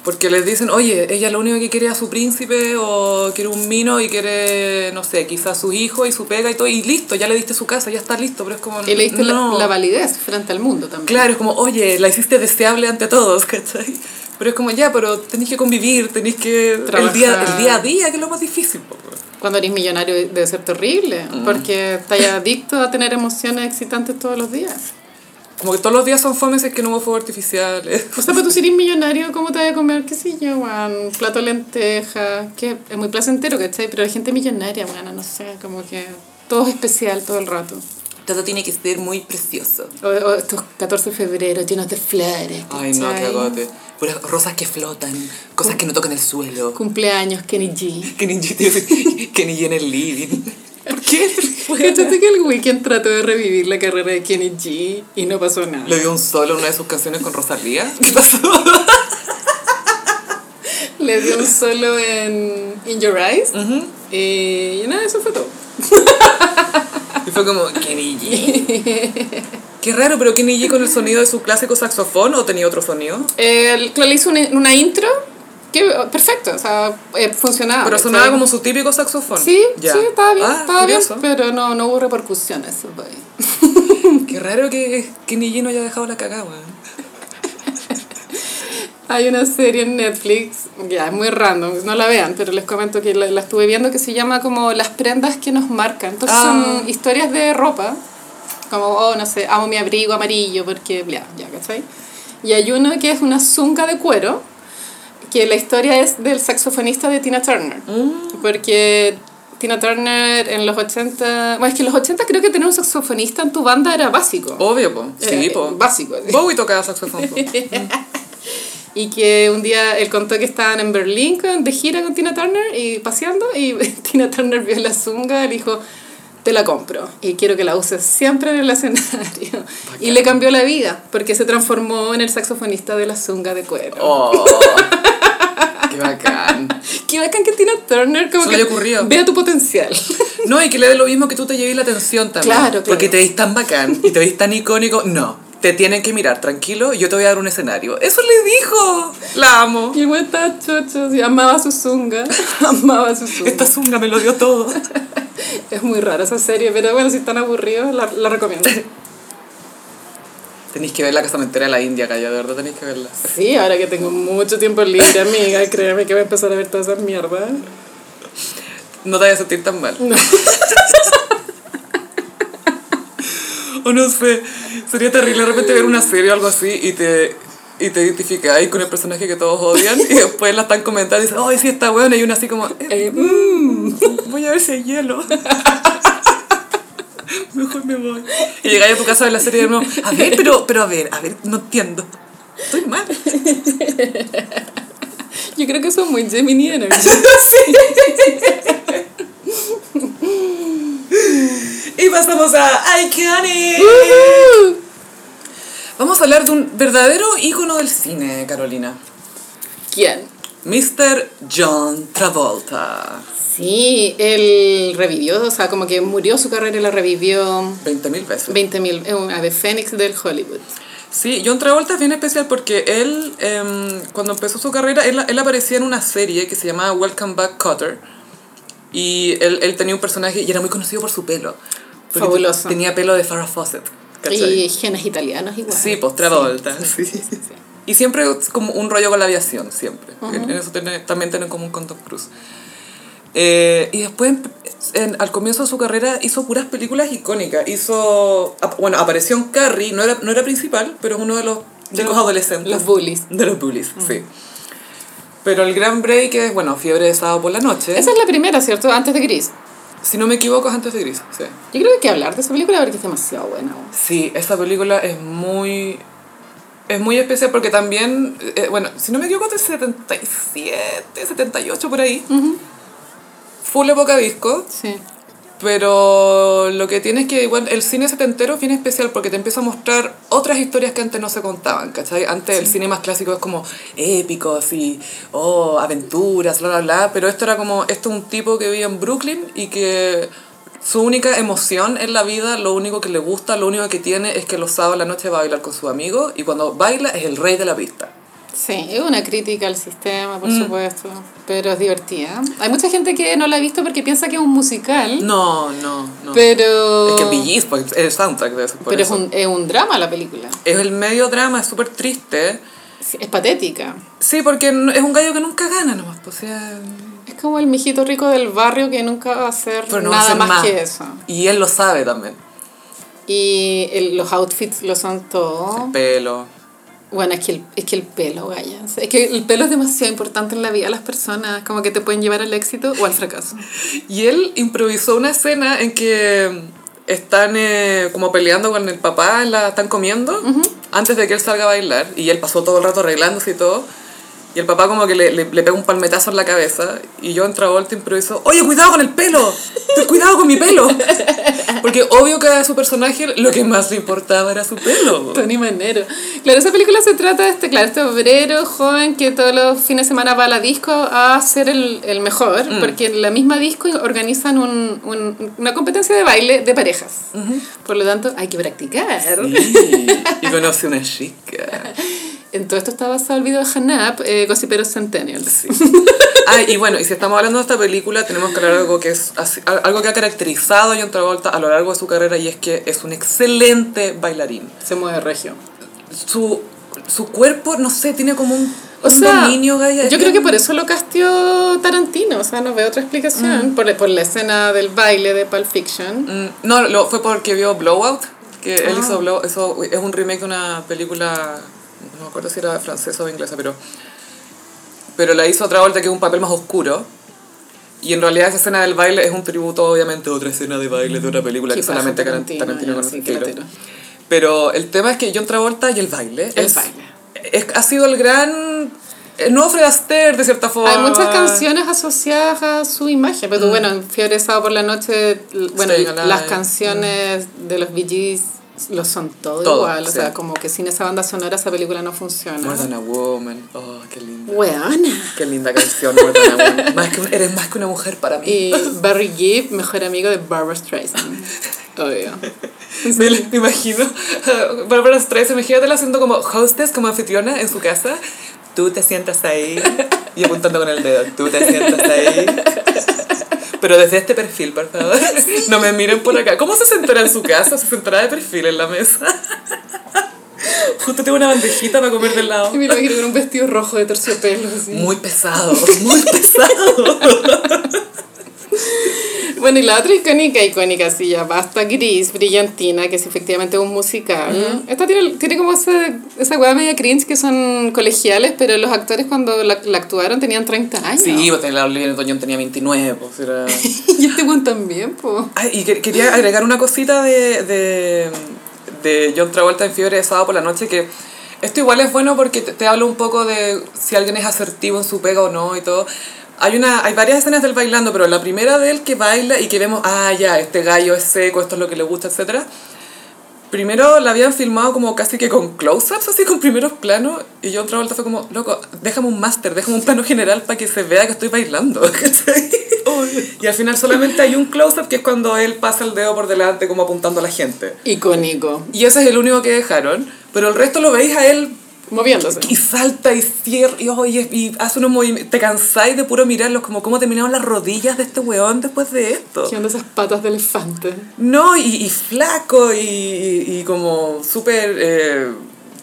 [SPEAKER 1] Porque les dicen, oye, ella lo único que quiere es a su príncipe o quiere un mino y quiere, no sé, quizás su hijo y su pega y todo, y listo, ya le diste su casa, ya está listo, pero es como...
[SPEAKER 2] Y le diste la-
[SPEAKER 1] no.
[SPEAKER 2] la, validez frente al mundo también.
[SPEAKER 1] Claro, es como, oye, la hiciste deseable ante todos, ¿cachai? Pero es como, ya, pero tenéis que convivir, tenéis que... El
[SPEAKER 2] Trabajar.
[SPEAKER 1] día, el día a día, que es lo más difícil. po.
[SPEAKER 2] Cuando eres millonario debe ser terrible,
[SPEAKER 1] Mm.
[SPEAKER 2] porque estás adicto a tener emociones excitantes todos los días.
[SPEAKER 1] Como que todos los días son fomes, es que no hubo fuegos artificiales.
[SPEAKER 2] O sea, pero tú si eres millonario, ¿cómo te vas a comer? ¿Qué sé yo, weón? Plato de lentejas, que es muy placentero, ¿cachai? Pero hay gente millonaria, weón, no sé, como que todo es especial todo el rato.
[SPEAKER 1] Todo tiene que ser muy precioso.
[SPEAKER 2] O, o estos 14 de febrero llenos de flores.
[SPEAKER 1] Ay, no, qué
[SPEAKER 2] ¿cachai?
[SPEAKER 1] agote. Puras rosas que flotan, cosas que no tocan el suelo.
[SPEAKER 2] Cumpleaños, Kenny G.
[SPEAKER 1] Que ni, que ni llena el living. ¿Por qué?
[SPEAKER 2] ¿Cachaste que el weekend trató de revivir la carrera de Kenny G y no pasó nada?
[SPEAKER 1] Le dio un solo en una de sus canciones con Rosalía. ¿Qué pasó?
[SPEAKER 2] Le dio un solo en In Your Eyes eh, y nada, eso fue todo.
[SPEAKER 1] Y fue como, Kenny G. Qué raro, pero Kenny G con el sonido de su clásico saxofón o tenía otro sonido.
[SPEAKER 2] El, claro, le hizo una, una intro que perfecto, o sea, eh, funcionaba.
[SPEAKER 1] Pero
[SPEAKER 2] ¿cachai?
[SPEAKER 1] sonaba como su típico saxofón.
[SPEAKER 2] Sí,
[SPEAKER 1] Ya.
[SPEAKER 2] sí, estaba bien,
[SPEAKER 1] Ah,
[SPEAKER 2] estaba
[SPEAKER 1] curioso.
[SPEAKER 2] bien, pero no, no hubo repercusiones. eso fue.
[SPEAKER 1] Qué raro que Kenny G no haya dejado la cagada, weón.
[SPEAKER 2] Hay una serie en Netflix, ya es muy random, no la vean, pero les comento que la, la estuve viendo que se llama como Las prendas que nos marcan. Entonces
[SPEAKER 1] Ah.
[SPEAKER 2] son historias de ropa, como, oh, no sé, amo mi abrigo amarillo porque, bla, ya, ¿cachai? Y hay uno que es una zunca de cuero, que la historia es del saxofonista de Tina Turner.
[SPEAKER 1] Mm.
[SPEAKER 2] Porque Tina Turner en los 80, bueno, es que en los 80 creo que tener un saxofonista en tu banda era básico.
[SPEAKER 1] Obvio, po. Oh, Sí,
[SPEAKER 2] Eh,
[SPEAKER 1] po.
[SPEAKER 2] Básico. así.
[SPEAKER 1] Bowie tocaba saxofón. po.
[SPEAKER 2] Y que un día él contó que estaban en Berlín con- de gira con Tina Turner y paseando y Tina Turner vio la zunga y le dijo, te la compro y quiero que la uses siempre en el escenario. Y le cambió la vida porque se transformó en el saxofonista de la zunga de cuero.
[SPEAKER 1] Oh, qué bacán.
[SPEAKER 2] Qué bacán que Tina Turner como
[SPEAKER 1] Se le
[SPEAKER 2] que
[SPEAKER 1] había ocurrido.
[SPEAKER 2] vea tu potencial.
[SPEAKER 1] No, y que le dé lo mismo que tú te lleves la atención también.
[SPEAKER 2] Claro, claro.
[SPEAKER 1] Porque te veis tan bacán y te veis tan icónico. No, te tienen que mirar, tranquilo, yo te voy a dar un escenario. Eso le dijo. La amo.
[SPEAKER 2] Y el güey estaba chocho, y amaba su zunga. amaba su zunga.
[SPEAKER 1] Esta zunga me lo dio todo.
[SPEAKER 2] Es muy rara esa serie, pero bueno, si están aburridos, la, la recomiendo.
[SPEAKER 1] Tenéis que ver la casamentera de la India, calla, de verdad tenéis que verla.
[SPEAKER 2] Sí, ahora que tengo mucho tiempo libre, amiga, créeme que voy a empezar a ver todas esas mierdas.
[SPEAKER 1] No te vayas a sentir tan mal.
[SPEAKER 2] No.
[SPEAKER 1] O no sé, sería terrible de repente ver una serie o algo así y te, y te identificáis con el personaje que todos odian y después la están comentando y dicen, ¡ay, sí, está buena! Y una así como, "Eh,
[SPEAKER 2] Eh, mm.
[SPEAKER 1] voy a ver si hay hielo. Mejor me voy. Y llegáis a tu casa de la serie de nuevo, a ver, pero, pero a ver, a ver, no entiendo. Estoy mal.
[SPEAKER 2] Yo creo que son muy Gemini Energy.
[SPEAKER 1] Y pasamos a Iconic. Uh. Vamos a hablar de un verdadero ícono del cine, Carolina.
[SPEAKER 2] ¿Quién?
[SPEAKER 1] Mr. John Travolta.
[SPEAKER 2] Sí, él revivió, o sea, como que murió su carrera y la revivió
[SPEAKER 1] 20.000 veces.
[SPEAKER 2] 20.000, es un ave fénix del Hollywood.
[SPEAKER 1] Sí, John Travolta es bien especial porque él, em, cuando empezó su carrera, él, él aparecía en una serie que se llamaba Welcome Back Cutter. Y él, él tenía un personaje y era muy conocido por su pelo. Porque
[SPEAKER 2] Fabuloso.
[SPEAKER 1] Tenía pelo de Farrah Fawcett. ¿cachai?
[SPEAKER 2] Y genes italianos igual.
[SPEAKER 1] Sí, pues Travolta.
[SPEAKER 2] Sí, sí, sí, sí.
[SPEAKER 1] Y siempre es como un rollo con la aviación, siempre. En- En eso tiene- también tienen común con Tom Cruise. Eh, y después, empe- en- al comienzo de su carrera, hizo puras películas icónicas. Hizo, ap- bueno, apareció en Carrie, no era, no era principal, pero es uno de los chicos adolescentes.
[SPEAKER 2] Los bullies.
[SPEAKER 1] de los bullies, sí. Pero el gran break es, bueno, fiebre de sábado por la noche.
[SPEAKER 2] Esa es la primera, ¿cierto? Antes de Gris.
[SPEAKER 1] Si no me equivoco, es antes de Gris, sí.
[SPEAKER 2] Yo creo que hay que hablar de esa película porque es demasiado buena. weón.
[SPEAKER 1] Sí, esta película es muy. Es muy especial porque también. eh, bueno, si no me equivoco, es del 77, 78, por ahí. Full época disco.
[SPEAKER 2] Sí.
[SPEAKER 1] Pero lo que tiene es que igual el cine setentero es bien especial porque te empieza a mostrar otras historias que antes no se contaban, ¿cachai? Antes el cine más clásico es como épico, así, oh, aventuras, bla, bla, bla. Pero esto era como, esto es un tipo que vive en Brooklyn y que su única emoción en la vida, lo único que le gusta, lo único que tiene es que los sábados en la noche va a bailar con sus amigos y cuando baila es el rey de la pista.
[SPEAKER 2] Sí, es una crítica al sistema, por
[SPEAKER 1] Mm.
[SPEAKER 2] supuesto, pero es divertida. Hay mucha gente que no la ha visto porque piensa que es un musical,
[SPEAKER 1] No, no, no.
[SPEAKER 2] pero...
[SPEAKER 1] es que Billys, pues, es el soundtrack de eso. por
[SPEAKER 2] pero es
[SPEAKER 1] eso.
[SPEAKER 2] un, es un drama la película.
[SPEAKER 1] Es el medio drama, es súper triste.
[SPEAKER 2] Sí, Es patética.
[SPEAKER 1] Sí, porque n- es un gallo que nunca gana nomás, pues, o sea...
[SPEAKER 2] Es como el mijito rico del barrio que nunca va a hacer
[SPEAKER 1] pero no va a
[SPEAKER 2] nada
[SPEAKER 1] hacer
[SPEAKER 2] más, que eso.
[SPEAKER 1] Y él lo sabe también.
[SPEAKER 2] Y el- los outfits lo son todo.
[SPEAKER 1] El pelo.
[SPEAKER 2] Bueno, es que, el, es que el pelo, vaya. Es que el pelo es demasiado importante en la vida de las personas. Como que te pueden llevar al éxito o al fracaso.
[SPEAKER 1] Y él improvisó una escena en que están eh, como peleando con el papá, la están comiendo, antes de que él salga a bailar. Y él pasó todo el rato arreglándose y todo. Y el papá como que le, le, le pega un palmetazo en la cabeza. Y yo en Travolta improvisó, oye, cuidado con el pelo, ten cuidado con mi pelo. Porque obvio que a su personaje lo que más le importaba era su pelo.
[SPEAKER 2] Tony Manero. Claro, esa película se trata de este, claro, este obrero joven que todos los fines de semana va a la disco a ser el, el mejor,
[SPEAKER 1] Mm.
[SPEAKER 2] porque en la misma disco organizan un- un- una competencia de baile de parejas. Por lo tanto, hay que practicar.
[SPEAKER 1] Sí, y conoce una chica.
[SPEAKER 2] En todo esto está basado el video de Hanap, eh, Gossiperos Centennials.
[SPEAKER 1] Sí. Ah, y bueno, y si estamos hablando de esta película, tenemos que hablar de algo que, es, así- algo que ha caracterizado a John Travolta a lo largo de su carrera y es que es un excelente bailarín.
[SPEAKER 2] Se mueve regio.
[SPEAKER 1] Su, su cuerpo, no sé, tiene como un,
[SPEAKER 2] O
[SPEAKER 1] un
[SPEAKER 2] sea,
[SPEAKER 1] dominio, Gaya,
[SPEAKER 2] yo
[SPEAKER 1] bien-
[SPEAKER 2] creo que por eso lo castió Tarantino, o sea, no veo otra explicación. Por, por la escena del baile de Pulp Fiction.
[SPEAKER 1] Mm, No, lo, fue porque vio Blowout, que él
[SPEAKER 2] Ah.
[SPEAKER 1] hizo Blowout, eso es un remake de una película, no me acuerdo si era francesa o inglesa, pero, pero la hizo otra vuelta que es un papel más oscuro. Y en realidad esa escena del baile es un tributo, obviamente, a otra escena de baile de una película que
[SPEAKER 2] Qué paja
[SPEAKER 1] solamente Tarantino, Tarantino
[SPEAKER 2] Tarantino, ya,
[SPEAKER 1] conoce
[SPEAKER 2] sí,
[SPEAKER 1] el
[SPEAKER 2] qué
[SPEAKER 1] tiro.
[SPEAKER 2] latero.
[SPEAKER 1] Pero el tema es que John Travolta y el baile,
[SPEAKER 2] El
[SPEAKER 1] es-
[SPEAKER 2] baile.
[SPEAKER 1] es- ha sido el gran... El nuevo Fred Astaire, de cierta forma.
[SPEAKER 2] Hay muchas canciones asociadas a su imagen, pero tú, bueno, en Fiebre de Sábado por la Noche, l- bueno,
[SPEAKER 1] Staying Alive.
[SPEAKER 2] las canciones de los Bee Gees lo son todo,
[SPEAKER 1] Todo,
[SPEAKER 2] igual, o
[SPEAKER 1] sí.
[SPEAKER 2] sea, como que sin esa banda sonora esa película no funciona.
[SPEAKER 1] More Than a Woman. Oh, qué lindo.
[SPEAKER 2] Weona.
[SPEAKER 1] Qué linda canción, More Than a Woman. Más que- eres más que una mujer para mí.
[SPEAKER 2] Y Barry Gibb, mejor amigo de Barbara Streisand. Obvio.
[SPEAKER 1] Me, la- me imagino. Bárbara Streisand, imagínatela siendo como hostess, como anfitriona en su casa. Tú te sientas ahí. Y apuntando con el dedo. Tú te sientas ahí. Pero desde este perfil, por favor. No me miren por acá. ¿Cómo se sentará en su casa? Se sentará de perfil en la mesa. Justo tengo una bandejita para comer de lado.
[SPEAKER 2] Y me lo imagino con un vestido rojo de terciopelo. así.
[SPEAKER 1] Muy pesado, muy pesado.
[SPEAKER 2] Bueno, y la otra icónica, icónica, sí, ya basta, gris, brillantina, que es efectivamente un musical. Esta tiene, tiene como ese, esa hueá media cringe que son colegiales, pero los actores cuando la, la actuaron tenían 30 años.
[SPEAKER 1] Sí, pues la Olivia Toñón tenía 29, pues era...
[SPEAKER 2] y este buen también, po.
[SPEAKER 1] Ay, y que- quería agregar una cosita de, de, de John Travolta en Fiebre de Sábado por la Noche, que esto igual es bueno porque te, te habla un poco de si alguien es asertivo en su pega o no y todo. Hay, una, hay varias escenas del bailando, pero la primera de él que baila y que vemos, ah, ya, este gallo es seco, esto es lo que le gusta, etcétera. Primero la habían filmado como casi que con close-ups, así con primeros planos, y John Travolta fue como, loco, déjame un máster, déjame un plano general para que se vea que estoy bailando. ¿cachai? y al final solamente hay un close-up que es cuando él pasa el dedo por delante como apuntando a la gente.
[SPEAKER 2] Icónico.
[SPEAKER 1] Y ese es el único que dejaron, pero el resto lo veis a él
[SPEAKER 2] Moviéndose.
[SPEAKER 1] y salta y cierra y, oh, y, y hace unos movimientos. Te cansáis de puro mirarlos, como cómo terminaron las rodillas de este weón después de esto.
[SPEAKER 2] ¿Qué onda esas patas de elefante?
[SPEAKER 1] No, y, y flaco y, y- y como súper eh,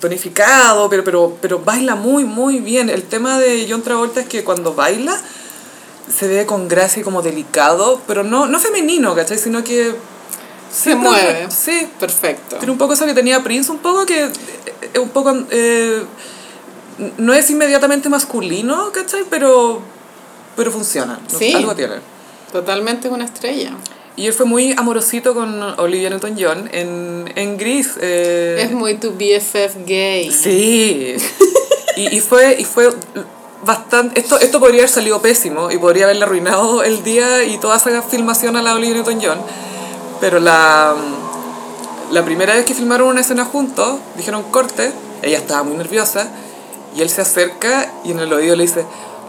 [SPEAKER 1] tonificado, pero, pero, pero baila muy, muy bien. El tema de John Travolta es que cuando baila se ve con gracia y como delicado, pero no, no femenino, ¿cachai? Sino que...
[SPEAKER 2] Se mueve.
[SPEAKER 1] Sí,
[SPEAKER 2] Perfecto.
[SPEAKER 1] tiene un poco eso que tenía Prince, un poco que... eh, un poco... eh, no es inmediatamente masculino, ¿cachai? Pero, pero funciona. ¿no?
[SPEAKER 2] Sí.
[SPEAKER 1] Algo tiene.
[SPEAKER 2] Totalmente una estrella.
[SPEAKER 1] Y él fue muy amorosito con Olivia Newton-John en, en Gris. eh,
[SPEAKER 2] Es muy tu BFF gay.
[SPEAKER 1] Sí. y, y fue, y fue bastante... Esto, esto podría haber salido pésimo y podría haberle arruinado el día y toda esa filmación a la Olivia Newton-John. Pero la, la primera vez que filmaron una escena juntos, dijeron corte, ella estaba muy nerviosa y él se acerca y en el oído le dice,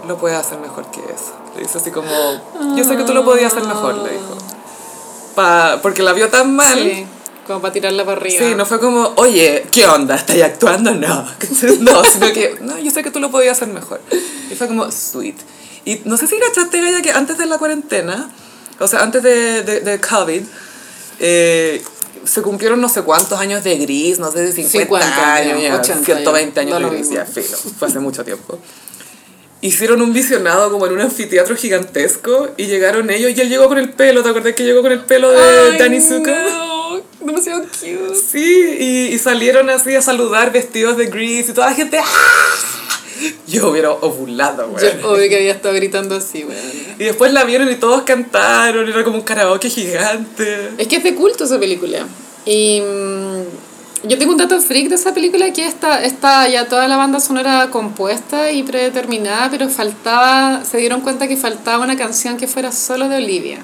[SPEAKER 1] lo puedes hacer mejor que eso. Le dice así como, yo sé que tú lo podías hacer mejor, le dijo. Pa- porque la vio tan mal.
[SPEAKER 2] Sí, Como para tirarla para arriba.
[SPEAKER 1] Sí, no fue como, oye, ¿qué onda? ¿Estás actuando? No. No, sino que, no, yo sé que tú lo podías hacer mejor. Y fue como, sweet. Y no sé si cachaste, Gaya, que antes de la cuarentena, o sea, antes de, de, de COVID, eh, se cumplieron no sé cuántos años de gris, no sé, 50,
[SPEAKER 2] 50
[SPEAKER 1] años,
[SPEAKER 2] años,
[SPEAKER 1] ya,
[SPEAKER 2] 80
[SPEAKER 1] 120
[SPEAKER 2] años,
[SPEAKER 1] años
[SPEAKER 2] da
[SPEAKER 1] de
[SPEAKER 2] lo
[SPEAKER 1] gris,
[SPEAKER 2] mismo.
[SPEAKER 1] ya, filo, fue hace mucho tiempo. Hicieron un visionado como en un anfiteatro gigantesco y llegaron ellos y él llegó con el pelo, ¿te acordás que llegó con el pelo de
[SPEAKER 2] Ay,
[SPEAKER 1] Danny Zuko?
[SPEAKER 2] no, demasiado cute.
[SPEAKER 1] Sí, y, y salieron así a saludar vestidos de Grease y toda la gente. ¡ah! Yo hubiera ovulado, güey.
[SPEAKER 2] Yo obvio que había estado gritando así, weón.
[SPEAKER 1] Y después la vieron y todos cantaron, era como un karaoke gigante.
[SPEAKER 2] Es que es de culto esa película. Y mm, yo tengo un dato freak de esa película que está, está ya toda la banda sonora compuesta y predeterminada, pero faltaba, se dieron cuenta que faltaba una canción que fuera solo de Olivia.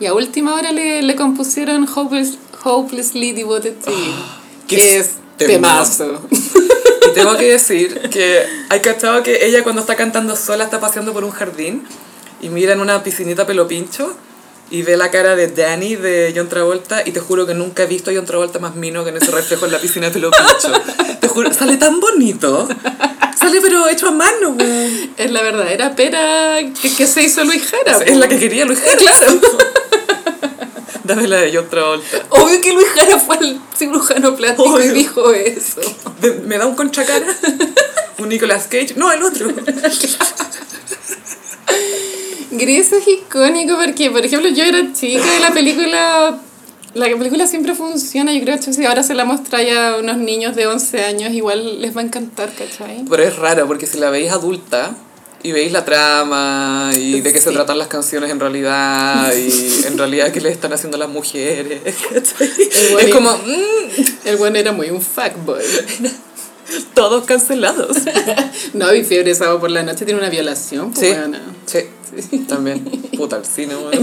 [SPEAKER 2] Y a última hora le, le compusieron Hopeless- Hopelessly Devoted to You,
[SPEAKER 1] qué
[SPEAKER 2] que es
[SPEAKER 1] temazo.
[SPEAKER 2] temazo.
[SPEAKER 1] Y tengo que decir que hay cachado que ella cuando está cantando sola está paseando por un jardín y mira en una piscinita pelo pincho y ve la cara de Danny de John Travolta y te juro que nunca he visto a John Travolta más mino que en ese reflejo en la piscina pelo pincho. Te juro, sale tan bonito. Sale pero hecho a mano, güey.
[SPEAKER 2] Es la verdadera pera que, que se hizo Luis Jara.
[SPEAKER 1] Es la que quería Luis Jara.
[SPEAKER 2] Claro.
[SPEAKER 1] Dame la de John Travolta.
[SPEAKER 2] Obvio que Luis Jara fue al cirujano plástico y
[SPEAKER 1] Obvio.
[SPEAKER 2] dijo eso.
[SPEAKER 1] De- ¿Me da un conchacara? ¿Un Nicolas Cage? No, el otro.
[SPEAKER 2] Gris es icónico porque, por ejemplo, yo era chica y la película... La película siempre funciona, yo creo que si ahora se la muestra ya a unos niños de 11 años, igual les va a encantar, ¿cachai?
[SPEAKER 1] Pero es raro porque si la veis adulta y veis la trama y de qué se
[SPEAKER 2] Sí.
[SPEAKER 1] tratan las canciones en realidad y en realidad qué le están haciendo las mujeres. es
[SPEAKER 2] bonito.
[SPEAKER 1] como mm,
[SPEAKER 2] El bueno era muy un fuckboy.
[SPEAKER 1] todos cancelados.
[SPEAKER 2] No, y Fiebre de Sábado por la Noche tiene una violación, pues,
[SPEAKER 1] Sí.
[SPEAKER 2] weona.
[SPEAKER 1] Sí, también. Puta, el cine, weón.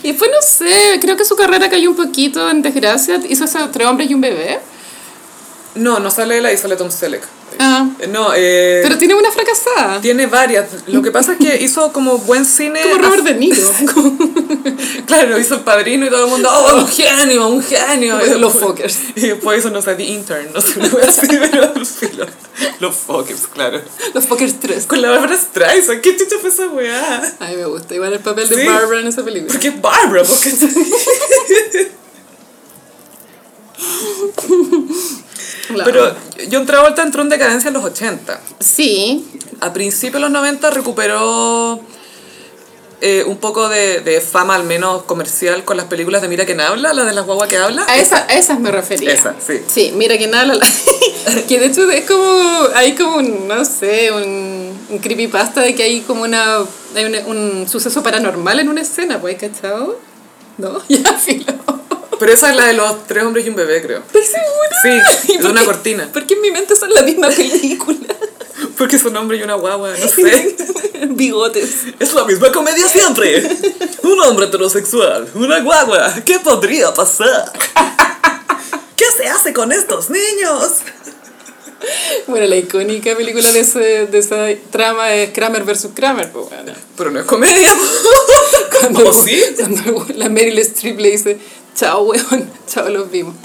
[SPEAKER 2] Y después, no sé, creo que su carrera cayó un poquito en desgracia. Hizo esos tres hombres y un bebé.
[SPEAKER 1] No, no sale él ahí, sale Tom Selleck.
[SPEAKER 2] Ah,
[SPEAKER 1] No, eh...
[SPEAKER 2] pero tiene una fracasada.
[SPEAKER 1] Tiene varias. Lo que pasa es que hizo como buen cine.
[SPEAKER 2] Como Robert De Niro.
[SPEAKER 1] claro, hizo el padrino y todo el mundo, oh, un genio, un genio. Y
[SPEAKER 2] Los
[SPEAKER 1] después-
[SPEAKER 2] fuckers.
[SPEAKER 1] Y después eso, no sé, The Intern, no sé, una wea así, pero al filo. Los fuckers, claro.
[SPEAKER 2] Los Fuckers 3.
[SPEAKER 1] Con la Barbara Streisand, ¿qué chicha fue esa weá?
[SPEAKER 2] A mí me gusta. Igual el papel de
[SPEAKER 1] Sí.
[SPEAKER 2] Barbara en esa película.
[SPEAKER 1] Porque es Barbara, porque
[SPEAKER 2] Claro.
[SPEAKER 1] Pero John Travolta entró en decadencia en los 80.
[SPEAKER 2] sí,
[SPEAKER 1] A principios de los 90 recuperó eh, un poco de, de fama, al menos comercial, con las películas de Mira quién habla, la de las guagua que habla.
[SPEAKER 2] a, esa, a esas me refería.
[SPEAKER 1] Esa, sí.
[SPEAKER 2] Ah, Sí, mira que nada. la- que de hecho es como. Hay como un. No sé, un, un creepypasta de que hay como una. Hay un, un suceso paranormal en una escena, pues, ¿cachado? No, ya filo.
[SPEAKER 1] Pero esa es la de los tres hombres y un bebé, creo.
[SPEAKER 2] ¿Estoy segura?
[SPEAKER 1] Sí,
[SPEAKER 2] ¿Y
[SPEAKER 1] de
[SPEAKER 2] por
[SPEAKER 1] una
[SPEAKER 2] qué-
[SPEAKER 1] cortina.
[SPEAKER 2] ¿Por qué en mi mente son la misma película?
[SPEAKER 1] Porque es un hombre y una guagua, no sé.
[SPEAKER 2] Bigotes.
[SPEAKER 1] Es la misma comedia siempre. Un hombre heterosexual, una guagua. ¿Qué podría pasar? ¿Qué se hace con estos niños?
[SPEAKER 2] Bueno, la icónica película de, ese- de esa trama es Kramer versus Kramer, pues, bueno.
[SPEAKER 1] Pero no es comedia.
[SPEAKER 2] Cuando,
[SPEAKER 1] ¿Oh, sí?
[SPEAKER 2] cuando la Meryl Streep le dice, chao, weón, chao, los vimos.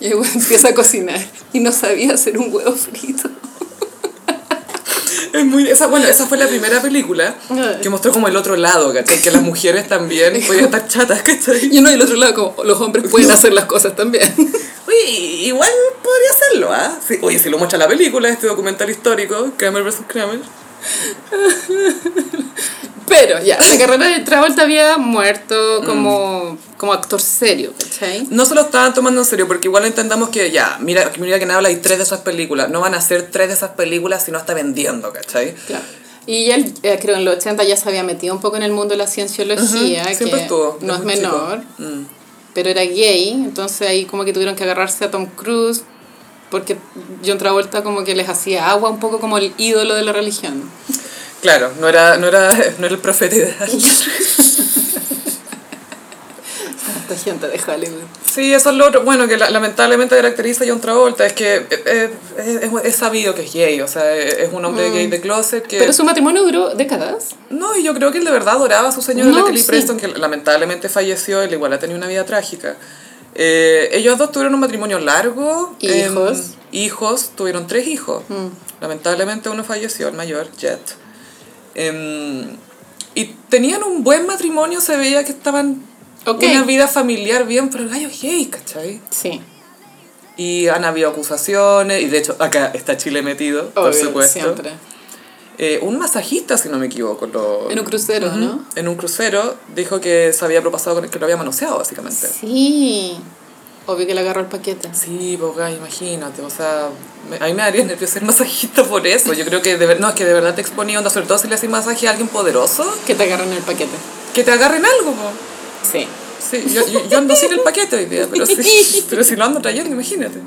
[SPEAKER 2] Y el weón empieza a cocinar y no sabía hacer un huevo frito.
[SPEAKER 1] Es muy, esa, bueno, esa fue la primera película que mostró como el otro lado, ¿cachai? Que las mujeres también podían estar chatas, ¿cachai?
[SPEAKER 2] Y uno del otro lado, como, los hombres pueden hacer las cosas también.
[SPEAKER 1] Oye, igual podría hacerlo, ¿ah? Sí, oye, si lo muestra la película, este documental histórico, Kramer vs. Kramer.
[SPEAKER 2] Pero ya, la carrera de Travolta había muerto
[SPEAKER 1] Mm.
[SPEAKER 2] como, como actor serio, ¿cachai?
[SPEAKER 1] No se lo estaban tomando en serio, porque igual entendamos que ya, mira, mira que habla, hay tres de esas películas. No van a ser tres de esas películas si no está vendiendo, ¿cachai?
[SPEAKER 2] Claro. Y él, eh, creo, en los 80 ya se había metido un poco en el mundo de la cienciología,
[SPEAKER 1] Ujú, siempre
[SPEAKER 2] que
[SPEAKER 1] estuvo,
[SPEAKER 2] no es
[SPEAKER 1] desde chico.
[SPEAKER 2] menor,
[SPEAKER 1] Mm.
[SPEAKER 2] pero era gay, entonces ahí como que tuvieron que agarrarse a Tom Cruise, porque John Travolta como que les hacía agua un poco como el ídolo de la religión.
[SPEAKER 1] Claro, no era, no era, no era el profeta ideal.
[SPEAKER 2] Esta gente de Hollywood.
[SPEAKER 1] Sí, eso es lo otro, bueno, que la- lamentablemente caracteriza a John Travolta, es que eh, eh, es, es sabido que es gay, o sea, es es un hombre gay de closet que...
[SPEAKER 2] Mm. Pero su matrimonio duró décadas.
[SPEAKER 1] No, y yo creo que él de verdad adoraba a su señora,
[SPEAKER 2] No,
[SPEAKER 1] la Kelly
[SPEAKER 2] sí.
[SPEAKER 1] Preston, que lamentablemente falleció, él igual ha tenido una vida trágica. Eh, ellos dos tuvieron un matrimonio largo.
[SPEAKER 2] ¿Y
[SPEAKER 1] eh,
[SPEAKER 2] hijos? Mm.
[SPEAKER 1] hijos, tuvieron tres hijos. Lamentablemente uno falleció, el mayor, Jet. Em, y tenían un buen matrimonio, se veía que estaban...
[SPEAKER 2] Ok.
[SPEAKER 1] Una vida familiar bien, pero el gallo es gay, ¿cachai?
[SPEAKER 2] Sí.
[SPEAKER 1] Y han habido acusaciones, y de hecho acá está Chile metido, por
[SPEAKER 2] Obvio,
[SPEAKER 1] supuesto.
[SPEAKER 2] Siempre.
[SPEAKER 1] Eh, un masajista, si no me equivoco, lo...
[SPEAKER 2] En un crucero,
[SPEAKER 1] Ujú.
[SPEAKER 2] ¿no?
[SPEAKER 1] En un crucero dijo que se había propasado con el que lo había manoseado, básicamente.
[SPEAKER 2] Sí. Obvio que le agarró el paquete.
[SPEAKER 1] Sí, boga, imagínate, o sea, me- a mí me daría nervioso ser masajista por eso. Yo creo que de, ver- no, es que de verdad te exponía, onda, sobre todo si le haces masaje a alguien poderoso,
[SPEAKER 2] Que te agarran el paquete.
[SPEAKER 1] que te agarren algo. po.
[SPEAKER 2] Sí.
[SPEAKER 1] Sí, yo, yo, yo ando sin el paquete hoy día, pero sí, pero si lo ando trayendo, imagínate.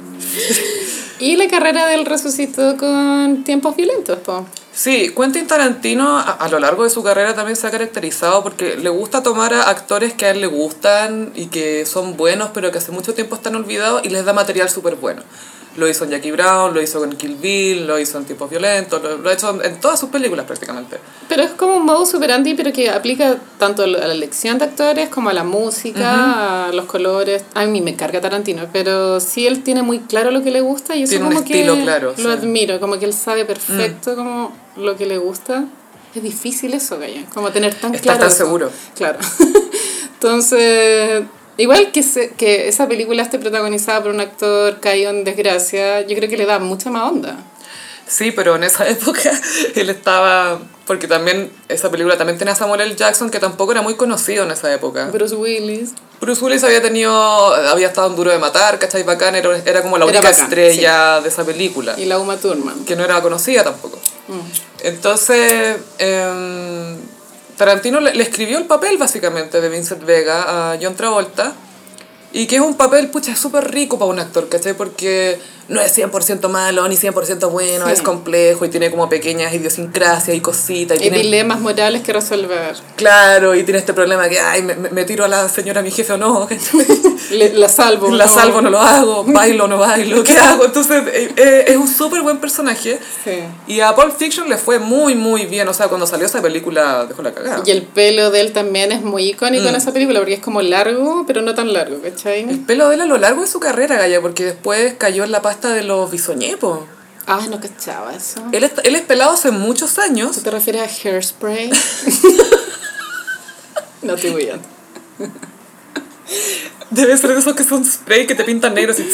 [SPEAKER 2] Y la carrera del resucitó con tiempos violentos, po.
[SPEAKER 1] Sí, Quentin Tarantino a, a lo largo de su carrera también se ha caracterizado porque le gusta tomar a actores que a él le gustan y que son buenos, pero que hace mucho tiempo están olvidados y les da material súper bueno. Lo hizo en Jackie Brown, lo hizo en Kill Bill, lo hizo en Tipos Violentos, lo, lo ha hecho en, en todas sus películas prácticamente.
[SPEAKER 2] Pero es como un modus operandi, pero que aplica tanto a la elección de actores como a la música, a los colores. A mí me carga Tarantino, pero sí él tiene muy claro lo que le gusta y eso
[SPEAKER 1] Tiene un
[SPEAKER 2] como
[SPEAKER 1] estilo
[SPEAKER 2] que
[SPEAKER 1] claro, sí.
[SPEAKER 2] lo
[SPEAKER 1] Mm.
[SPEAKER 2] admiro, como que él sabe perfecto como lo que le gusta. Es difícil eso, Gaya, como tener tan
[SPEAKER 1] Estar
[SPEAKER 2] Ah, claro.
[SPEAKER 1] tan
[SPEAKER 2] eso.
[SPEAKER 1] seguro.
[SPEAKER 2] Claro. Entonces, igual que, se- que esa película esté protagonizada por un actor caído en desgracia, yo creo que le da mucha más onda.
[SPEAKER 1] Sí, pero en esa época él estaba... Porque también esa película también tenía a Samuel L. Jackson, que tampoco era muy conocido en esa época.
[SPEAKER 2] Bruce Willis.
[SPEAKER 1] Bruce Willis había tenido, había estado en Duro de Matar, ¿cachai? Bacán, era, era como la
[SPEAKER 2] Era
[SPEAKER 1] única
[SPEAKER 2] bacán,
[SPEAKER 1] estrella de esa película,
[SPEAKER 2] Y la Uma Thurman.
[SPEAKER 1] que no era conocida tampoco.
[SPEAKER 2] Mm.
[SPEAKER 1] Entonces, em, Tarantino le, le escribió el papel básicamente de Vincent Vega a John Travolta Y que es un papel, pucha, es súper rico para un actor, ¿cachai? Porque no es 100% malo ni 100% bueno,
[SPEAKER 2] Sí.
[SPEAKER 1] es complejo y tiene como pequeñas idiosincrasias y cositas. Y
[SPEAKER 2] Hay
[SPEAKER 1] tiene-
[SPEAKER 2] dilemas morales que resolver.
[SPEAKER 1] claro, y tiene este problema que, ay, me, me- me tiro a la señora, mi jefe o no, ¿cachai?
[SPEAKER 2] Le- la salvo.
[SPEAKER 1] la
[SPEAKER 2] ¿no?
[SPEAKER 1] salvo, no lo hago, bailo, no bailo, ¿qué hago? Entonces, eh, eh, es un súper buen personaje.
[SPEAKER 2] Sí.
[SPEAKER 1] Y a Pulp Fiction le fue muy, muy bien. O sea, cuando salió esa película, dejó la cagada.
[SPEAKER 2] Y el pelo de él también es muy icónico
[SPEAKER 1] Mm.
[SPEAKER 2] en esa película porque es como largo, pero no tan largo, ¿cachai?
[SPEAKER 1] El pelo de él a lo largo de su carrera, Gaya, porque después cayó en la pasta de los bisoñepos.
[SPEAKER 2] Ah, no cachaba eso.
[SPEAKER 1] Él, es- él es pelado hace muchos
[SPEAKER 2] ¿Tú
[SPEAKER 1] años.
[SPEAKER 2] te refieres a hairspray? no te voy a.
[SPEAKER 1] Debe ser de esos que son spray que te pintan negro así.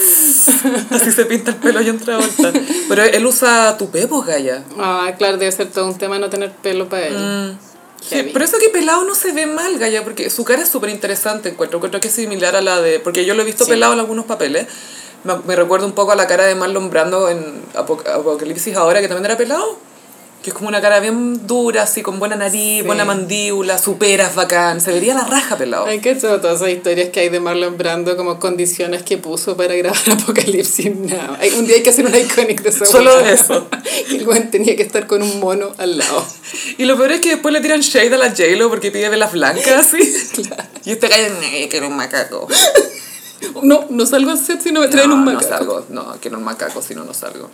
[SPEAKER 1] así se pinta el pelo y entra vuelta. Pero él usa tupé, pues, Gaya.
[SPEAKER 2] Ah, claro, debe ser todo un tema no tener pelo para él.
[SPEAKER 1] Sí, pero eso que pelado no se ve mal, Gaya, porque su cara es súper interesante, encuentro. Encuentro que es similar a la de... Porque yo lo he visto
[SPEAKER 2] Sí.
[SPEAKER 1] pelado en algunos papeles. Me, me recuerda un poco a la cara de Marlon Brando en Apo- Apocalipsis ahora, que también era pelado. Que es como una cara bien dura, así, con buena nariz,
[SPEAKER 2] Sí.
[SPEAKER 1] buena mandíbula, superas, bacán. Se vería la raja pelado.
[SPEAKER 2] Hay que echar todas esas historias que hay de Marlon Brando como condiciones que puso para grabar Apocalipsis Now. Hay- Un día hay que hacer una icónica de esa
[SPEAKER 1] Solo
[SPEAKER 2] weá.
[SPEAKER 1] eso.
[SPEAKER 2] Que el güey tenía que estar con un mono al lado.
[SPEAKER 1] Y lo peor es que después le tiran shade a la J-Lo porque pide velas blancas, así. Y este gallo, "Nee, que era un macaco.
[SPEAKER 2] No, no salgo al set si no me traen
[SPEAKER 1] no,
[SPEAKER 2] un
[SPEAKER 1] No
[SPEAKER 2] macaco.
[SPEAKER 1] salgo, no, que era un macaco, si no, no salgo.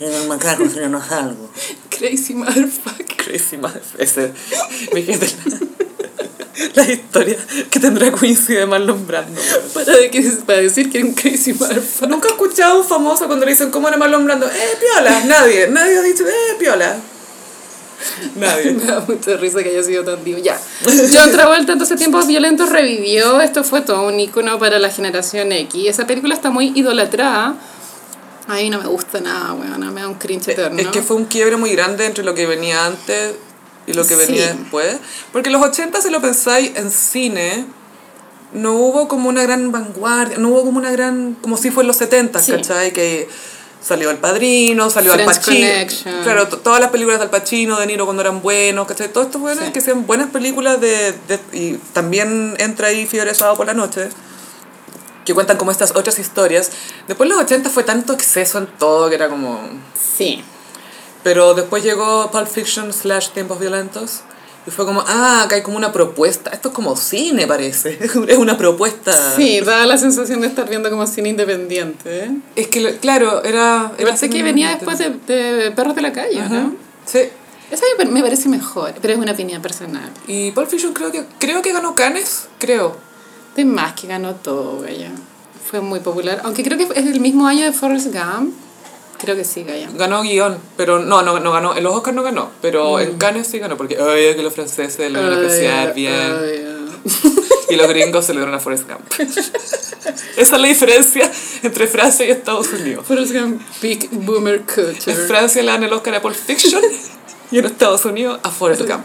[SPEAKER 7] Era un macaco, si no, no salgo.
[SPEAKER 2] Crazy motherfucker.
[SPEAKER 1] Crazy Mad- ese me dijiste la, la historia que tendrá Quincy de Marlon Brando.
[SPEAKER 2] Para, de que, para decir que era un crazy motherfucker.
[SPEAKER 1] Nunca he escuchado a un famoso cuando le dicen cómo era Marlon Brando. Eh, piola. Nadie, nadie ha dicho, eh, piola. Nadie.
[SPEAKER 2] Me da mucha risa que haya sido tan vivo. Ya. John Travolta, entonces, Tiempos Violentos revivió. Esto fue todo un icono para la generación X. Esa película está muy idolatrada. Ay, no me gusta nada, weón. Me da un cringe eterno.
[SPEAKER 1] Eh, Es que fue un quiebre muy grande entre lo que venía antes y lo que venía
[SPEAKER 2] Sí.
[SPEAKER 1] después. Porque en los 80, si lo pensáis, en cine no hubo como una gran vanguardia, no hubo como una gran... como si fue en los 70,
[SPEAKER 2] Sí.
[SPEAKER 1] ¿cachai? Que salió El Padrino, salió Al
[SPEAKER 2] Friends
[SPEAKER 1] Pacino.
[SPEAKER 2] Connection.
[SPEAKER 1] Claro, to- todas las películas de Al Pacino, De Niro cuando eran buenos, ¿cachai? Todos estos buenos
[SPEAKER 2] Sí.
[SPEAKER 1] que sean buenas películas de, de- Y también entra ahí Fiebre Sábado por la Noche que cuentan como estas otras historias. Después en los 80 fue tanto exceso en todo que era como...
[SPEAKER 2] Sí.
[SPEAKER 1] Pero después llegó Pulp Fiction slash Tiempos Violentos y fue como, ah, acá hay como una propuesta. Esto es como cine, parece. Es una propuesta.
[SPEAKER 2] Sí, daba la sensación de estar viendo como cine independiente. ¿eh?
[SPEAKER 1] Es que, lo- claro, era...
[SPEAKER 2] Me
[SPEAKER 1] era
[SPEAKER 2] parece que
[SPEAKER 1] cine
[SPEAKER 2] venía después
[SPEAKER 1] independiente.
[SPEAKER 2] de, de Perros de la Calle, ¿no?
[SPEAKER 1] Sí.
[SPEAKER 2] Esa me- me parece mejor, pero es una opinión personal.
[SPEAKER 1] Y Pulp Fiction creo que, creo que ganó Cannes, creo.
[SPEAKER 2] De más que ganó todo, Gaya. Fue muy popular. Aunque creo que es el mismo año de Forrest Gump. Creo que sí, Gaya.
[SPEAKER 1] Ganó guión, pero no, no, no ganó. En los Oscars no ganó, pero en Cannes sí ganó, porque, ay, que los franceses lo van a apreciar
[SPEAKER 2] Ay,
[SPEAKER 1] bien.
[SPEAKER 2] ay,
[SPEAKER 1] Y los gringos celebran a Forrest Gump. Esa es la diferencia entre Francia y Estados Unidos.
[SPEAKER 2] ay. Forrest Gump, Big Boomer
[SPEAKER 1] En
[SPEAKER 2] Culture.
[SPEAKER 1] Francia le dan el Oscar a Pulp Fiction y en Estados Unidos a Forrest Gump.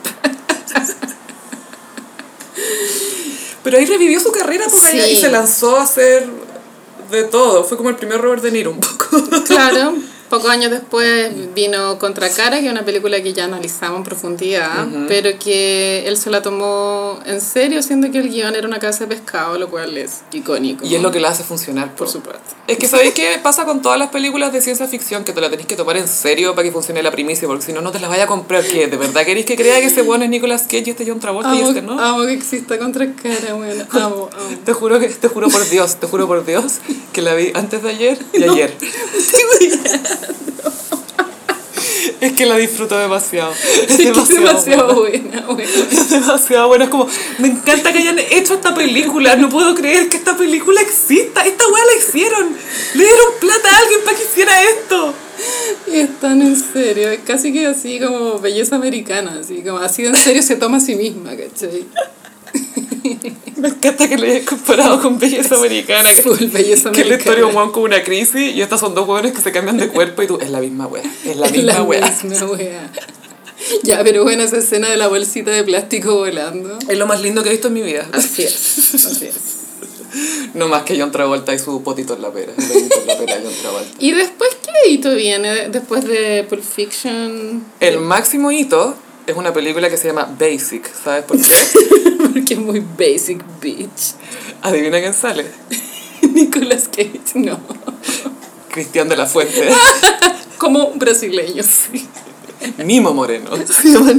[SPEAKER 1] Pero ahí revivió su carrera porque
[SPEAKER 2] Sí.
[SPEAKER 1] ahí se lanzó a hacer de todo. Fue como el primer Robert De Niro un poco.
[SPEAKER 2] Claro. Pocos años después vino Contra Cara, que es una película que ya analizamos en profundidad, pero que él se la tomó en serio, siendo que el guión era una casa de pescado, lo cual es icónico.
[SPEAKER 1] Y es lo que la hace funcionar,
[SPEAKER 2] Por
[SPEAKER 1] por supuesto.
[SPEAKER 2] supuesto.
[SPEAKER 1] Es que sabéis qué pasa con todas las películas de ciencia ficción que te la tenéis que tomar en serio para que funcione la primicia, porque si no, no te las vaya a comprar. Que de verdad queréis que crea que ese bueno es Nicolas Cage y este John Travolta y
[SPEAKER 2] Amo,
[SPEAKER 1] este no.
[SPEAKER 2] amo que exista Contra Cara, bueno. Amo, amo.
[SPEAKER 1] Te juro que te juro por Dios, te juro por Dios que la vi antes de ayer y ayer. Es que la disfruto demasiado. Es
[SPEAKER 2] Es que es
[SPEAKER 1] demasiado,
[SPEAKER 2] demasiado
[SPEAKER 1] buena.
[SPEAKER 2] buena, buena.
[SPEAKER 1] Es demasiado buena. Es como, me encanta que hayan hecho esta película. No puedo creer que esta película exista. Esta weá la hicieron. Le dieron plata a alguien para que hiciera esto.
[SPEAKER 2] Y es tan en serio, es casi que así como belleza americana, así como así de en serio se toma a sí misma, ¿cachai?
[SPEAKER 1] Me encanta que lo hayas comparado con Belleza Americana. Que,
[SPEAKER 2] Full belleza
[SPEAKER 1] que la
[SPEAKER 2] americana.
[SPEAKER 1] historia de un weón con una crisis y estas son dos weones que se cambian de cuerpo y tú, es la misma wea. Es la misma
[SPEAKER 2] La
[SPEAKER 1] wea.
[SPEAKER 2] misma wea. Ya, pero bueno, esa escena de la bolsita de plástico volando.
[SPEAKER 1] Es lo más lindo que he visto en mi vida.
[SPEAKER 2] Así es, así es.
[SPEAKER 1] No más que John Travolta y su potito en la pera. El potito en la pera de John Travolta.
[SPEAKER 2] ¿Y
[SPEAKER 1] Eh.
[SPEAKER 2] después qué hito viene? Después de Pulp Fiction.
[SPEAKER 1] El máximo hito Es una película que se llama Basic, ¿sabes por qué?
[SPEAKER 2] Porque es muy basic, bitch.
[SPEAKER 1] Adivina quién sale.
[SPEAKER 2] Nicolas Cage, no.
[SPEAKER 1] Cristian de la Fuente.
[SPEAKER 2] Como brasileño, sí.
[SPEAKER 1] Mimo Moreno.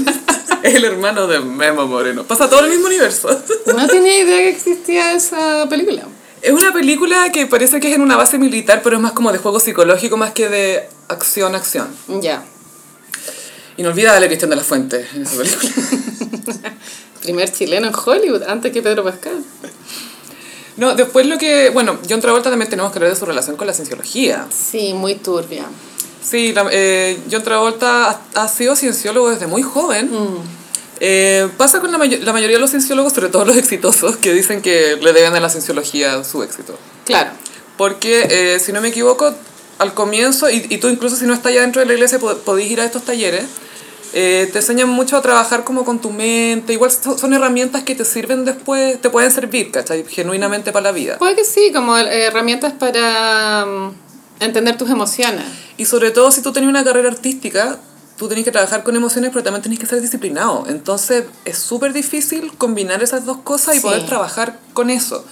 [SPEAKER 1] El hermano de Memo Moreno. Pasa todo en el mismo universo.
[SPEAKER 2] No tenía idea que existía esa película.
[SPEAKER 1] Es una película que parece que es en una base militar, pero es más como de juego psicológico más que de acción, acción.
[SPEAKER 2] Ya.
[SPEAKER 1] Inolvidable Cristian de la Fuente en esa película.
[SPEAKER 2] Primer chileno en Hollywood, antes que Pedro Pascal.
[SPEAKER 1] No, después lo que... Bueno, John Travolta también tenemos que hablar de su relación con la cienciología.
[SPEAKER 2] Sí, muy turbia.
[SPEAKER 1] Sí, la- eh, John Travolta ha, ha sido cienciólogo desde muy joven. Eh, pasa con la, mayo- la mayoría de los cienciólogos, sobre todo los exitosos, que dicen que le deben a la cienciología su éxito.
[SPEAKER 2] Claro.
[SPEAKER 1] Porque, eh, si no me equivoco, al comienzo, y, y tú incluso si no estás ya dentro de la iglesia, po- podés ir a estos talleres, eh, te enseñan mucho a trabajar como con tu mente, igual so- son herramientas que te sirven después, te pueden servir, ¿cachai? Genuinamente para la vida.
[SPEAKER 2] Puede que sí, como eh, herramientas para mm, entender tus emociones.
[SPEAKER 1] Y sobre todo si tú tenés una carrera artística, tú tenés que trabajar con emociones, pero también tenés que ser disciplinado. Entonces es súper difícil combinar esas dos cosas y
[SPEAKER 2] Sí.
[SPEAKER 1] poder trabajar con eso.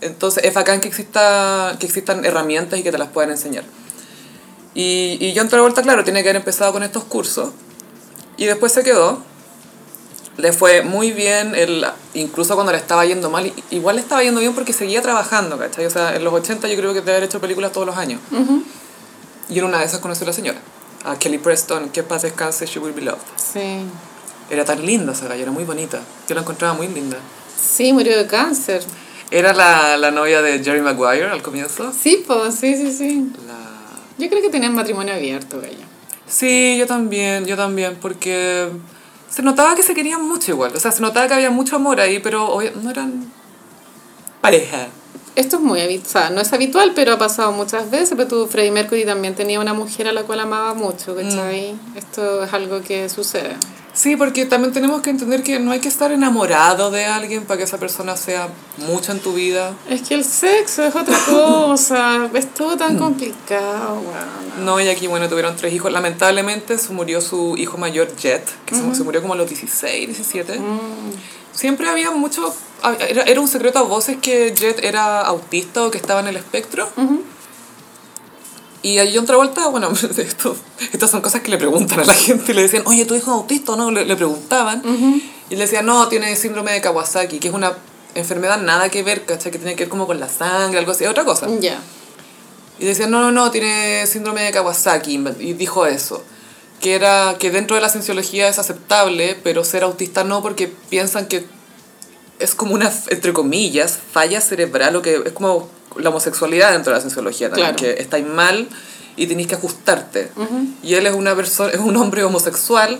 [SPEAKER 1] Entonces es bacán que, exista, que existan herramientas y que te las puedan enseñar. Y, y John Travolta, claro, tiene que haber empezado con estos cursos. Y después se quedó. Le fue muy bien, él, incluso cuando le estaba yendo mal, i- igual le estaba yendo bien porque seguía trabajando, ¿cachai? O sea, en los 80 yo creo que debe haber hecho películas todos los años. Y en una de esas conoció a la señora, a Kelly Preston, que paz descanse, she will be loved.
[SPEAKER 2] Sí.
[SPEAKER 1] Era tan linda esa galla, era muy bonita. Yo la encontraba muy linda.
[SPEAKER 2] Sí, murió de cáncer.
[SPEAKER 1] Era la, la novia de Jerry Maguire al comienzo.
[SPEAKER 2] Sí, pues, sí, sí, sí.
[SPEAKER 1] La...
[SPEAKER 2] Yo creo que tenían matrimonio abierto, gallo.
[SPEAKER 1] Sí, yo también, yo también, porque se notaba que se querían mucho igual. O sea, se notaba que había mucho amor ahí, pero obvia- no eran pareja.
[SPEAKER 2] Esto es muy habitual, no es habitual, pero ha pasado muchas veces. Pero tú, Freddie Mercury también tenía una mujer a la cual amaba mucho, ¿cachai? Esto es algo que sucede.
[SPEAKER 1] Sí, porque también tenemos que entender que no hay que estar enamorado de alguien para que esa persona sea mucho en tu vida.
[SPEAKER 2] Es que el sexo es otra cosa, es todo tan complicado, weón.
[SPEAKER 1] No, y aquí, bueno, tuvieron tres hijos. Lamentablemente se murió su hijo mayor, Jet, que se- se murió como a los 16, 17. Siempre había mucho... hab- Era, era un secreto a voces que Jet era autista o que estaba en el espectro. Y a John Travolta, bueno, esto, estas son cosas que le preguntan a la gente. Le decían, oye, ¿tu hijo es autista o no? Le, le preguntaban. Y le decían, no, tiene síndrome de Kawasaki, que es una enfermedad nada que ver, ¿cachai? Que tiene que ver como con la sangre, algo así, otra cosa.
[SPEAKER 2] Ya.
[SPEAKER 1] Y decían, no, no, no, tiene síndrome de Kawasaki. Y dijo eso. Que era que dentro de la cienciología es aceptable, pero ser autista no, porque piensan que es como una, entre comillas, falla cerebral, o que es como la homosexualidad dentro de la cienciología también,
[SPEAKER 2] Claro.
[SPEAKER 1] que estáis mal y tenéis que ajustarte. Y él es, una persona, es un hombre homosexual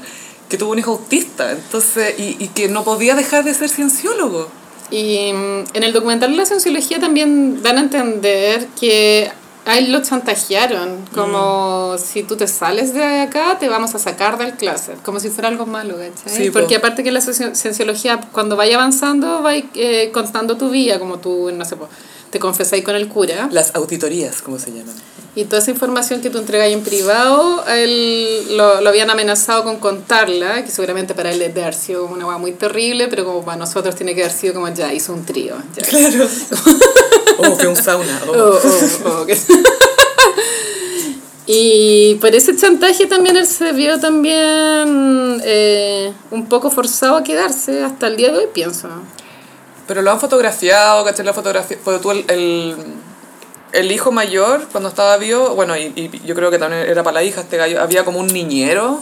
[SPEAKER 1] que tuvo un hijo autista, entonces, y, y que no podía dejar de ser cienciólogo.
[SPEAKER 2] Y mm, en el documental de la sociología también dan a entender que a él lo chantajearon,
[SPEAKER 1] Mm.
[SPEAKER 2] como si tú te sales de acá, te vamos a sacar del closet, como si fuera algo malo, ¿cachai?
[SPEAKER 1] Sí, po.
[SPEAKER 2] Porque aparte que la socio- cienciología, cuando vaya avanzando, va eh, contando tu vida, como tú, no sé, po, te confesáis con el cura.
[SPEAKER 1] Las auditorías, como se llaman.
[SPEAKER 2] Y toda esa información que tú entregas en privado, a él lo, lo habían amenazado con contarla, que seguramente para él debe haber sido una hueá muy terrible, pero como para nosotros tiene que haber sido como ya hizo un trío. ya.
[SPEAKER 1] Claro. Oh, fue un sauna. oh.
[SPEAKER 2] Oh, oh, oh, que- y por ese chantaje también él se vio también eh, un poco forzado a quedarse hasta el día de hoy, pienso.
[SPEAKER 1] Pero lo han fotografiado, ¿cachai? La fotografía. Pero tú, el, el, el hijo mayor, cuando estaba vivo, bueno, y, y yo creo que también era para la hija este gallo, había como un niñero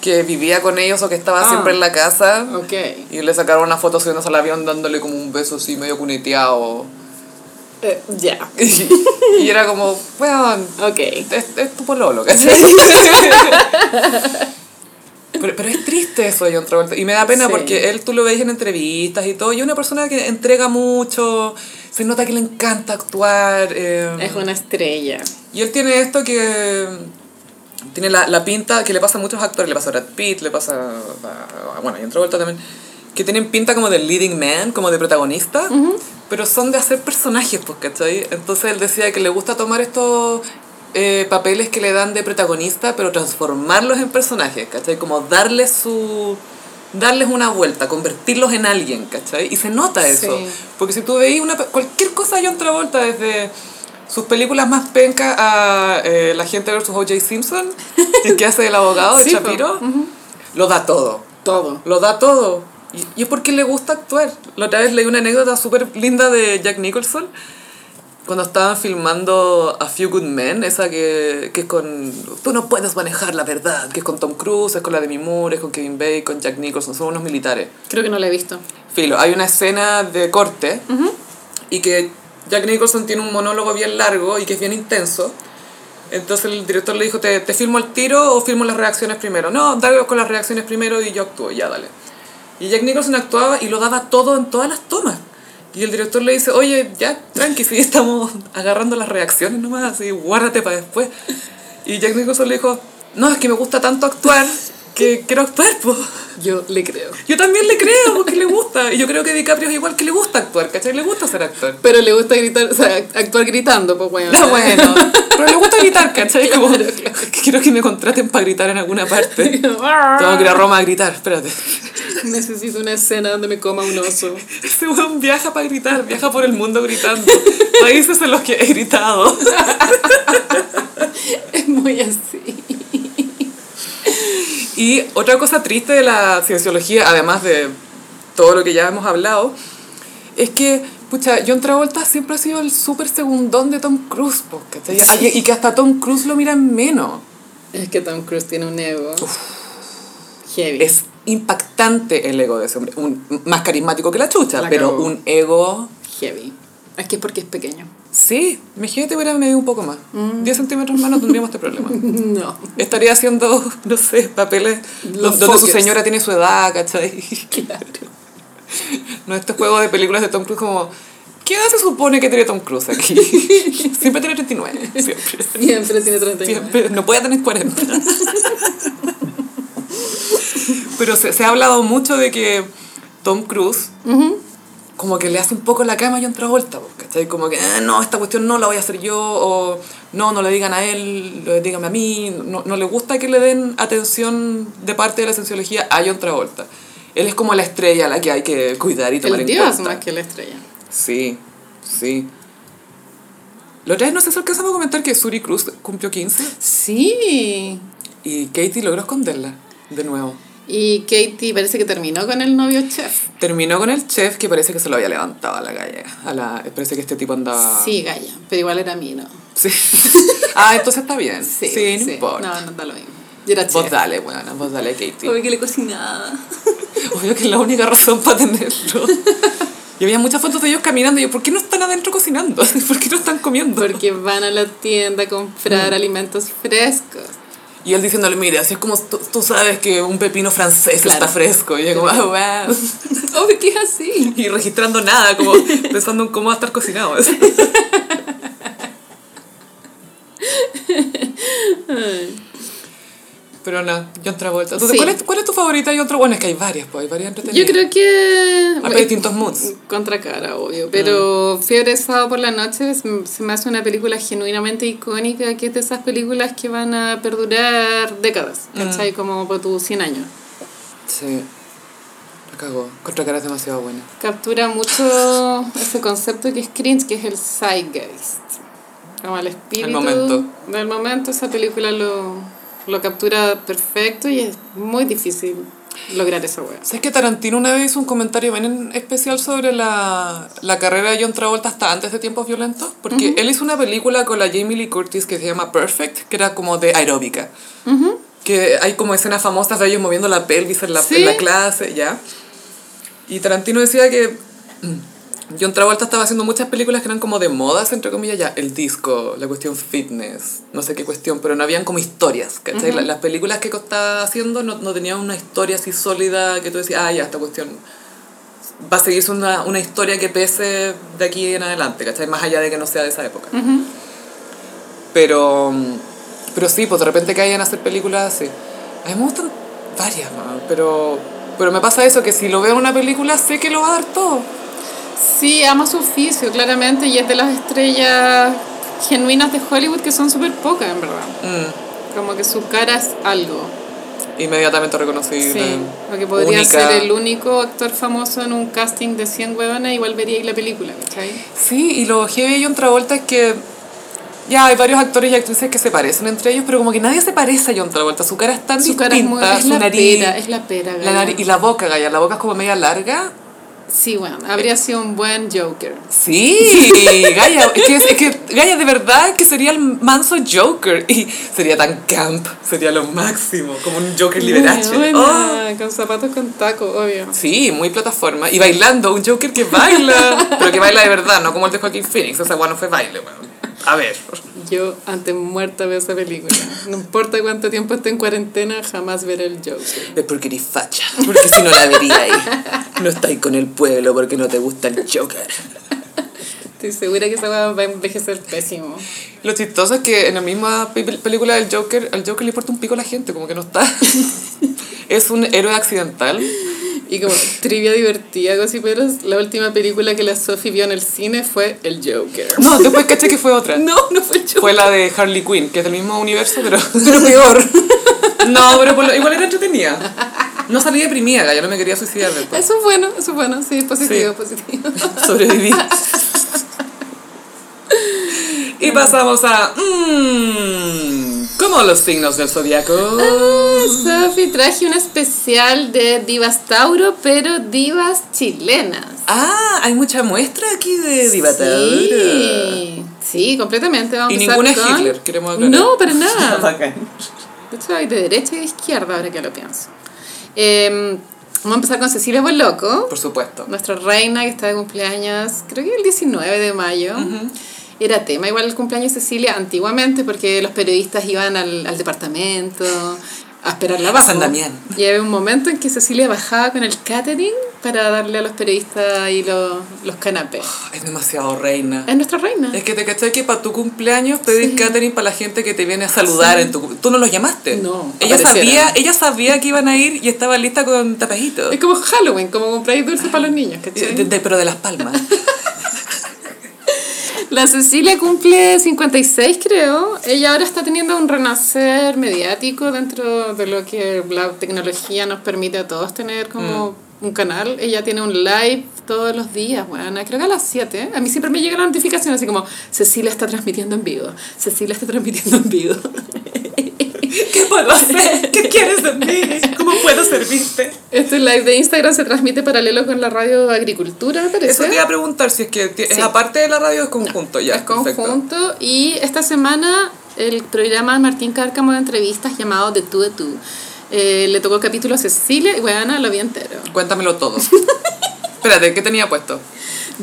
[SPEAKER 1] que vivía con ellos o que estaba
[SPEAKER 2] Ah.
[SPEAKER 1] siempre en la casa.
[SPEAKER 2] Ok.
[SPEAKER 1] Y le sacaron una foto subiéndose al avión dándole como un beso así medio cuneteado.
[SPEAKER 2] Eh, ya.
[SPEAKER 1] Y, y era como, weón,
[SPEAKER 2] Ok.
[SPEAKER 1] es, es tu Este, pololo, ¿cachai? Pero, pero es triste eso de John Travolta. Y me da pena
[SPEAKER 2] Sí.
[SPEAKER 1] porque él tú lo veis en entrevistas y todo. Y es una persona que entrega mucho. Se nota que le encanta actuar. eh,
[SPEAKER 2] Es una estrella.
[SPEAKER 1] Y él tiene esto que. mm, Tiene la, la pinta que le pasa a muchos actores. Le pasa a Brad Pitt, le pasa a. a- Bueno, y John Travolta también. Que tienen pinta como de leading man, como de protagonista. Pero son de hacer personajes, pues, ¿cachai? Entonces él decía que le gusta tomar estos eh, papeles que le dan de protagonista, pero transformarlos en personajes, ¿cachai? Como darles su... darles una vuelta, convertirlos en alguien, ¿cachai? Y se nota eso.
[SPEAKER 2] Sí.
[SPEAKER 1] Porque si tú veis una, pe- cualquier cosa de John Travolta, desde sus películas más pencas a eh, La gente versus O.J. Simpson, el que hace el abogado de
[SPEAKER 2] Sí, po. Mm.
[SPEAKER 1] Shapiro, lo da todo
[SPEAKER 2] Todo.
[SPEAKER 1] lo da todo. Y, y es porque le gusta actuar. La otra vez leí una anécdota súper linda de Jack Nicholson. Cuando estaban filmando A Few Good Men, esa que, que es con... Tú no puedes manejar la verdad, que es con Tom Cruise, es con la de Moore, es con Kevin Bacon, con Jack Nicholson, son unos militares.
[SPEAKER 2] Creo que no la he visto.
[SPEAKER 1] Filo, hay una escena de corte y que Jack Nicholson tiene un monólogo bien largo y que es bien intenso. Entonces el director le dijo, ¿te, te filmo el tiro o filmo las reacciones primero? No, dale con las reacciones primero y yo actúo, ya dale. Y Jack Nicholson actuaba y lo daba todo en todas las tomas. Y el director le dice, oye, ya, tranqui, sí, estamos agarrando las reacciones nomás, así, guárdate para después. Y Jack Nicholson le dijo, no, es que me gusta tanto actuar que quiero actuar, pues.
[SPEAKER 2] Yo le creo.
[SPEAKER 1] Yo también le creo, porque le gusta. Y yo creo que DiCaprio es igual que le gusta actuar, ¿cachai? Le gusta ser actor.
[SPEAKER 2] Pero le gusta gritar, o sea, actuar gritando, pues bueno.
[SPEAKER 1] No, bueno, pero le gusta gritar, ¿cachai? Como, quiero que me contraten para gritar en alguna parte. Tengo que ir a Roma a gritar, espérate.
[SPEAKER 2] Necesito una escena donde me coma un oso.
[SPEAKER 1] Este weón viaja para gritar, viaja por el mundo gritando. Países en los que he gritado.
[SPEAKER 2] Es muy así.
[SPEAKER 1] Y otra cosa triste de la cienciología, además de todo lo que ya hemos hablado, es que, pucha, John Travolta siempre ha sido el súper segundón de Tom Cruise, po, ¿cachai? Y, y que hasta Tom Cruise lo miran menos.
[SPEAKER 2] Es que Tom Cruise tiene un ego. Heavy.
[SPEAKER 1] Es impactante el ego de ese hombre. Un, más carismático que la chucha,
[SPEAKER 2] La
[SPEAKER 1] pero
[SPEAKER 2] cagó.
[SPEAKER 1] un ego...
[SPEAKER 2] Heavy. Es que es porque es pequeño.
[SPEAKER 1] Sí, imagínate hubiera medido un poco más.
[SPEAKER 2] Mm.
[SPEAKER 1] 10 centímetros más no tendríamos este problema.
[SPEAKER 2] No.
[SPEAKER 1] Estaría haciendo, no sé, papeles
[SPEAKER 2] Los
[SPEAKER 1] donde su
[SPEAKER 2] Fokkers.
[SPEAKER 1] señora tiene su edad, ¿cachai?
[SPEAKER 2] Claro.
[SPEAKER 1] No, este juego de películas de Tom Cruise como... ¿Qué edad se supone que tiene Tom Cruise aquí? Siempre tiene 39. Siempre.
[SPEAKER 2] Siempre tiene 39.
[SPEAKER 1] Siempre. No puede tener 40. Pero se, se ha hablado mucho de que Tom Cruise como que le hace un poco la cama a John Travolta, po, ¿cachai? Como que, "Ah, no, esta cuestión no la voy a hacer yo, o no, no le digan a él, lo- díganme a mí. No, no le gusta que le den atención de parte de la cienciología a John Travolta. Él es como la estrella a la que hay que cuidar y tomar
[SPEAKER 2] El
[SPEAKER 1] en
[SPEAKER 2] dios
[SPEAKER 1] cuenta.
[SPEAKER 2] más que la estrella.
[SPEAKER 1] Sí, sí. La otra vez no sé si alcanzamos a comentar que Suri Cruz cumplió 15
[SPEAKER 2] Sí.
[SPEAKER 1] y Katie logró esconderla de nuevo.
[SPEAKER 2] Y Katie parece que terminó con el novio chef.
[SPEAKER 1] Terminó con el chef que parece que se lo había levantado a la calle. A la, parece que este tipo andaba...
[SPEAKER 2] Sí, Gaya. Pero igual era mí, ¿no?
[SPEAKER 1] Sí. ah, entonces está bien. Sí, no importa.
[SPEAKER 2] No, no da lo mismo. Yo era
[SPEAKER 1] Vos
[SPEAKER 2] chef.
[SPEAKER 1] dale, bueno, vos dale, Katie.
[SPEAKER 2] Porque le cocinaba.
[SPEAKER 1] Obvio que es la única razón para tenerlo. Y había muchas fotos de ellos caminando. Y yo, ¿por qué no están adentro cocinando? ¿Por qué no están comiendo?
[SPEAKER 2] Porque van a la tienda a
[SPEAKER 1] Mm.
[SPEAKER 2] comprar alimentos frescos.
[SPEAKER 1] Y él diciéndole, mire, así es como tú, tú sabes que un pepino francés
[SPEAKER 2] Claro.
[SPEAKER 1] está fresco. Y yo como, ah, wow.
[SPEAKER 2] Obvio que es así.
[SPEAKER 1] Y registrando nada, como pensando en cómo va a estar cocinado eso. Pero no, John Travolta. Entonces,
[SPEAKER 2] Sí.
[SPEAKER 1] ¿cuál, es, cuál es tu favorita y otro? Bueno, es que hay varias, pues, hay varias entretenidas. Ah,
[SPEAKER 2] Yo creo que...
[SPEAKER 1] Hay distintos moods.
[SPEAKER 2] Contracara, obvio. Pero Fiebre de Sábado por la Noche es- se me hace una película genuinamente icónica, que es de esas películas que van a perdurar décadas, ¿cachai? Como por tus 100 años.
[SPEAKER 1] Sí. La cagó. Contra cara es demasiado buena.
[SPEAKER 2] Captura mucho ese concepto que es cringe, que es el zeitgeist. Como el espíritu
[SPEAKER 1] momento.
[SPEAKER 2] del momento. Esa película lo, lo captura perfecto y es muy difícil lograr esa wea.
[SPEAKER 1] ¿Sabes que Tarantino una vez hizo un comentario bien en- especial sobre la, la carrera de John Travolta hasta antes de Tiempos Violentos? Porque él hizo una película con la Jamie Lee Curtis que se llama Perfect, que era como de aeróbica. Que hay como escenas famosas de ellos moviendo la pelvis en la,
[SPEAKER 2] Sí.
[SPEAKER 1] en la clase, ¿ya? Y Tarantino decía que mm, John Travolta estaba haciendo muchas películas que eran como de modas, entre comillas, ya. El disco, la cuestión fitness, no sé qué cuestión, pero no habían como historias, ¿cachai? La- Las películas que estaba haciendo no, no tenían una historia así sólida que tú decías, ah, ya, esta cuestión va a seguirse una, una historia que pese de aquí en adelante, ¿cachai? Más allá de que no sea de esa época. Pero mm, pero sí, pues de repente que hayan hacer películas así. A mí me gustan varias, man, pero, pero me pasa eso, que si lo veo en una película sé que lo va a dar todo.
[SPEAKER 2] Sí, ama su oficio, claramente, y es de las estrellas genuinas de Hollywood que son súper pocas, en verdad. Como que su cara es algo.
[SPEAKER 1] Mm. Inmediatamente reconocible.
[SPEAKER 2] Sí, porque podría
[SPEAKER 1] única.
[SPEAKER 2] ser el único actor famoso en un casting de 100 huevones, igual vería ahí la película, ¿cachai?
[SPEAKER 1] Sí, y lo heavy de John Travolta es que ya hay varios actores y actrices que se parecen entre ellos, pero como que nadie se parece a John Travolta. Su cara es tan
[SPEAKER 2] Su cara es muy.
[SPEAKER 1] distinta,
[SPEAKER 2] Es
[SPEAKER 1] su
[SPEAKER 2] la
[SPEAKER 1] nariz,
[SPEAKER 2] pera, es la pera,
[SPEAKER 1] la
[SPEAKER 2] Gaya.
[SPEAKER 1] nariz- y la boca, Gaya. La boca es como media larga.
[SPEAKER 2] Sí, bueno, habría sido un buen Joker.
[SPEAKER 1] Sí, Gaya. Es que, es que Gaya de verdad que sería el manso Joker y sería tan camp, sería lo máximo, como un Joker liberace. Oh.
[SPEAKER 2] Buena, Con zapatos con taco, obvio.
[SPEAKER 1] Sí, muy plataforma. Y bailando, un Joker que baila, pero que baila de verdad, no como el de Joaquin Phoenix. O sea, bueno, fue baile, bueno. A ver.
[SPEAKER 2] Yo antes muerta veo esa película. No importa cuánto tiempo esté en cuarentena, jamás veré el Joker.
[SPEAKER 1] Es porque eres facha. Porque si no la vería ahí. No estáis con el pueblo porque no te gusta el Joker.
[SPEAKER 2] Estoy segura que esa weá va a envejecer pésimo.
[SPEAKER 1] Lo chistoso es que en la misma pe- película del Joker, al Joker le importa un pico a la gente, como que no está. Es un héroe accidental.
[SPEAKER 2] Y como trivia divertida, gossiperos, la última película que la Sophie vio en el cine fue El Joker.
[SPEAKER 1] No, después caché que fue otra.
[SPEAKER 2] No, no fue el Joker.
[SPEAKER 1] Fue la de Harley Quinn, que es del mismo universo, pero.
[SPEAKER 2] Pero peor.
[SPEAKER 1] No, pero por lo- igual era entretenida. No salí deprimida, ya no me quería suicidar después.
[SPEAKER 2] Eso es bueno, eso es bueno, sí, positivo, positivo.
[SPEAKER 1] Sobreviví. Y pasamos a. Mmm, ¿Cómo los signos del zodiaco?
[SPEAKER 2] Ah, Sophie, traje un especial de Divas Tauro, pero divas chilenas.
[SPEAKER 1] Ah, hay mucha muestra aquí de Divatadura.
[SPEAKER 2] Sí, sí, completamente. Vamos
[SPEAKER 1] Y
[SPEAKER 2] a empezar
[SPEAKER 1] ninguna es
[SPEAKER 2] con-
[SPEAKER 1] Hitler, queremos aclarar.
[SPEAKER 2] No, para nada.
[SPEAKER 1] Bacán.
[SPEAKER 2] De hecho, hay de derecha y de izquierda, ahora que lo pienso. Em, vamos a empezar con Cecilia Boloco,
[SPEAKER 1] Por supuesto.
[SPEAKER 2] nuestra reina que está de cumpleaños, creo que el 19 de mayo. Era tema igual el cumpleaños de Cecilia antiguamente, porque los periodistas iban al, al departamento a esperar la baja.
[SPEAKER 1] San Damián.
[SPEAKER 2] Y había un momento en que Cecilia bajaba con el catering para darle a los periodistas y los, los canapés.
[SPEAKER 1] Es demasiado reina.
[SPEAKER 2] Es nuestra reina.
[SPEAKER 1] Oh. Es que te caché que para tu cumpleaños pedís catering para la gente que te viene a saludar en tu cum- Tú no los llamaste.
[SPEAKER 2] No,
[SPEAKER 1] Ella sabía,
[SPEAKER 2] aparecieron.
[SPEAKER 1] ella sabía que iban a ir y estaba lista con tapajitos. Eh,
[SPEAKER 2] Es como Halloween, como compráis dulces para los niños, ¿cachai?
[SPEAKER 1] De- de- pero de las palmas.
[SPEAKER 2] La Cecilia cumple 56, creo. Ella ahora está teniendo un renacer mediático dentro de lo que la tecnología nos permite a todos tener como un canal. Ella tiene un live todos los días, bueno, creo que a las 7. A mí siempre me llega la notificación así como, Cecilia está transmitiendo en vivo, Cecilia está transmitiendo en vivo.
[SPEAKER 1] ¿Qué puedo hacer? ¿Qué quieres de mí? ¿Cómo puedo servirte?
[SPEAKER 2] Este live de Instagram se transmite paralelo con la radio Agricultura, me parece.
[SPEAKER 1] Eso te iba a preguntar si es que ti- es
[SPEAKER 2] Sí.
[SPEAKER 1] aparte de la radio es conjunto ya.
[SPEAKER 2] es
[SPEAKER 1] perfecto.
[SPEAKER 2] conjunto. Y esta semana el programa de Martín Cárcamo de entrevistas llamado De tú de tú. Eh, le tocó el capítulo a Cecilia y Weana lo vi entero.
[SPEAKER 1] Cuéntamelo todo. Espérate, ¿qué tenía puesto?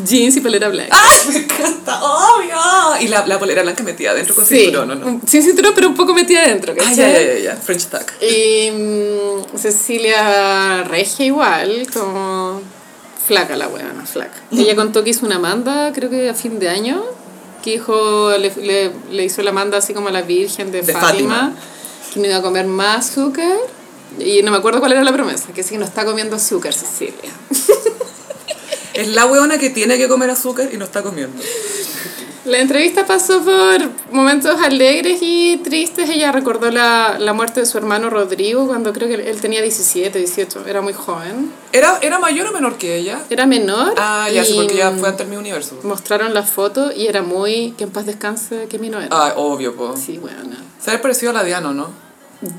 [SPEAKER 2] Jeans y polera blanca.
[SPEAKER 1] ¡Ah! Me encanta, obvio. Y la, la polera blanca metida adentro con
[SPEAKER 2] sí,
[SPEAKER 1] cinturón, ¿o no?
[SPEAKER 2] un- sin cinturón pero un poco metida adentro.
[SPEAKER 1] Ah,
[SPEAKER 2] ¿cachai?
[SPEAKER 1] ya, ya, ya, ya. French Tuck.
[SPEAKER 2] Y mm, Cecilia Regia igual, como flaca la weona, flaca. Ella contó que hizo una manda, creo que a fin de año, que dijo, le, le, le hizo la manda así como a la Virgen de,
[SPEAKER 1] De
[SPEAKER 2] Fátima,
[SPEAKER 1] Fátima.
[SPEAKER 2] que no iba a comer más azúcar. Y no me acuerdo cuál era la promesa, que sí que no está comiendo azúcar, Cecilia.
[SPEAKER 1] Es la weona que tiene que comer azúcar y no está comiendo.
[SPEAKER 2] La entrevista pasó por momentos alegres y tristes. Ella recordó la, la muerte de su hermano Rodrigo cuando creo que él tenía 17, 18, era muy joven.
[SPEAKER 1] ¿Era, era mayor o menor que ella?
[SPEAKER 2] Era menor.
[SPEAKER 1] Ah, ya
[SPEAKER 2] y
[SPEAKER 1] sé, porque ya fue antes de mi universo.
[SPEAKER 2] Mostraron la foto y era muy. Que en paz descanse, que mino era.
[SPEAKER 1] Ah, obvio, po.
[SPEAKER 2] Sí, bueno.
[SPEAKER 1] Se ha parecido a la Diana, ¿no?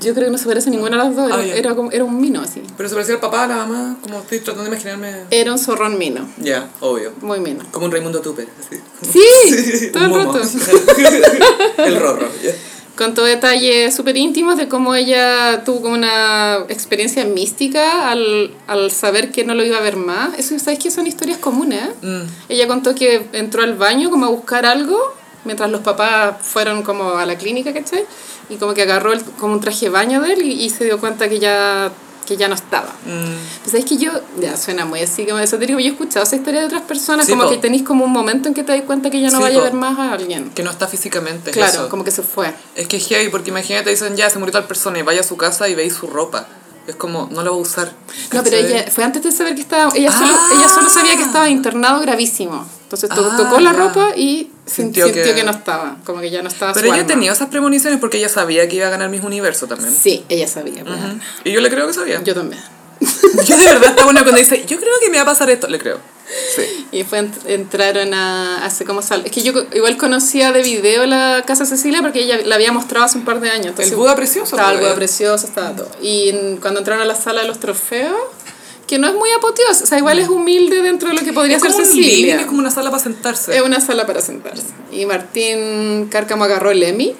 [SPEAKER 2] Yo creo que no se parece a ninguna de las dos.
[SPEAKER 1] Ah,
[SPEAKER 2] Era,
[SPEAKER 1] ya.
[SPEAKER 2] era como, era un mino así.
[SPEAKER 1] Pero se parecía al papá, a la mamá, como estoy tratando de imaginarme.
[SPEAKER 2] Era un zorrón mino.
[SPEAKER 1] Ya, obvio.
[SPEAKER 2] Muy mino.
[SPEAKER 1] Como un Raimundo Tupper, así.
[SPEAKER 2] Sí, todo el
[SPEAKER 1] Un momo.
[SPEAKER 2] rato.
[SPEAKER 1] el rorro. ya.
[SPEAKER 2] Contó detalles súper íntimos de cómo ella tuvo como una experiencia mística al, al saber que no lo iba a ver más. Eso, ¿sabes que Son historias comunes. ¿eh?
[SPEAKER 1] Mm,
[SPEAKER 2] Ella contó que entró al baño como a buscar algo, mientras los papás fueron como a la clínica, ¿cachai? Y como que agarró el- como un traje de baño de él y, y se dio cuenta que ya, que ya no estaba.
[SPEAKER 1] mm.
[SPEAKER 2] Pues es que yo, ya suena muy así como eso, te digo, yo he escuchado esa historia de otras personas,
[SPEAKER 1] Sí,
[SPEAKER 2] como
[SPEAKER 1] po.
[SPEAKER 2] que tenéis como un momento en que te das cuenta que ya no
[SPEAKER 1] Sí,
[SPEAKER 2] vaya a
[SPEAKER 1] po.
[SPEAKER 2] ver más a alguien.
[SPEAKER 1] Que no está físicamente. es
[SPEAKER 2] Claro,
[SPEAKER 1] eso.
[SPEAKER 2] como que se fue.
[SPEAKER 1] Es que es heavy, porque imagínate, dicen ya se murió tal persona y vaya a su casa y veis su ropa. Es como, no la voy a usar.
[SPEAKER 2] No, pero
[SPEAKER 1] ¿cachai?
[SPEAKER 2] ella fue antes de saber que estaba. Ella, solo,
[SPEAKER 1] Ah.
[SPEAKER 2] ella solo sabía que estaba internado gravísimo. Entonces to-
[SPEAKER 1] Ah,
[SPEAKER 2] tocó la
[SPEAKER 1] ya.
[SPEAKER 2] ropa y sintió,
[SPEAKER 1] Sintió
[SPEAKER 2] sintió que...
[SPEAKER 1] que-
[SPEAKER 2] no estaba. Como que ya no estaba.
[SPEAKER 1] Pero
[SPEAKER 2] su
[SPEAKER 1] ella
[SPEAKER 2] alma.
[SPEAKER 1] tenía esas premoniciones porque ella sabía que iba a ganar mis universo también.
[SPEAKER 2] Sí, ella sabía. weón.
[SPEAKER 1] Y yo le creo que sabía. Yo,
[SPEAKER 2] Yo también.
[SPEAKER 1] de verdad estaba una cuando dice, yo creo que me va a pasar esto. Le creo. Sí.
[SPEAKER 2] Y fue ent- entraron a hace como sal. Es que yo co- igual conocía de video la casa Cecilia porque ella la había mostrado hace un par de años. Entonces,
[SPEAKER 1] El Buda precioso,
[SPEAKER 2] Estaba el
[SPEAKER 1] todavía.
[SPEAKER 2] Buda precioso, estaba todo. Y en- cuando entraron a la sala de los trofeos, que no es muy apoteoso, o sea, igual es humilde dentro de lo que podría
[SPEAKER 1] Es
[SPEAKER 2] ser
[SPEAKER 1] como, un
[SPEAKER 2] Cecilia. Eh,
[SPEAKER 1] living, es como una sala para sentarse.
[SPEAKER 2] Es una sala para sentarse. Y Martín Cárcamo agarró el Emmy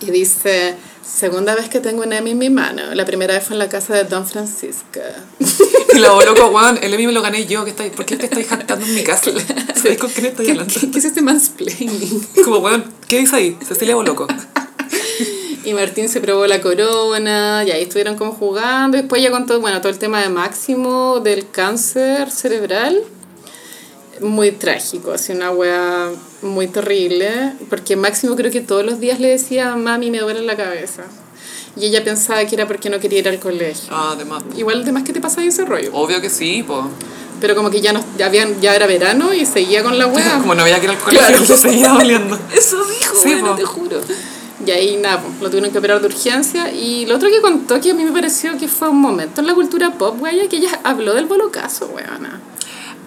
[SPEAKER 2] y dice, segunda vez que tengo un Emmy en mi mano. La primera vez fue en la casa de Don Francisco.
[SPEAKER 1] Y la voló con Juan, el Emmy me lo gané yo, que estáis, ¿por qué te estáis jactando en mi casa? ¿Sabéis con quién estoy
[SPEAKER 2] ¿Qué,
[SPEAKER 1] hablando?
[SPEAKER 2] qué, qué es este mansplaining?
[SPEAKER 1] Como, weón, ¿qué dice ahí? Cecilia Boloco.
[SPEAKER 2] Y Martín se probó la corona y ahí estuvieron como jugando. Después ya contó, bueno, todo el tema de Máximo, del cáncer cerebral. Muy trágico, así una wea muy terrible. Porque Máximo creo que todos los días le decía, mami, me duele la cabeza. Y ella pensaba que era porque no quería ir al colegio.
[SPEAKER 1] Ah, además.
[SPEAKER 2] Igual demás que te pasa ahí ese rollo.
[SPEAKER 1] Obvio que sí, po.
[SPEAKER 2] Pero como que ya, no, ya, habían, ya era verano y seguía con la wea.
[SPEAKER 1] Como no había que ir al colegio,
[SPEAKER 2] Claro.
[SPEAKER 1] se seguía doliendo.
[SPEAKER 2] Eso dijo,
[SPEAKER 1] Sí,
[SPEAKER 2] bueno,
[SPEAKER 1] po.
[SPEAKER 2] te juro. Y ahí nada, pues, lo tuvieron que operar de urgencia. Y lo otro que contó que a mí me pareció que fue un momento en la cultura pop, weón, que ella habló del bolocazo, weona.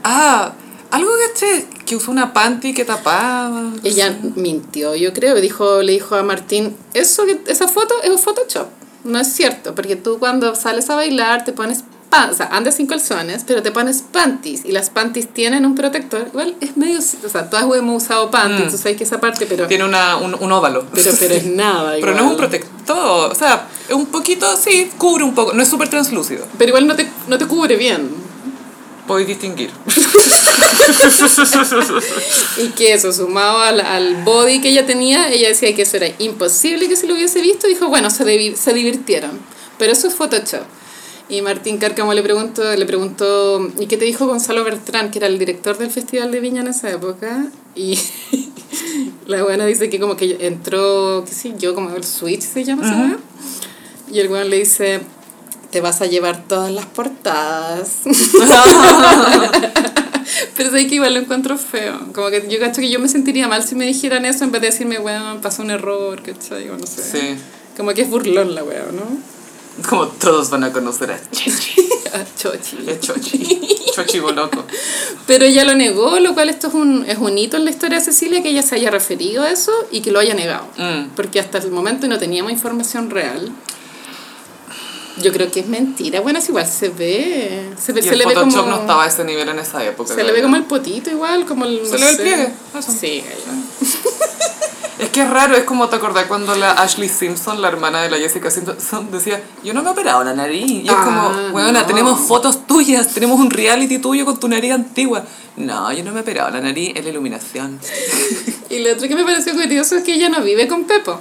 [SPEAKER 1] Ah, algo caché, que usó una panty que tapaba.
[SPEAKER 2] Ella mintió, yo creo. Dijo, le dijo a Martín, eso que, esa foto es un Photoshop. No es cierto, porque tú cuando sales a bailar te pones pan, o sea, andas sin calzones, pero te pones panties. Y las panties tienen un protector. Igual es medio, o sea, todas hemos usado panties,
[SPEAKER 1] Mm.
[SPEAKER 2] tú sabes que esa parte, pero, pero,
[SPEAKER 1] Tiene una, un, un óvalo.
[SPEAKER 2] pero es nada.
[SPEAKER 1] Pero no es
[SPEAKER 2] igual.
[SPEAKER 1] un protector, o sea, es un poquito, sí, cubre un poco, no es súper translúcido,
[SPEAKER 2] Pero igual no te, no te cubre bien.
[SPEAKER 1] podéis distinguir.
[SPEAKER 2] Y que eso, sumado al, al body que ella tenía, ella decía que eso era imposible que se lo hubiese visto. Dijo, bueno, se, divi- se divirtieron. Pero eso es Photoshop. Y Martín Cárcamo le preguntó, le preguntó, ¿y qué te dijo Gonzalo Bertrán, que era el director del Festival de Viña en esa época? Y la buena dice que como que entró, qué sé yo, como el switch se llama, esa weá. Y el weón le dice, te vas a llevar todas las portadas. Pero sé que igual lo encuentro feo. Como que yo cacho que yo me sentiría mal si me dijeran eso en vez de decirme, weón, pasó un error, ¿cachai? O no sé.
[SPEAKER 1] Sí,
[SPEAKER 2] Como que es burlón la weón, ¿no?
[SPEAKER 1] como todos van a conocer a
[SPEAKER 2] Ah, Chochi.
[SPEAKER 1] es Chochi, Chochi Boloco.
[SPEAKER 2] Pero ella lo negó, lo cual esto es un, es un hito en la historia de Cecilia que ella se haya referido a eso y que lo haya negado.
[SPEAKER 1] Mm.
[SPEAKER 2] Porque hasta el momento no teníamos información real. Yo creo que es mentira. Bueno, es igual, se ve. Se, ve,
[SPEAKER 1] Y
[SPEAKER 2] se
[SPEAKER 1] el
[SPEAKER 2] le ve como.
[SPEAKER 1] Photoshop no estaba a ese nivel en esa época.
[SPEAKER 2] Se le ve como el potito igual, como el.
[SPEAKER 1] Se le ve el pliegue, eso.
[SPEAKER 2] Sí, gallo.
[SPEAKER 1] Es que es raro, es como te acordás cuando la Ashley Simpson, la hermana de la Jessica Simpson, decía, yo no me he operado la nariz. Y es
[SPEAKER 2] Ah,
[SPEAKER 1] como, weona,
[SPEAKER 2] no.
[SPEAKER 1] tenemos fotos tuyas, tenemos un reality tuyo con tu nariz antigua. No, yo no me he operado la nariz, es la iluminación.
[SPEAKER 2] Y lo otro que me pareció curioso es que ella no vive con Pepo.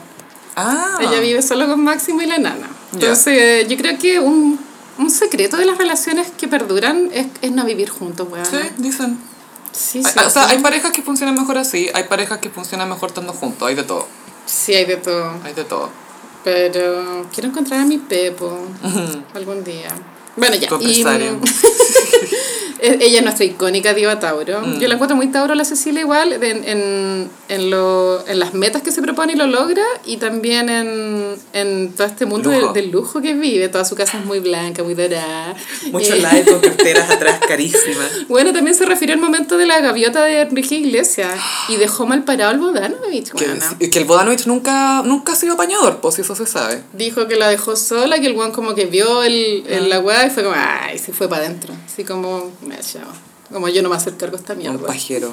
[SPEAKER 1] Ah,
[SPEAKER 2] Ella vive solo con Máximo y la nana.
[SPEAKER 1] Ya.
[SPEAKER 2] Entonces, eh, yo creo que un, un secreto de las relaciones que perduran es, es no vivir juntos, weón.
[SPEAKER 1] sí, dicen.
[SPEAKER 2] Sí,
[SPEAKER 1] Hay-
[SPEAKER 2] sí.
[SPEAKER 1] o sea, hay parejas que funcionan mejor así, hay parejas que funcionan mejor estando juntos, hay de todo,
[SPEAKER 2] Sí, hay de todo.
[SPEAKER 1] hay de todo.
[SPEAKER 2] Pero quiero encontrar a mi Pepo algún día. Bueno, ya.
[SPEAKER 1] Tu
[SPEAKER 2] y,
[SPEAKER 1] empresario.
[SPEAKER 2] mm, e- ella es nuestra icónica diva Tauro.
[SPEAKER 1] Mm.
[SPEAKER 2] Yo la encuentro muy Tauro, la Cecilia igual, de- en, en, en lo- en las metas que se propone y lo logra, y también en, en todo este mundo del
[SPEAKER 1] Lujo.
[SPEAKER 2] del lujo que vive. Toda su casa es muy blanca, muy dorada.
[SPEAKER 7] Mucho
[SPEAKER 2] Eh,
[SPEAKER 7] like con carteras atrás carísimas.
[SPEAKER 2] Bueno, también se refirió al momento de la gaviota de Enrique Iglesias y dejó mal parado al Bodanovich.
[SPEAKER 1] Que,
[SPEAKER 2] weona.
[SPEAKER 1] que el Bodanovich nunca, nunca ha sido apañador, pues si eso se sabe.
[SPEAKER 2] Dijo que la dejó sola, que el guan como que vio el,
[SPEAKER 1] Ah.
[SPEAKER 2] el- la weá y fue como, ay, se fue para adentro. Así como, me llamo. Como yo no me hacer cargo de esta
[SPEAKER 1] Un
[SPEAKER 2] mierda.
[SPEAKER 1] pajero.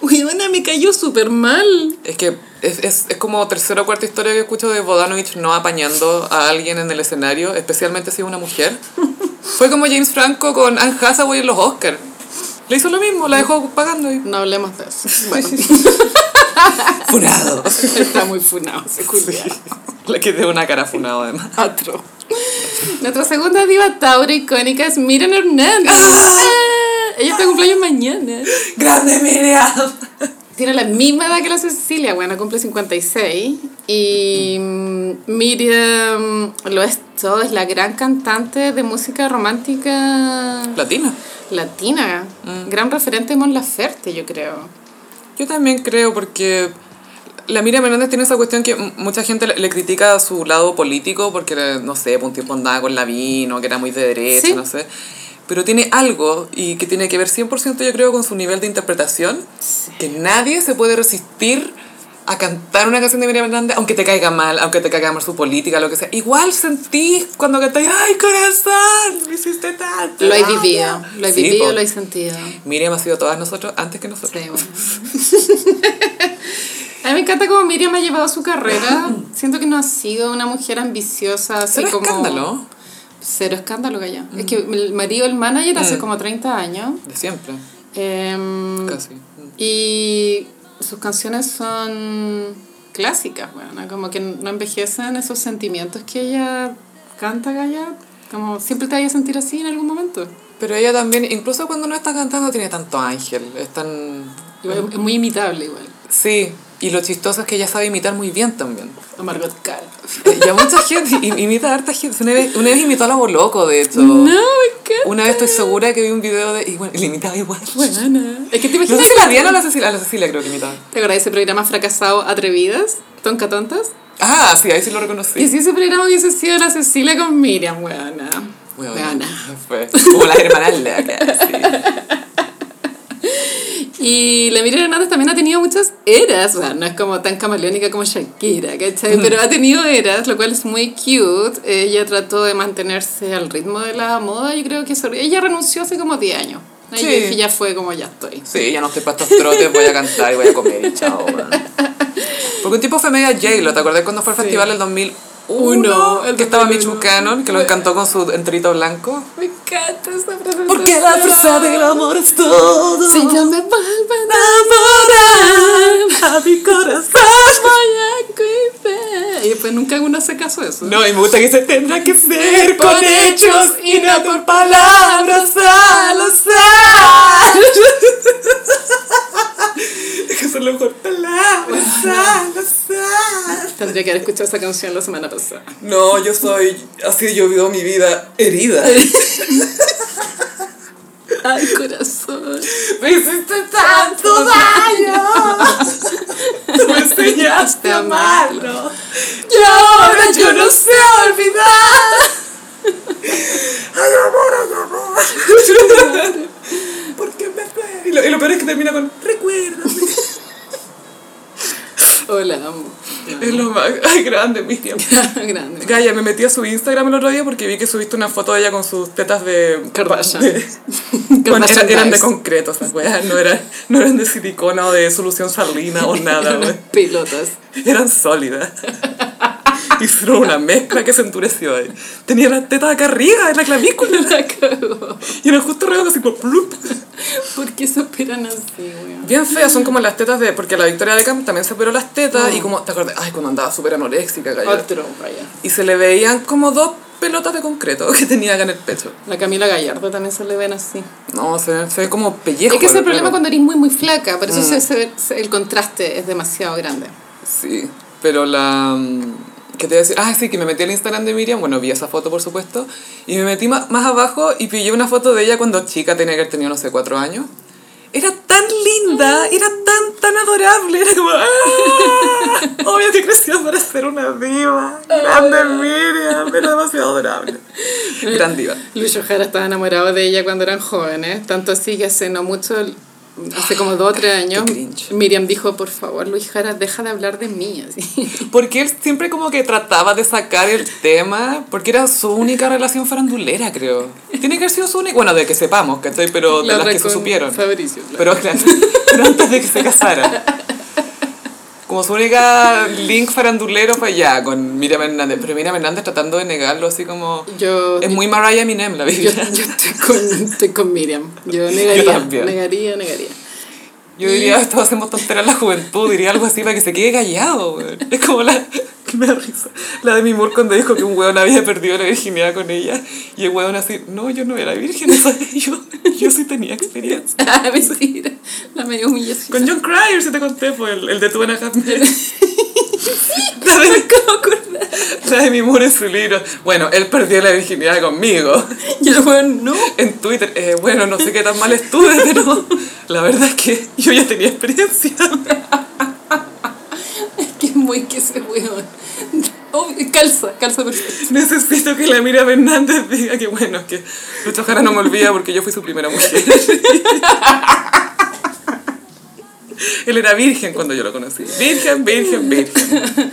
[SPEAKER 2] Weona, me cayó súper mal.
[SPEAKER 1] Es que es, es, es como tercera o cuarta historia que escucho de Bodanovich no apañando a alguien en el escenario, especialmente si es una mujer. Fue como James Franco con Anne Hathaway en los Oscars. Le hizo lo mismo, la dejó pagando y...
[SPEAKER 2] No hablemos de eso. Bueno,
[SPEAKER 1] ¡Funado!
[SPEAKER 2] está muy funado ese culiao.
[SPEAKER 1] La que de una cara funado además.
[SPEAKER 2] Atro. Nuestra segunda diva Tauro icónica es Miriam Hernández. Ah, Ella está de cumpleaños mañana.
[SPEAKER 1] ¡Grande Miriam!
[SPEAKER 2] Tiene la misma edad que la Cecilia, bueno, cumple 56. Y mm, Miriam lo es Rizzo es la gran cantante de música romántica
[SPEAKER 1] Latina.
[SPEAKER 2] latina. Gran referente de Mon Laferte, yo creo.
[SPEAKER 1] Yo también creo porque la Miriam Hernández tiene esa cuestión que m- mucha gente le, le critica su lado político porque, no sé, por un tiempo andaba con Lavino, que era muy de derecha,
[SPEAKER 2] Sí.
[SPEAKER 1] no sé. Pero tiene algo y que tiene que ver 100% yo creo con su nivel de interpretación, que nadie se puede resistir a cantar una canción de Miriam Hernández, aunque te caiga mal, aunque te caiga mal su política, lo que sea. Igual sentís cuando cantáis, ¡ay, corazón! Me hiciste tanto.
[SPEAKER 2] Lo he
[SPEAKER 1] amo".
[SPEAKER 2] vivido, lo he
[SPEAKER 1] Sí,
[SPEAKER 2] vivido,
[SPEAKER 1] po.
[SPEAKER 2] lo he sentido.
[SPEAKER 1] Miriam ha sido todas nosotros antes que nosotros.
[SPEAKER 2] Sí, bueno. A mí me encanta cómo Miriam ha llevado su carrera. Siento que no ha sido una mujer ambiciosa, así
[SPEAKER 1] Cero
[SPEAKER 2] como.
[SPEAKER 1] escándalo Mm.
[SPEAKER 2] Cero escándalo, Gaya. Es que el marido, el manager, hace como 30 años.
[SPEAKER 1] de siempre,
[SPEAKER 2] Em,
[SPEAKER 1] casi.
[SPEAKER 2] Y sus canciones son clásicas, bueno, como que no envejecen esos sentimientos que ella canta, Gaya. Como siempre te vayas a sentir así en algún momento.
[SPEAKER 1] Pero ella también, incluso cuando no está cantando, tiene tanto ángel. Es tan...
[SPEAKER 2] Igual,
[SPEAKER 1] Mm.
[SPEAKER 2] Es muy imitable, igual.
[SPEAKER 1] Sí, y lo chistoso es que ella sabe imitar muy bien también.
[SPEAKER 2] A Margot Cal.
[SPEAKER 1] Eh, Y a mucha gente, im- imita a harta gente. Una vez, una vez imitó a la Boloco, de hecho.
[SPEAKER 2] No, me encanta.
[SPEAKER 1] Una vez estoy segura que vi un video de... Y bueno, le imitaba igual.
[SPEAKER 2] Buena. Es que te
[SPEAKER 1] No
[SPEAKER 2] imaginas.
[SPEAKER 1] sé si la Diana o la Cecilia, a la Cecilia creo que imitaba.
[SPEAKER 2] ¿Te acuerdas de ese programa fracasado Atrevidas? Tonca Tontas.
[SPEAKER 1] Ah, sí, ahí sí lo
[SPEAKER 2] Y
[SPEAKER 1] reconocí.
[SPEAKER 2] si ese programa hubiese sido la Cecilia con Miriam, weona.
[SPEAKER 1] Bueno,
[SPEAKER 2] Weona.
[SPEAKER 1] Fue como las hermanas locas, sí.
[SPEAKER 2] Y la Miriam Hernández también ha tenido muchas eras, o sea, no es como tan camaleónica como Shakira, ¿cachai? Pero ha tenido eras, lo cual es muy cute. Ella trató de mantenerse al ritmo de la moda, yo creo que eso- ella renunció hace como 10 años. Y
[SPEAKER 1] Sí.
[SPEAKER 2] dije, ya fue como ya estoy.
[SPEAKER 1] Sí, ya no estoy para estos trotes, voy a cantar y voy a comer y chao. weón. Porque un tipo fue media J-Lo, ¿te acordás cuando fue al
[SPEAKER 2] Sí.
[SPEAKER 1] festival del 2001?
[SPEAKER 2] Uno, el
[SPEAKER 1] que estaba
[SPEAKER 2] 2001.
[SPEAKER 1] Mitch Buchanan, que lo encantó con su enterito blanco.
[SPEAKER 2] Me encanta esa frase.
[SPEAKER 1] amor es todo.
[SPEAKER 2] Si yo me vuelven
[SPEAKER 1] Enamorar a mi corazón.
[SPEAKER 2] voy pues a cuidar. Y después nunca uno se casó eso.
[SPEAKER 1] No, y me gusta que se tendrá que ser
[SPEAKER 2] Con
[SPEAKER 1] con
[SPEAKER 2] hechos
[SPEAKER 1] hechos y no por palabras al azar. que son las mejores palabras al azar.
[SPEAKER 2] Tendría que haber escuchado esa canción la semana pasada.
[SPEAKER 1] No, yo soy. Así yo vivo mi vida herida.
[SPEAKER 2] Ay, corazón.
[SPEAKER 1] Me hiciste tanto daño. Tú me enseñaste a amarlo. Y ahora yo no sé olvidar. Ay, amor, ay, amor. ¿Por qué me fue? Y lo, y lo peor es que termina con recuérdame.
[SPEAKER 2] Hola, amo.
[SPEAKER 1] Es lo más ay, grande, Miriam.
[SPEAKER 2] Grande.
[SPEAKER 1] Gaya, me metí a su Instagram el otro día porque vi que subiste una foto de ella con sus tetas de...
[SPEAKER 2] Kardashian.
[SPEAKER 1] de- Bueno,
[SPEAKER 2] Kardashian
[SPEAKER 1] eran, eran de
[SPEAKER 2] vibes.
[SPEAKER 1] concreto esas weas, no eran, no eran de silicona o de solución salina o nada,
[SPEAKER 2] Unas
[SPEAKER 1] wey.
[SPEAKER 2] Pelotas.
[SPEAKER 1] eran sólidas. Hicieron una mezcla que se endureció ahí. Tenía las tetas acá arriba, en la clavícula,
[SPEAKER 2] La cagó.
[SPEAKER 1] y en el justo redondo así como plup.
[SPEAKER 2] ¿Por qué se operan así, weón?
[SPEAKER 1] Bien feas, son como las tetas de... Porque la Victoria de Camp también se operó las tetas
[SPEAKER 2] Mm.
[SPEAKER 1] y como, ¿te acuerdas? Ay, cuando andaba súper
[SPEAKER 2] Ah.
[SPEAKER 1] anoréxica, Gaya.
[SPEAKER 2] Otro, vaya.
[SPEAKER 1] Y se le veían como dos pelotas de concreto que tenía acá en el pecho.
[SPEAKER 2] La Camila Gallardo también se le ven así.
[SPEAKER 1] No, se ve, se ve como Mm. pellejo.
[SPEAKER 2] es que ese es el
[SPEAKER 1] pero-
[SPEAKER 2] problema cuando eres muy, muy flaca. Por eso se- se- se- el contraste es demasiado grande.
[SPEAKER 1] Sí, pero la... mm, ¿Qué te iba a decir? Ah, sí, que me metí al Instagram de Miriam, bueno, vi esa foto, por supuesto, y me metí ma- más abajo y pillé una foto de ella cuando chica, tenía que haber tenido, no sé, cuatro años. Era tan linda, era tan, tan adorable, era como... ¡ah! Obvio que creció para ser una diva. Grande Miriam, era demasiado adorable. Gran diva.
[SPEAKER 2] Lucho Jara estaba enamorado de ella cuando eran jóvenes, tanto así que hace no mucho, hace como dos o tres años,
[SPEAKER 1] Qué cringe.
[SPEAKER 2] Miriam dijo, por favor, Luis Jara, deja de hablar de mí. Así.
[SPEAKER 1] Porque él siempre como que trataba de sacar el tema, porque era su única relación farandulera, creo. Tiene que haber sido su única, bueno, de que sepamos, ¿cachai? Pero de
[SPEAKER 2] La
[SPEAKER 1] las
[SPEAKER 2] otra
[SPEAKER 1] que se
[SPEAKER 2] con
[SPEAKER 1] supieron.
[SPEAKER 2] Fabricio. claro.
[SPEAKER 1] Pero claro, pero antes de que se casaran. Como su única link farandulero fue ya con Miriam Hernández. Pero Miriam Hernández tratando de negarlo así como...
[SPEAKER 2] yo,
[SPEAKER 1] Es muy Mariah Minem la
[SPEAKER 2] yo,
[SPEAKER 1] Biblia.
[SPEAKER 2] yo estoy, con, estoy con Miriam. Yo negaría,
[SPEAKER 1] también.
[SPEAKER 2] negaría, negaría.
[SPEAKER 1] Yo diría, esto hacemos tonteras la juventud, diría algo así para que se quede callado, weón. Es como la... que me da risa. La de mi Moore cuando dijo que un weón había perdido la virginidad con ella. Y el weón así, no, yo no era virgen, eso- yo, yo sí tenía experiencia.
[SPEAKER 2] Ah, mentira. La medio humillación.
[SPEAKER 1] Con John Cryer, si te conté, fue el, el de tu and a Half Men. La de- trae mi muro en su libro. Bueno, él perdió la virginidad conmigo.
[SPEAKER 2] Y el weón, no.
[SPEAKER 1] En Twitter, eh, bueno, no sé qué tan mal estuve, pero la verdad es que yo ya tenía experiencia.
[SPEAKER 2] Es que es muy que ese weón. Obvio, calza, calza perfecto.
[SPEAKER 1] Necesito que la Mira Fernández diga que bueno, es que Lucho Jara no me olvida porque yo fui su primera mujer. Él era virgen cuando yo lo conocí. Virgen, virgen, virgen.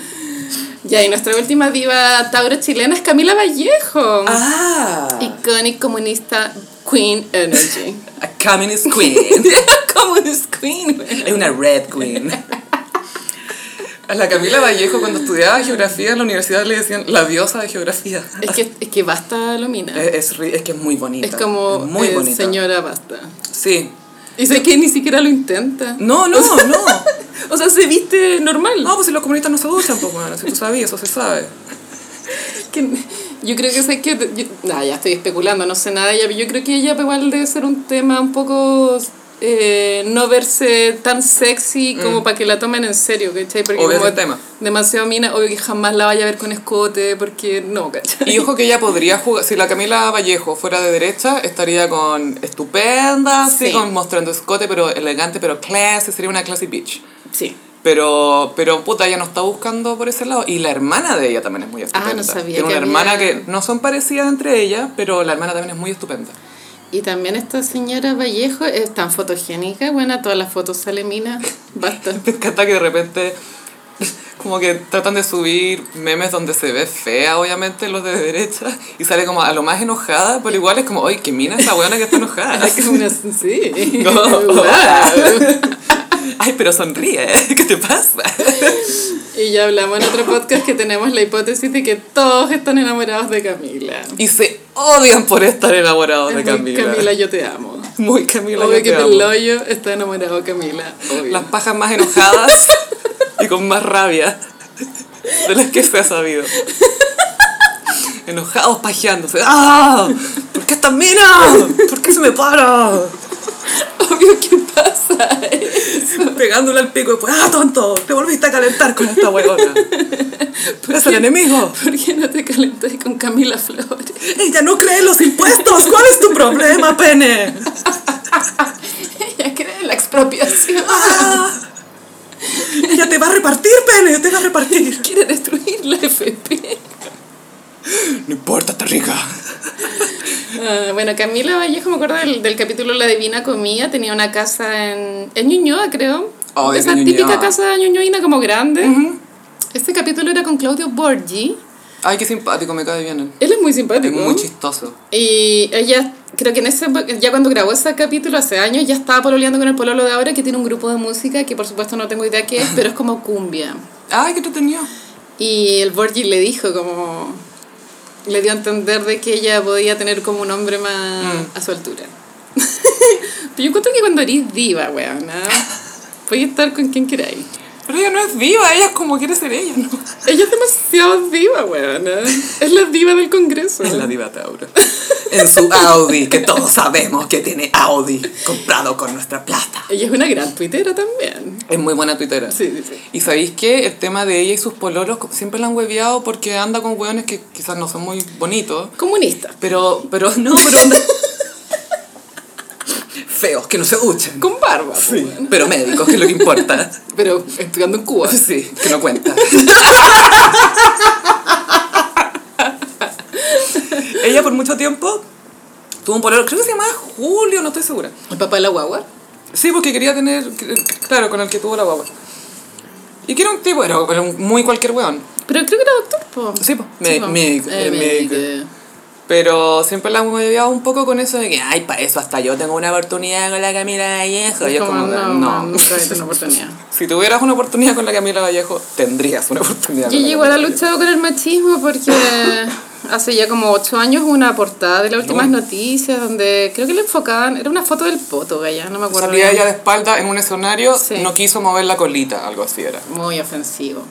[SPEAKER 2] Ya, y nuestra última diva taura chilena es Camila Vallejo.
[SPEAKER 1] Ah,
[SPEAKER 2] Iconic comunista Queen Energy.
[SPEAKER 1] a communist queen.
[SPEAKER 2] Communist Queen, weón.
[SPEAKER 1] Es una red queen. A la Camila Vallejo cuando estudiaba geografía en la universidad le decían la diosa de geografía.
[SPEAKER 2] Es que, es que basta lo mina.
[SPEAKER 1] Es, es ri- es que es muy bonita.
[SPEAKER 2] Es como
[SPEAKER 1] muy
[SPEAKER 2] eh,
[SPEAKER 1] bonita.
[SPEAKER 2] señora basta.
[SPEAKER 1] Sí.
[SPEAKER 2] Y sé que ni siquiera lo intenta.
[SPEAKER 1] No, no, no.
[SPEAKER 2] O sea, se viste normal.
[SPEAKER 1] No, pues si los comunistas no se duchan, pues bueno, si tú sabías, eso se sabe.
[SPEAKER 2] Que- yo creo que sé que. yo- nah, ya estoy especulando, no sé nada de ella, pero yo creo que ella pues, igual debe ser un tema un poco. eh, no verse tan sexy como para que la tomen en serio, ¿cachai? Porque
[SPEAKER 1] Mm. Obvio
[SPEAKER 2] como
[SPEAKER 1] ese tema.
[SPEAKER 2] demasiado mina, obvio que jamás la vaya a ver con escote, porque no, ¿cachai?
[SPEAKER 1] Y ojo que ella podría jugar, si la Camila Vallejo fuera de derecha, estaría con estupenda, así
[SPEAKER 2] Sí.
[SPEAKER 1] con mostrando escote, pero elegante, pero classy, sería una classy bitch.
[SPEAKER 2] Sí.
[SPEAKER 1] Pero, pero puta, ella no está buscando por ese lado. Y la hermana de ella también es muy estupenda.
[SPEAKER 2] Ah, no sabía
[SPEAKER 1] Tiene una
[SPEAKER 2] que
[SPEAKER 1] hermana
[SPEAKER 2] había-
[SPEAKER 1] que no son parecidas entre ellas, pero la hermana también es muy estupenda.
[SPEAKER 2] Y también esta señora Vallejo es tan fotogénica, buena, todas las fotos sale mina, basta.
[SPEAKER 1] Me encanta que de repente como que tratan de subir memes donde se ve fea, obviamente, los de derecha, y sale como a lo más enojada, pero igual es como, ¡ay, qué mina esa weona que está enojada!
[SPEAKER 2] Es que es una. Sí.
[SPEAKER 1] No.
[SPEAKER 2] Oh, Wow.
[SPEAKER 1] ¡Ay, pero sonríe! ¿Qué te pasa?
[SPEAKER 2] Y ya hablamos en otro podcast que tenemos la hipótesis de que todos están enamorados de Camila.
[SPEAKER 1] Y se odian por estar enamorados de
[SPEAKER 2] Es muy
[SPEAKER 1] Camila.
[SPEAKER 2] Camila, yo te amo.
[SPEAKER 1] Muy Camila. yo
[SPEAKER 2] Obvio que
[SPEAKER 1] te amo.
[SPEAKER 2] Peloyo está enamorado de Camila. obvio.
[SPEAKER 1] Las pajas más enojadas y con más rabia de las que se ha sabido. Enojados pajeándose. ¡Ah! ¿Por qué esta mina? ¿Por qué se me para?
[SPEAKER 2] Obvio que pasa.
[SPEAKER 1] Pegándole al pico y después, ¡ah, tonto! Te volviste a calentar con esta huevona. ¡Es el enemigo!
[SPEAKER 2] ¿Por qué no te calentas con Camila Flores?
[SPEAKER 1] ¡Ella no cree en los impuestos! ¿Cuál es tu problema, pene?
[SPEAKER 2] Ella cree en la expropiación.
[SPEAKER 1] ¡Ah! ¡Ella te va a repartir, pene! ¡Te va a repartir!
[SPEAKER 2] Quiere destruir la FP.
[SPEAKER 1] No importa, está rica.
[SPEAKER 2] Ah, bueno, Camila Vallejo, me acuerdo del, del capítulo La Divina Comía, tenía una casa en, en Ñuñoa, creo.
[SPEAKER 1] Ay, Oh, de
[SPEAKER 2] Esa
[SPEAKER 1] Ñuñoa.
[SPEAKER 2] típica casa ñuñoína como grande. Este capítulo era con Claudio Borgi.
[SPEAKER 1] Ay, qué simpático, me cae bien.
[SPEAKER 2] Él es muy
[SPEAKER 1] Es
[SPEAKER 2] simpático.
[SPEAKER 1] muy chistoso.
[SPEAKER 2] y ella, creo que en ese, ya cuando grabó ese capítulo hace años, ya estaba pololeando con el pololo de ahora, que tiene un grupo de música que por supuesto no tengo idea qué es, pero es como cumbia.
[SPEAKER 1] Ay, qué entretenido.
[SPEAKER 2] Y el Borgi le dijo como... Le dio a entender de que ella podía tener como un hombre más
[SPEAKER 1] Mm.
[SPEAKER 2] a su altura. Pero yo encuentro que cuando eres diva, weón, podéis estar con quien queráis.
[SPEAKER 1] Pero ella no es viva, ella es como quiere ser ella, ¿no?
[SPEAKER 2] Ella es demasiado diva, weón. Es la diva del Congreso.
[SPEAKER 1] Es la diva Tauro. En su Audi, que todos sabemos que tiene Audi, comprado con nuestra plata.
[SPEAKER 2] Ella es una gran tuitera también.
[SPEAKER 1] Es muy buena tuitera.
[SPEAKER 2] Sí, sí, sí.
[SPEAKER 1] Y sabéis que el tema de ella y sus pololos co- siempre la han hueveado porque anda con hueones que quizás no son muy bonitos.
[SPEAKER 2] Comunista.
[SPEAKER 1] Pero, pero, no, pero onda- Feos, que no se duchen.
[SPEAKER 2] Con barba. po, weón.
[SPEAKER 1] Pero médicos, que es lo que importa.
[SPEAKER 2] Pero estudiando en Cuba.
[SPEAKER 1] Sí, que no cuenta. Ella por mucho tiempo tuvo un pololo, creo que se llamaba Julio, no estoy segura.
[SPEAKER 2] El papá de la guagua.
[SPEAKER 1] Sí, porque quería tener, claro, con el que tuvo la guagua. Y que era un tipo, era, era un muy cualquier weón.
[SPEAKER 2] Pero creo que era doctor, po.
[SPEAKER 1] Sí, po.
[SPEAKER 2] Sí, po.
[SPEAKER 1] Médico,
[SPEAKER 2] Eh,
[SPEAKER 1] eh, médico.
[SPEAKER 2] médico.
[SPEAKER 1] Pero siempre la moviaba un poco con eso de que, ay, para eso hasta yo tengo una oportunidad con la Camila Vallejo. Y
[SPEAKER 2] Es
[SPEAKER 1] yo como, no.
[SPEAKER 2] nunca he tenido una oportunidad.
[SPEAKER 1] Si tuvieras una oportunidad con la Camila Vallejo, tendrías una oportunidad.
[SPEAKER 2] Yo
[SPEAKER 1] con la
[SPEAKER 2] igual ha
[SPEAKER 1] Camila Vallejo.
[SPEAKER 2] luchado con el machismo porque hace ya como ocho años hubo una portada de las últimas noticias donde creo que le enfocaban, era una foto del poto, Gaya, no me acuerdo.
[SPEAKER 1] Salía
[SPEAKER 2] bien.
[SPEAKER 1] ella de espalda en un escenario,
[SPEAKER 2] Sí.
[SPEAKER 1] no quiso mover la colita, algo así era.
[SPEAKER 2] Muy ofensivo.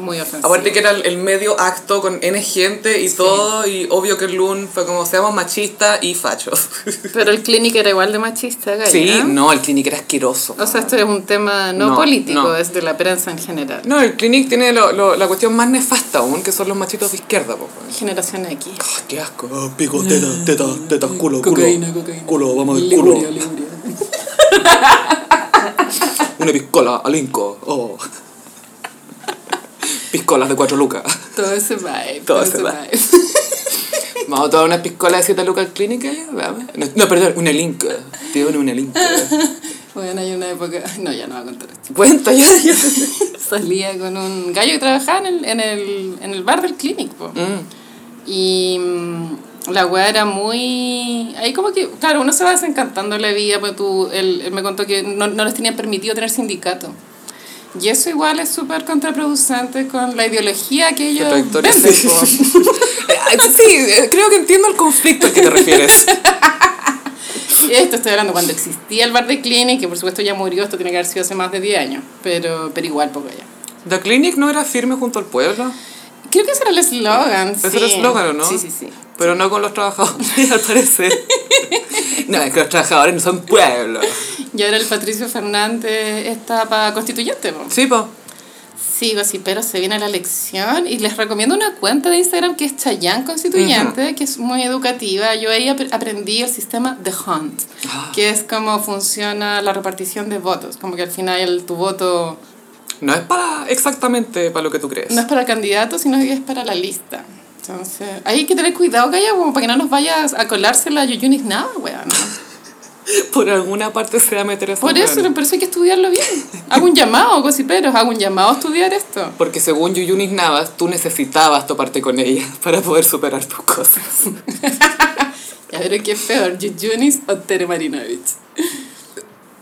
[SPEAKER 2] Muy ofensivo.
[SPEAKER 1] Aparte que era el el medio acto con N gente y todo, y obvio que el Loon fue como seamos machistas y fachos.
[SPEAKER 2] Pero el clínico era igual de machista, Gaia.
[SPEAKER 1] Sí, no, el Clinic era asqueroso.
[SPEAKER 2] O sea, esto es un tema no,
[SPEAKER 1] No,
[SPEAKER 2] político,
[SPEAKER 1] no.
[SPEAKER 2] es de la prensa en general.
[SPEAKER 1] No, el Clinic tiene lo- lo- la cuestión más nefasta aún, que son los machitos de izquierda, po.
[SPEAKER 2] Generación X.
[SPEAKER 1] Ah, qué asco.
[SPEAKER 7] Ah, pico, teta, teta, teta, culo, culo.
[SPEAKER 6] Cocaína, cocaína.
[SPEAKER 7] Culo, vamos de culo.
[SPEAKER 6] Liguria, Liguria.
[SPEAKER 7] Una piscola, alinco. Oh.
[SPEAKER 1] Piscolas de cuatro lucas.
[SPEAKER 2] Todo ese vibe.
[SPEAKER 1] Todo
[SPEAKER 2] Todo,
[SPEAKER 1] ese
[SPEAKER 2] ese vibe.
[SPEAKER 1] Vamos a tomar una piscola de 7 lucas al Clinic, Gaia, dame. No, no, perdón, una linca. Te doy una linca.
[SPEAKER 2] bueno, hay una época. No, ya no voy a contar esto.
[SPEAKER 1] Cuenta ya. ya.
[SPEAKER 2] Salía con un gallo que trabajaba en el, en el, en el bar del clinic, po.
[SPEAKER 1] Mm.
[SPEAKER 2] Y mm, la weá era muy. Ahí como que, claro, uno se va desencantando la vida, pero tú, él, él me contó que no, no les tenían permitido tener sindicato. Y eso igual es súper contraproducente con la ideología que ellos
[SPEAKER 1] trayectoria,
[SPEAKER 2] venden.
[SPEAKER 1] sí.
[SPEAKER 2] po.
[SPEAKER 1] Eh, Sí, eh, creo que entiendo el conflicto al que te refieres.
[SPEAKER 2] Esto estoy hablando cuando existía el bar de Clinic, que por supuesto ya murió, esto tiene que haber sido hace más de 10 años, pero, pero igual poco ya.
[SPEAKER 1] ¿The Clinic no era firme junto al pueblo?
[SPEAKER 2] Creo que ese era el eslogan.
[SPEAKER 1] Ese
[SPEAKER 2] sí.
[SPEAKER 1] era el eslogan, ¿o no?
[SPEAKER 2] Sí, sí, sí.
[SPEAKER 1] Pero no con los trabajadores, al parecer. No, es que los trabajadores no son pueblo.
[SPEAKER 2] Y ahora el Patricio Fernández está para constituyente, po.
[SPEAKER 1] Sí, po.
[SPEAKER 2] Sí, pero se viene la elección y les recomiendo una cuenta de Instagram que es Chayanne Constituyente, que es muy educativa. Yo ahí ap- aprendí el sistema The Hunt,
[SPEAKER 1] Ah.
[SPEAKER 2] que es cómo funciona la repartición de votos. Como que al final tu voto
[SPEAKER 1] No es para exactamente para lo que tú crees.
[SPEAKER 2] no es para el candidato, sino que es para la lista. Entonces, hay que tener cuidado, Gaya, como para que no nos vayas a colarse la Yuyunis nada, weón.
[SPEAKER 1] Por alguna parte se va a meter esa
[SPEAKER 2] Por eso,
[SPEAKER 1] weona.
[SPEAKER 2] por eso hay que estudiarlo bien. Hago un llamado, gossiperos, hago un llamado a estudiar esto.
[SPEAKER 1] Porque según Yuyunis Navas, tú necesitabas toparte con ella para poder superar tus cosas.
[SPEAKER 2] A ver qué es peor, Yuyunis o Tere Marinovich.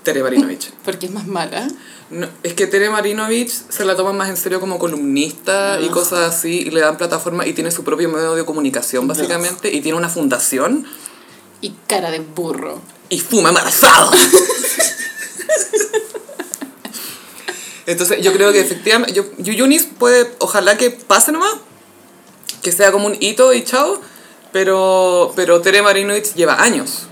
[SPEAKER 1] Tere Marinovich.
[SPEAKER 2] Porque es más mala.
[SPEAKER 1] No, es que Tere Marinovich se la toman más en serio como columnista y cosas así, y le dan plataforma y tiene su propio medio de comunicación, básicamente, y tiene una fundación
[SPEAKER 2] Y cara de burro.
[SPEAKER 1] y fuma embarazado. Entonces, yo creo que efectivamente, yo, Yuyunis puede, ojalá que pase nomás, que sea como un hito y chao, pero, pero Tere Marinovich lleva años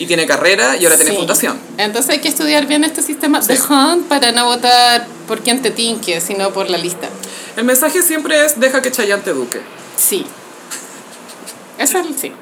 [SPEAKER 1] y tiene carrera y ahora tiene
[SPEAKER 2] Sí.
[SPEAKER 1] fundación.
[SPEAKER 2] Entonces hay que estudiar bien este sistema de Hunt para no votar por quien te tinque, sino por la lista.
[SPEAKER 1] El mensaje siempre es: deja que Chayanne te eduque.
[SPEAKER 2] Sí. Eso es, sí.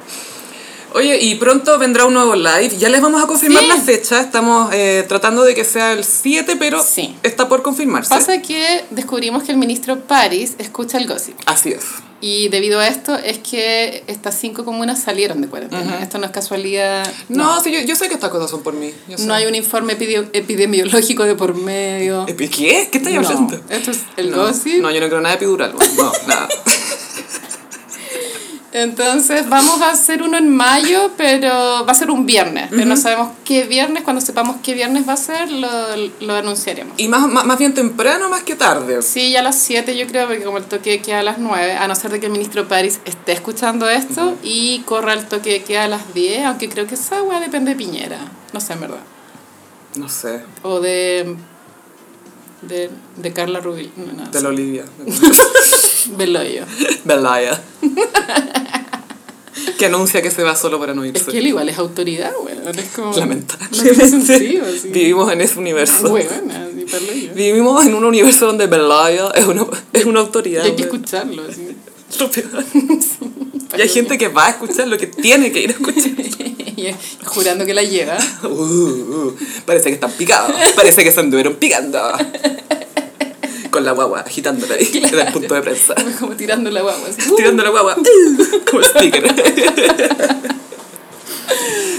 [SPEAKER 1] Oye, y pronto vendrá un nuevo live. Ya les vamos a confirmar
[SPEAKER 2] Sí.
[SPEAKER 1] la fecha. Estamos eh, tratando de que sea el 7, pero
[SPEAKER 2] Sí.
[SPEAKER 1] está por confirmarse.
[SPEAKER 2] Pasa que descubrimos que el ministro París escucha el gossip.
[SPEAKER 1] Así es.
[SPEAKER 2] Y debido a esto es que estas cinco comunas salieron de cuarentena. Esto no es casualidad.
[SPEAKER 1] No, sí, yo, yo sé que estas cosas son por mí. Yo sé.
[SPEAKER 2] No hay un informe epideo- epidemiológico de por medio.
[SPEAKER 1] Epi- ¿Qué? ¿Qué estás
[SPEAKER 2] No,
[SPEAKER 1] hablando?
[SPEAKER 2] Esto es el
[SPEAKER 1] no,
[SPEAKER 2] gossip.
[SPEAKER 1] no, yo no creo nada de epidural. bueno, No, nada.
[SPEAKER 2] Entonces vamos a hacer uno en mayo, pero va a ser un viernes. Pero no sabemos qué viernes. Cuando sepamos qué viernes va a ser, lo, lo anunciaremos.
[SPEAKER 1] Y más, más, más bien temprano, más que tarde.
[SPEAKER 2] Sí, ya a las 7 yo creo, porque como el toque queda a las 9, a no ser de que el ministro París esté escuchando esto y corra el toque queda a las 10, aunque creo que esa agua depende de Piñera. No sé, en verdad.
[SPEAKER 1] No sé.
[SPEAKER 2] O de... De, de Carla Rubil. No, no,
[SPEAKER 1] De la Olivia.
[SPEAKER 2] Beloyo.
[SPEAKER 1] Belaya. que anuncia que se va solo para no
[SPEAKER 2] Es
[SPEAKER 1] irse.
[SPEAKER 2] que él igual es autoridad, güey. Es como...
[SPEAKER 1] Lamentable.
[SPEAKER 2] No tiene sentido, sí.
[SPEAKER 1] Vivimos en ese universo.
[SPEAKER 2] Huevona, sí, Beloyo.
[SPEAKER 1] Vivimos en un universo donde Belaya es una, es una
[SPEAKER 2] Y
[SPEAKER 1] autoridad.
[SPEAKER 2] hay que
[SPEAKER 1] güey.
[SPEAKER 2] escucharlo, así.
[SPEAKER 1] Lo peor. Y hay gente que va a escuchar lo que tiene que ir a escuchar.
[SPEAKER 2] Y Jurando que la lleva.
[SPEAKER 1] Uh, uh, parece que están picados. Parece que se anduvieron picando. Con la guagua, agitándola ahí en el punto de prensa.
[SPEAKER 2] Como tirando la guagua. así.
[SPEAKER 1] Tirando la guagua. uh, Como sticker.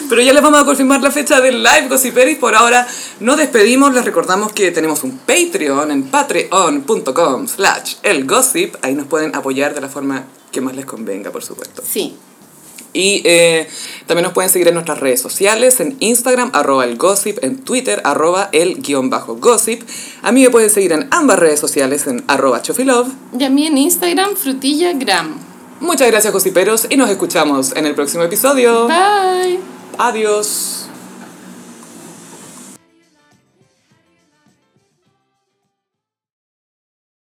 [SPEAKER 1] Pero ya les vamos a confirmar la fecha del live, Gossiperis. Por ahora nos despedimos. Les recordamos que tenemos un Patreon en patreon.com slash elgossip. Ahí nos pueden apoyar de la forma que más les convenga, por supuesto.
[SPEAKER 2] Sí.
[SPEAKER 1] Y eh, también nos pueden seguir en nuestras redes sociales, en Instagram, arroba el gossip, en Twitter, arroba el guión bajo gossip. A mí me pueden seguir en ambas redes sociales, en arroba chofilove.
[SPEAKER 2] Y a mí en Instagram, frutillagram.
[SPEAKER 1] Muchas gracias, gossiperos, y nos escuchamos en el próximo episodio.
[SPEAKER 2] Bye.
[SPEAKER 1] Adiós.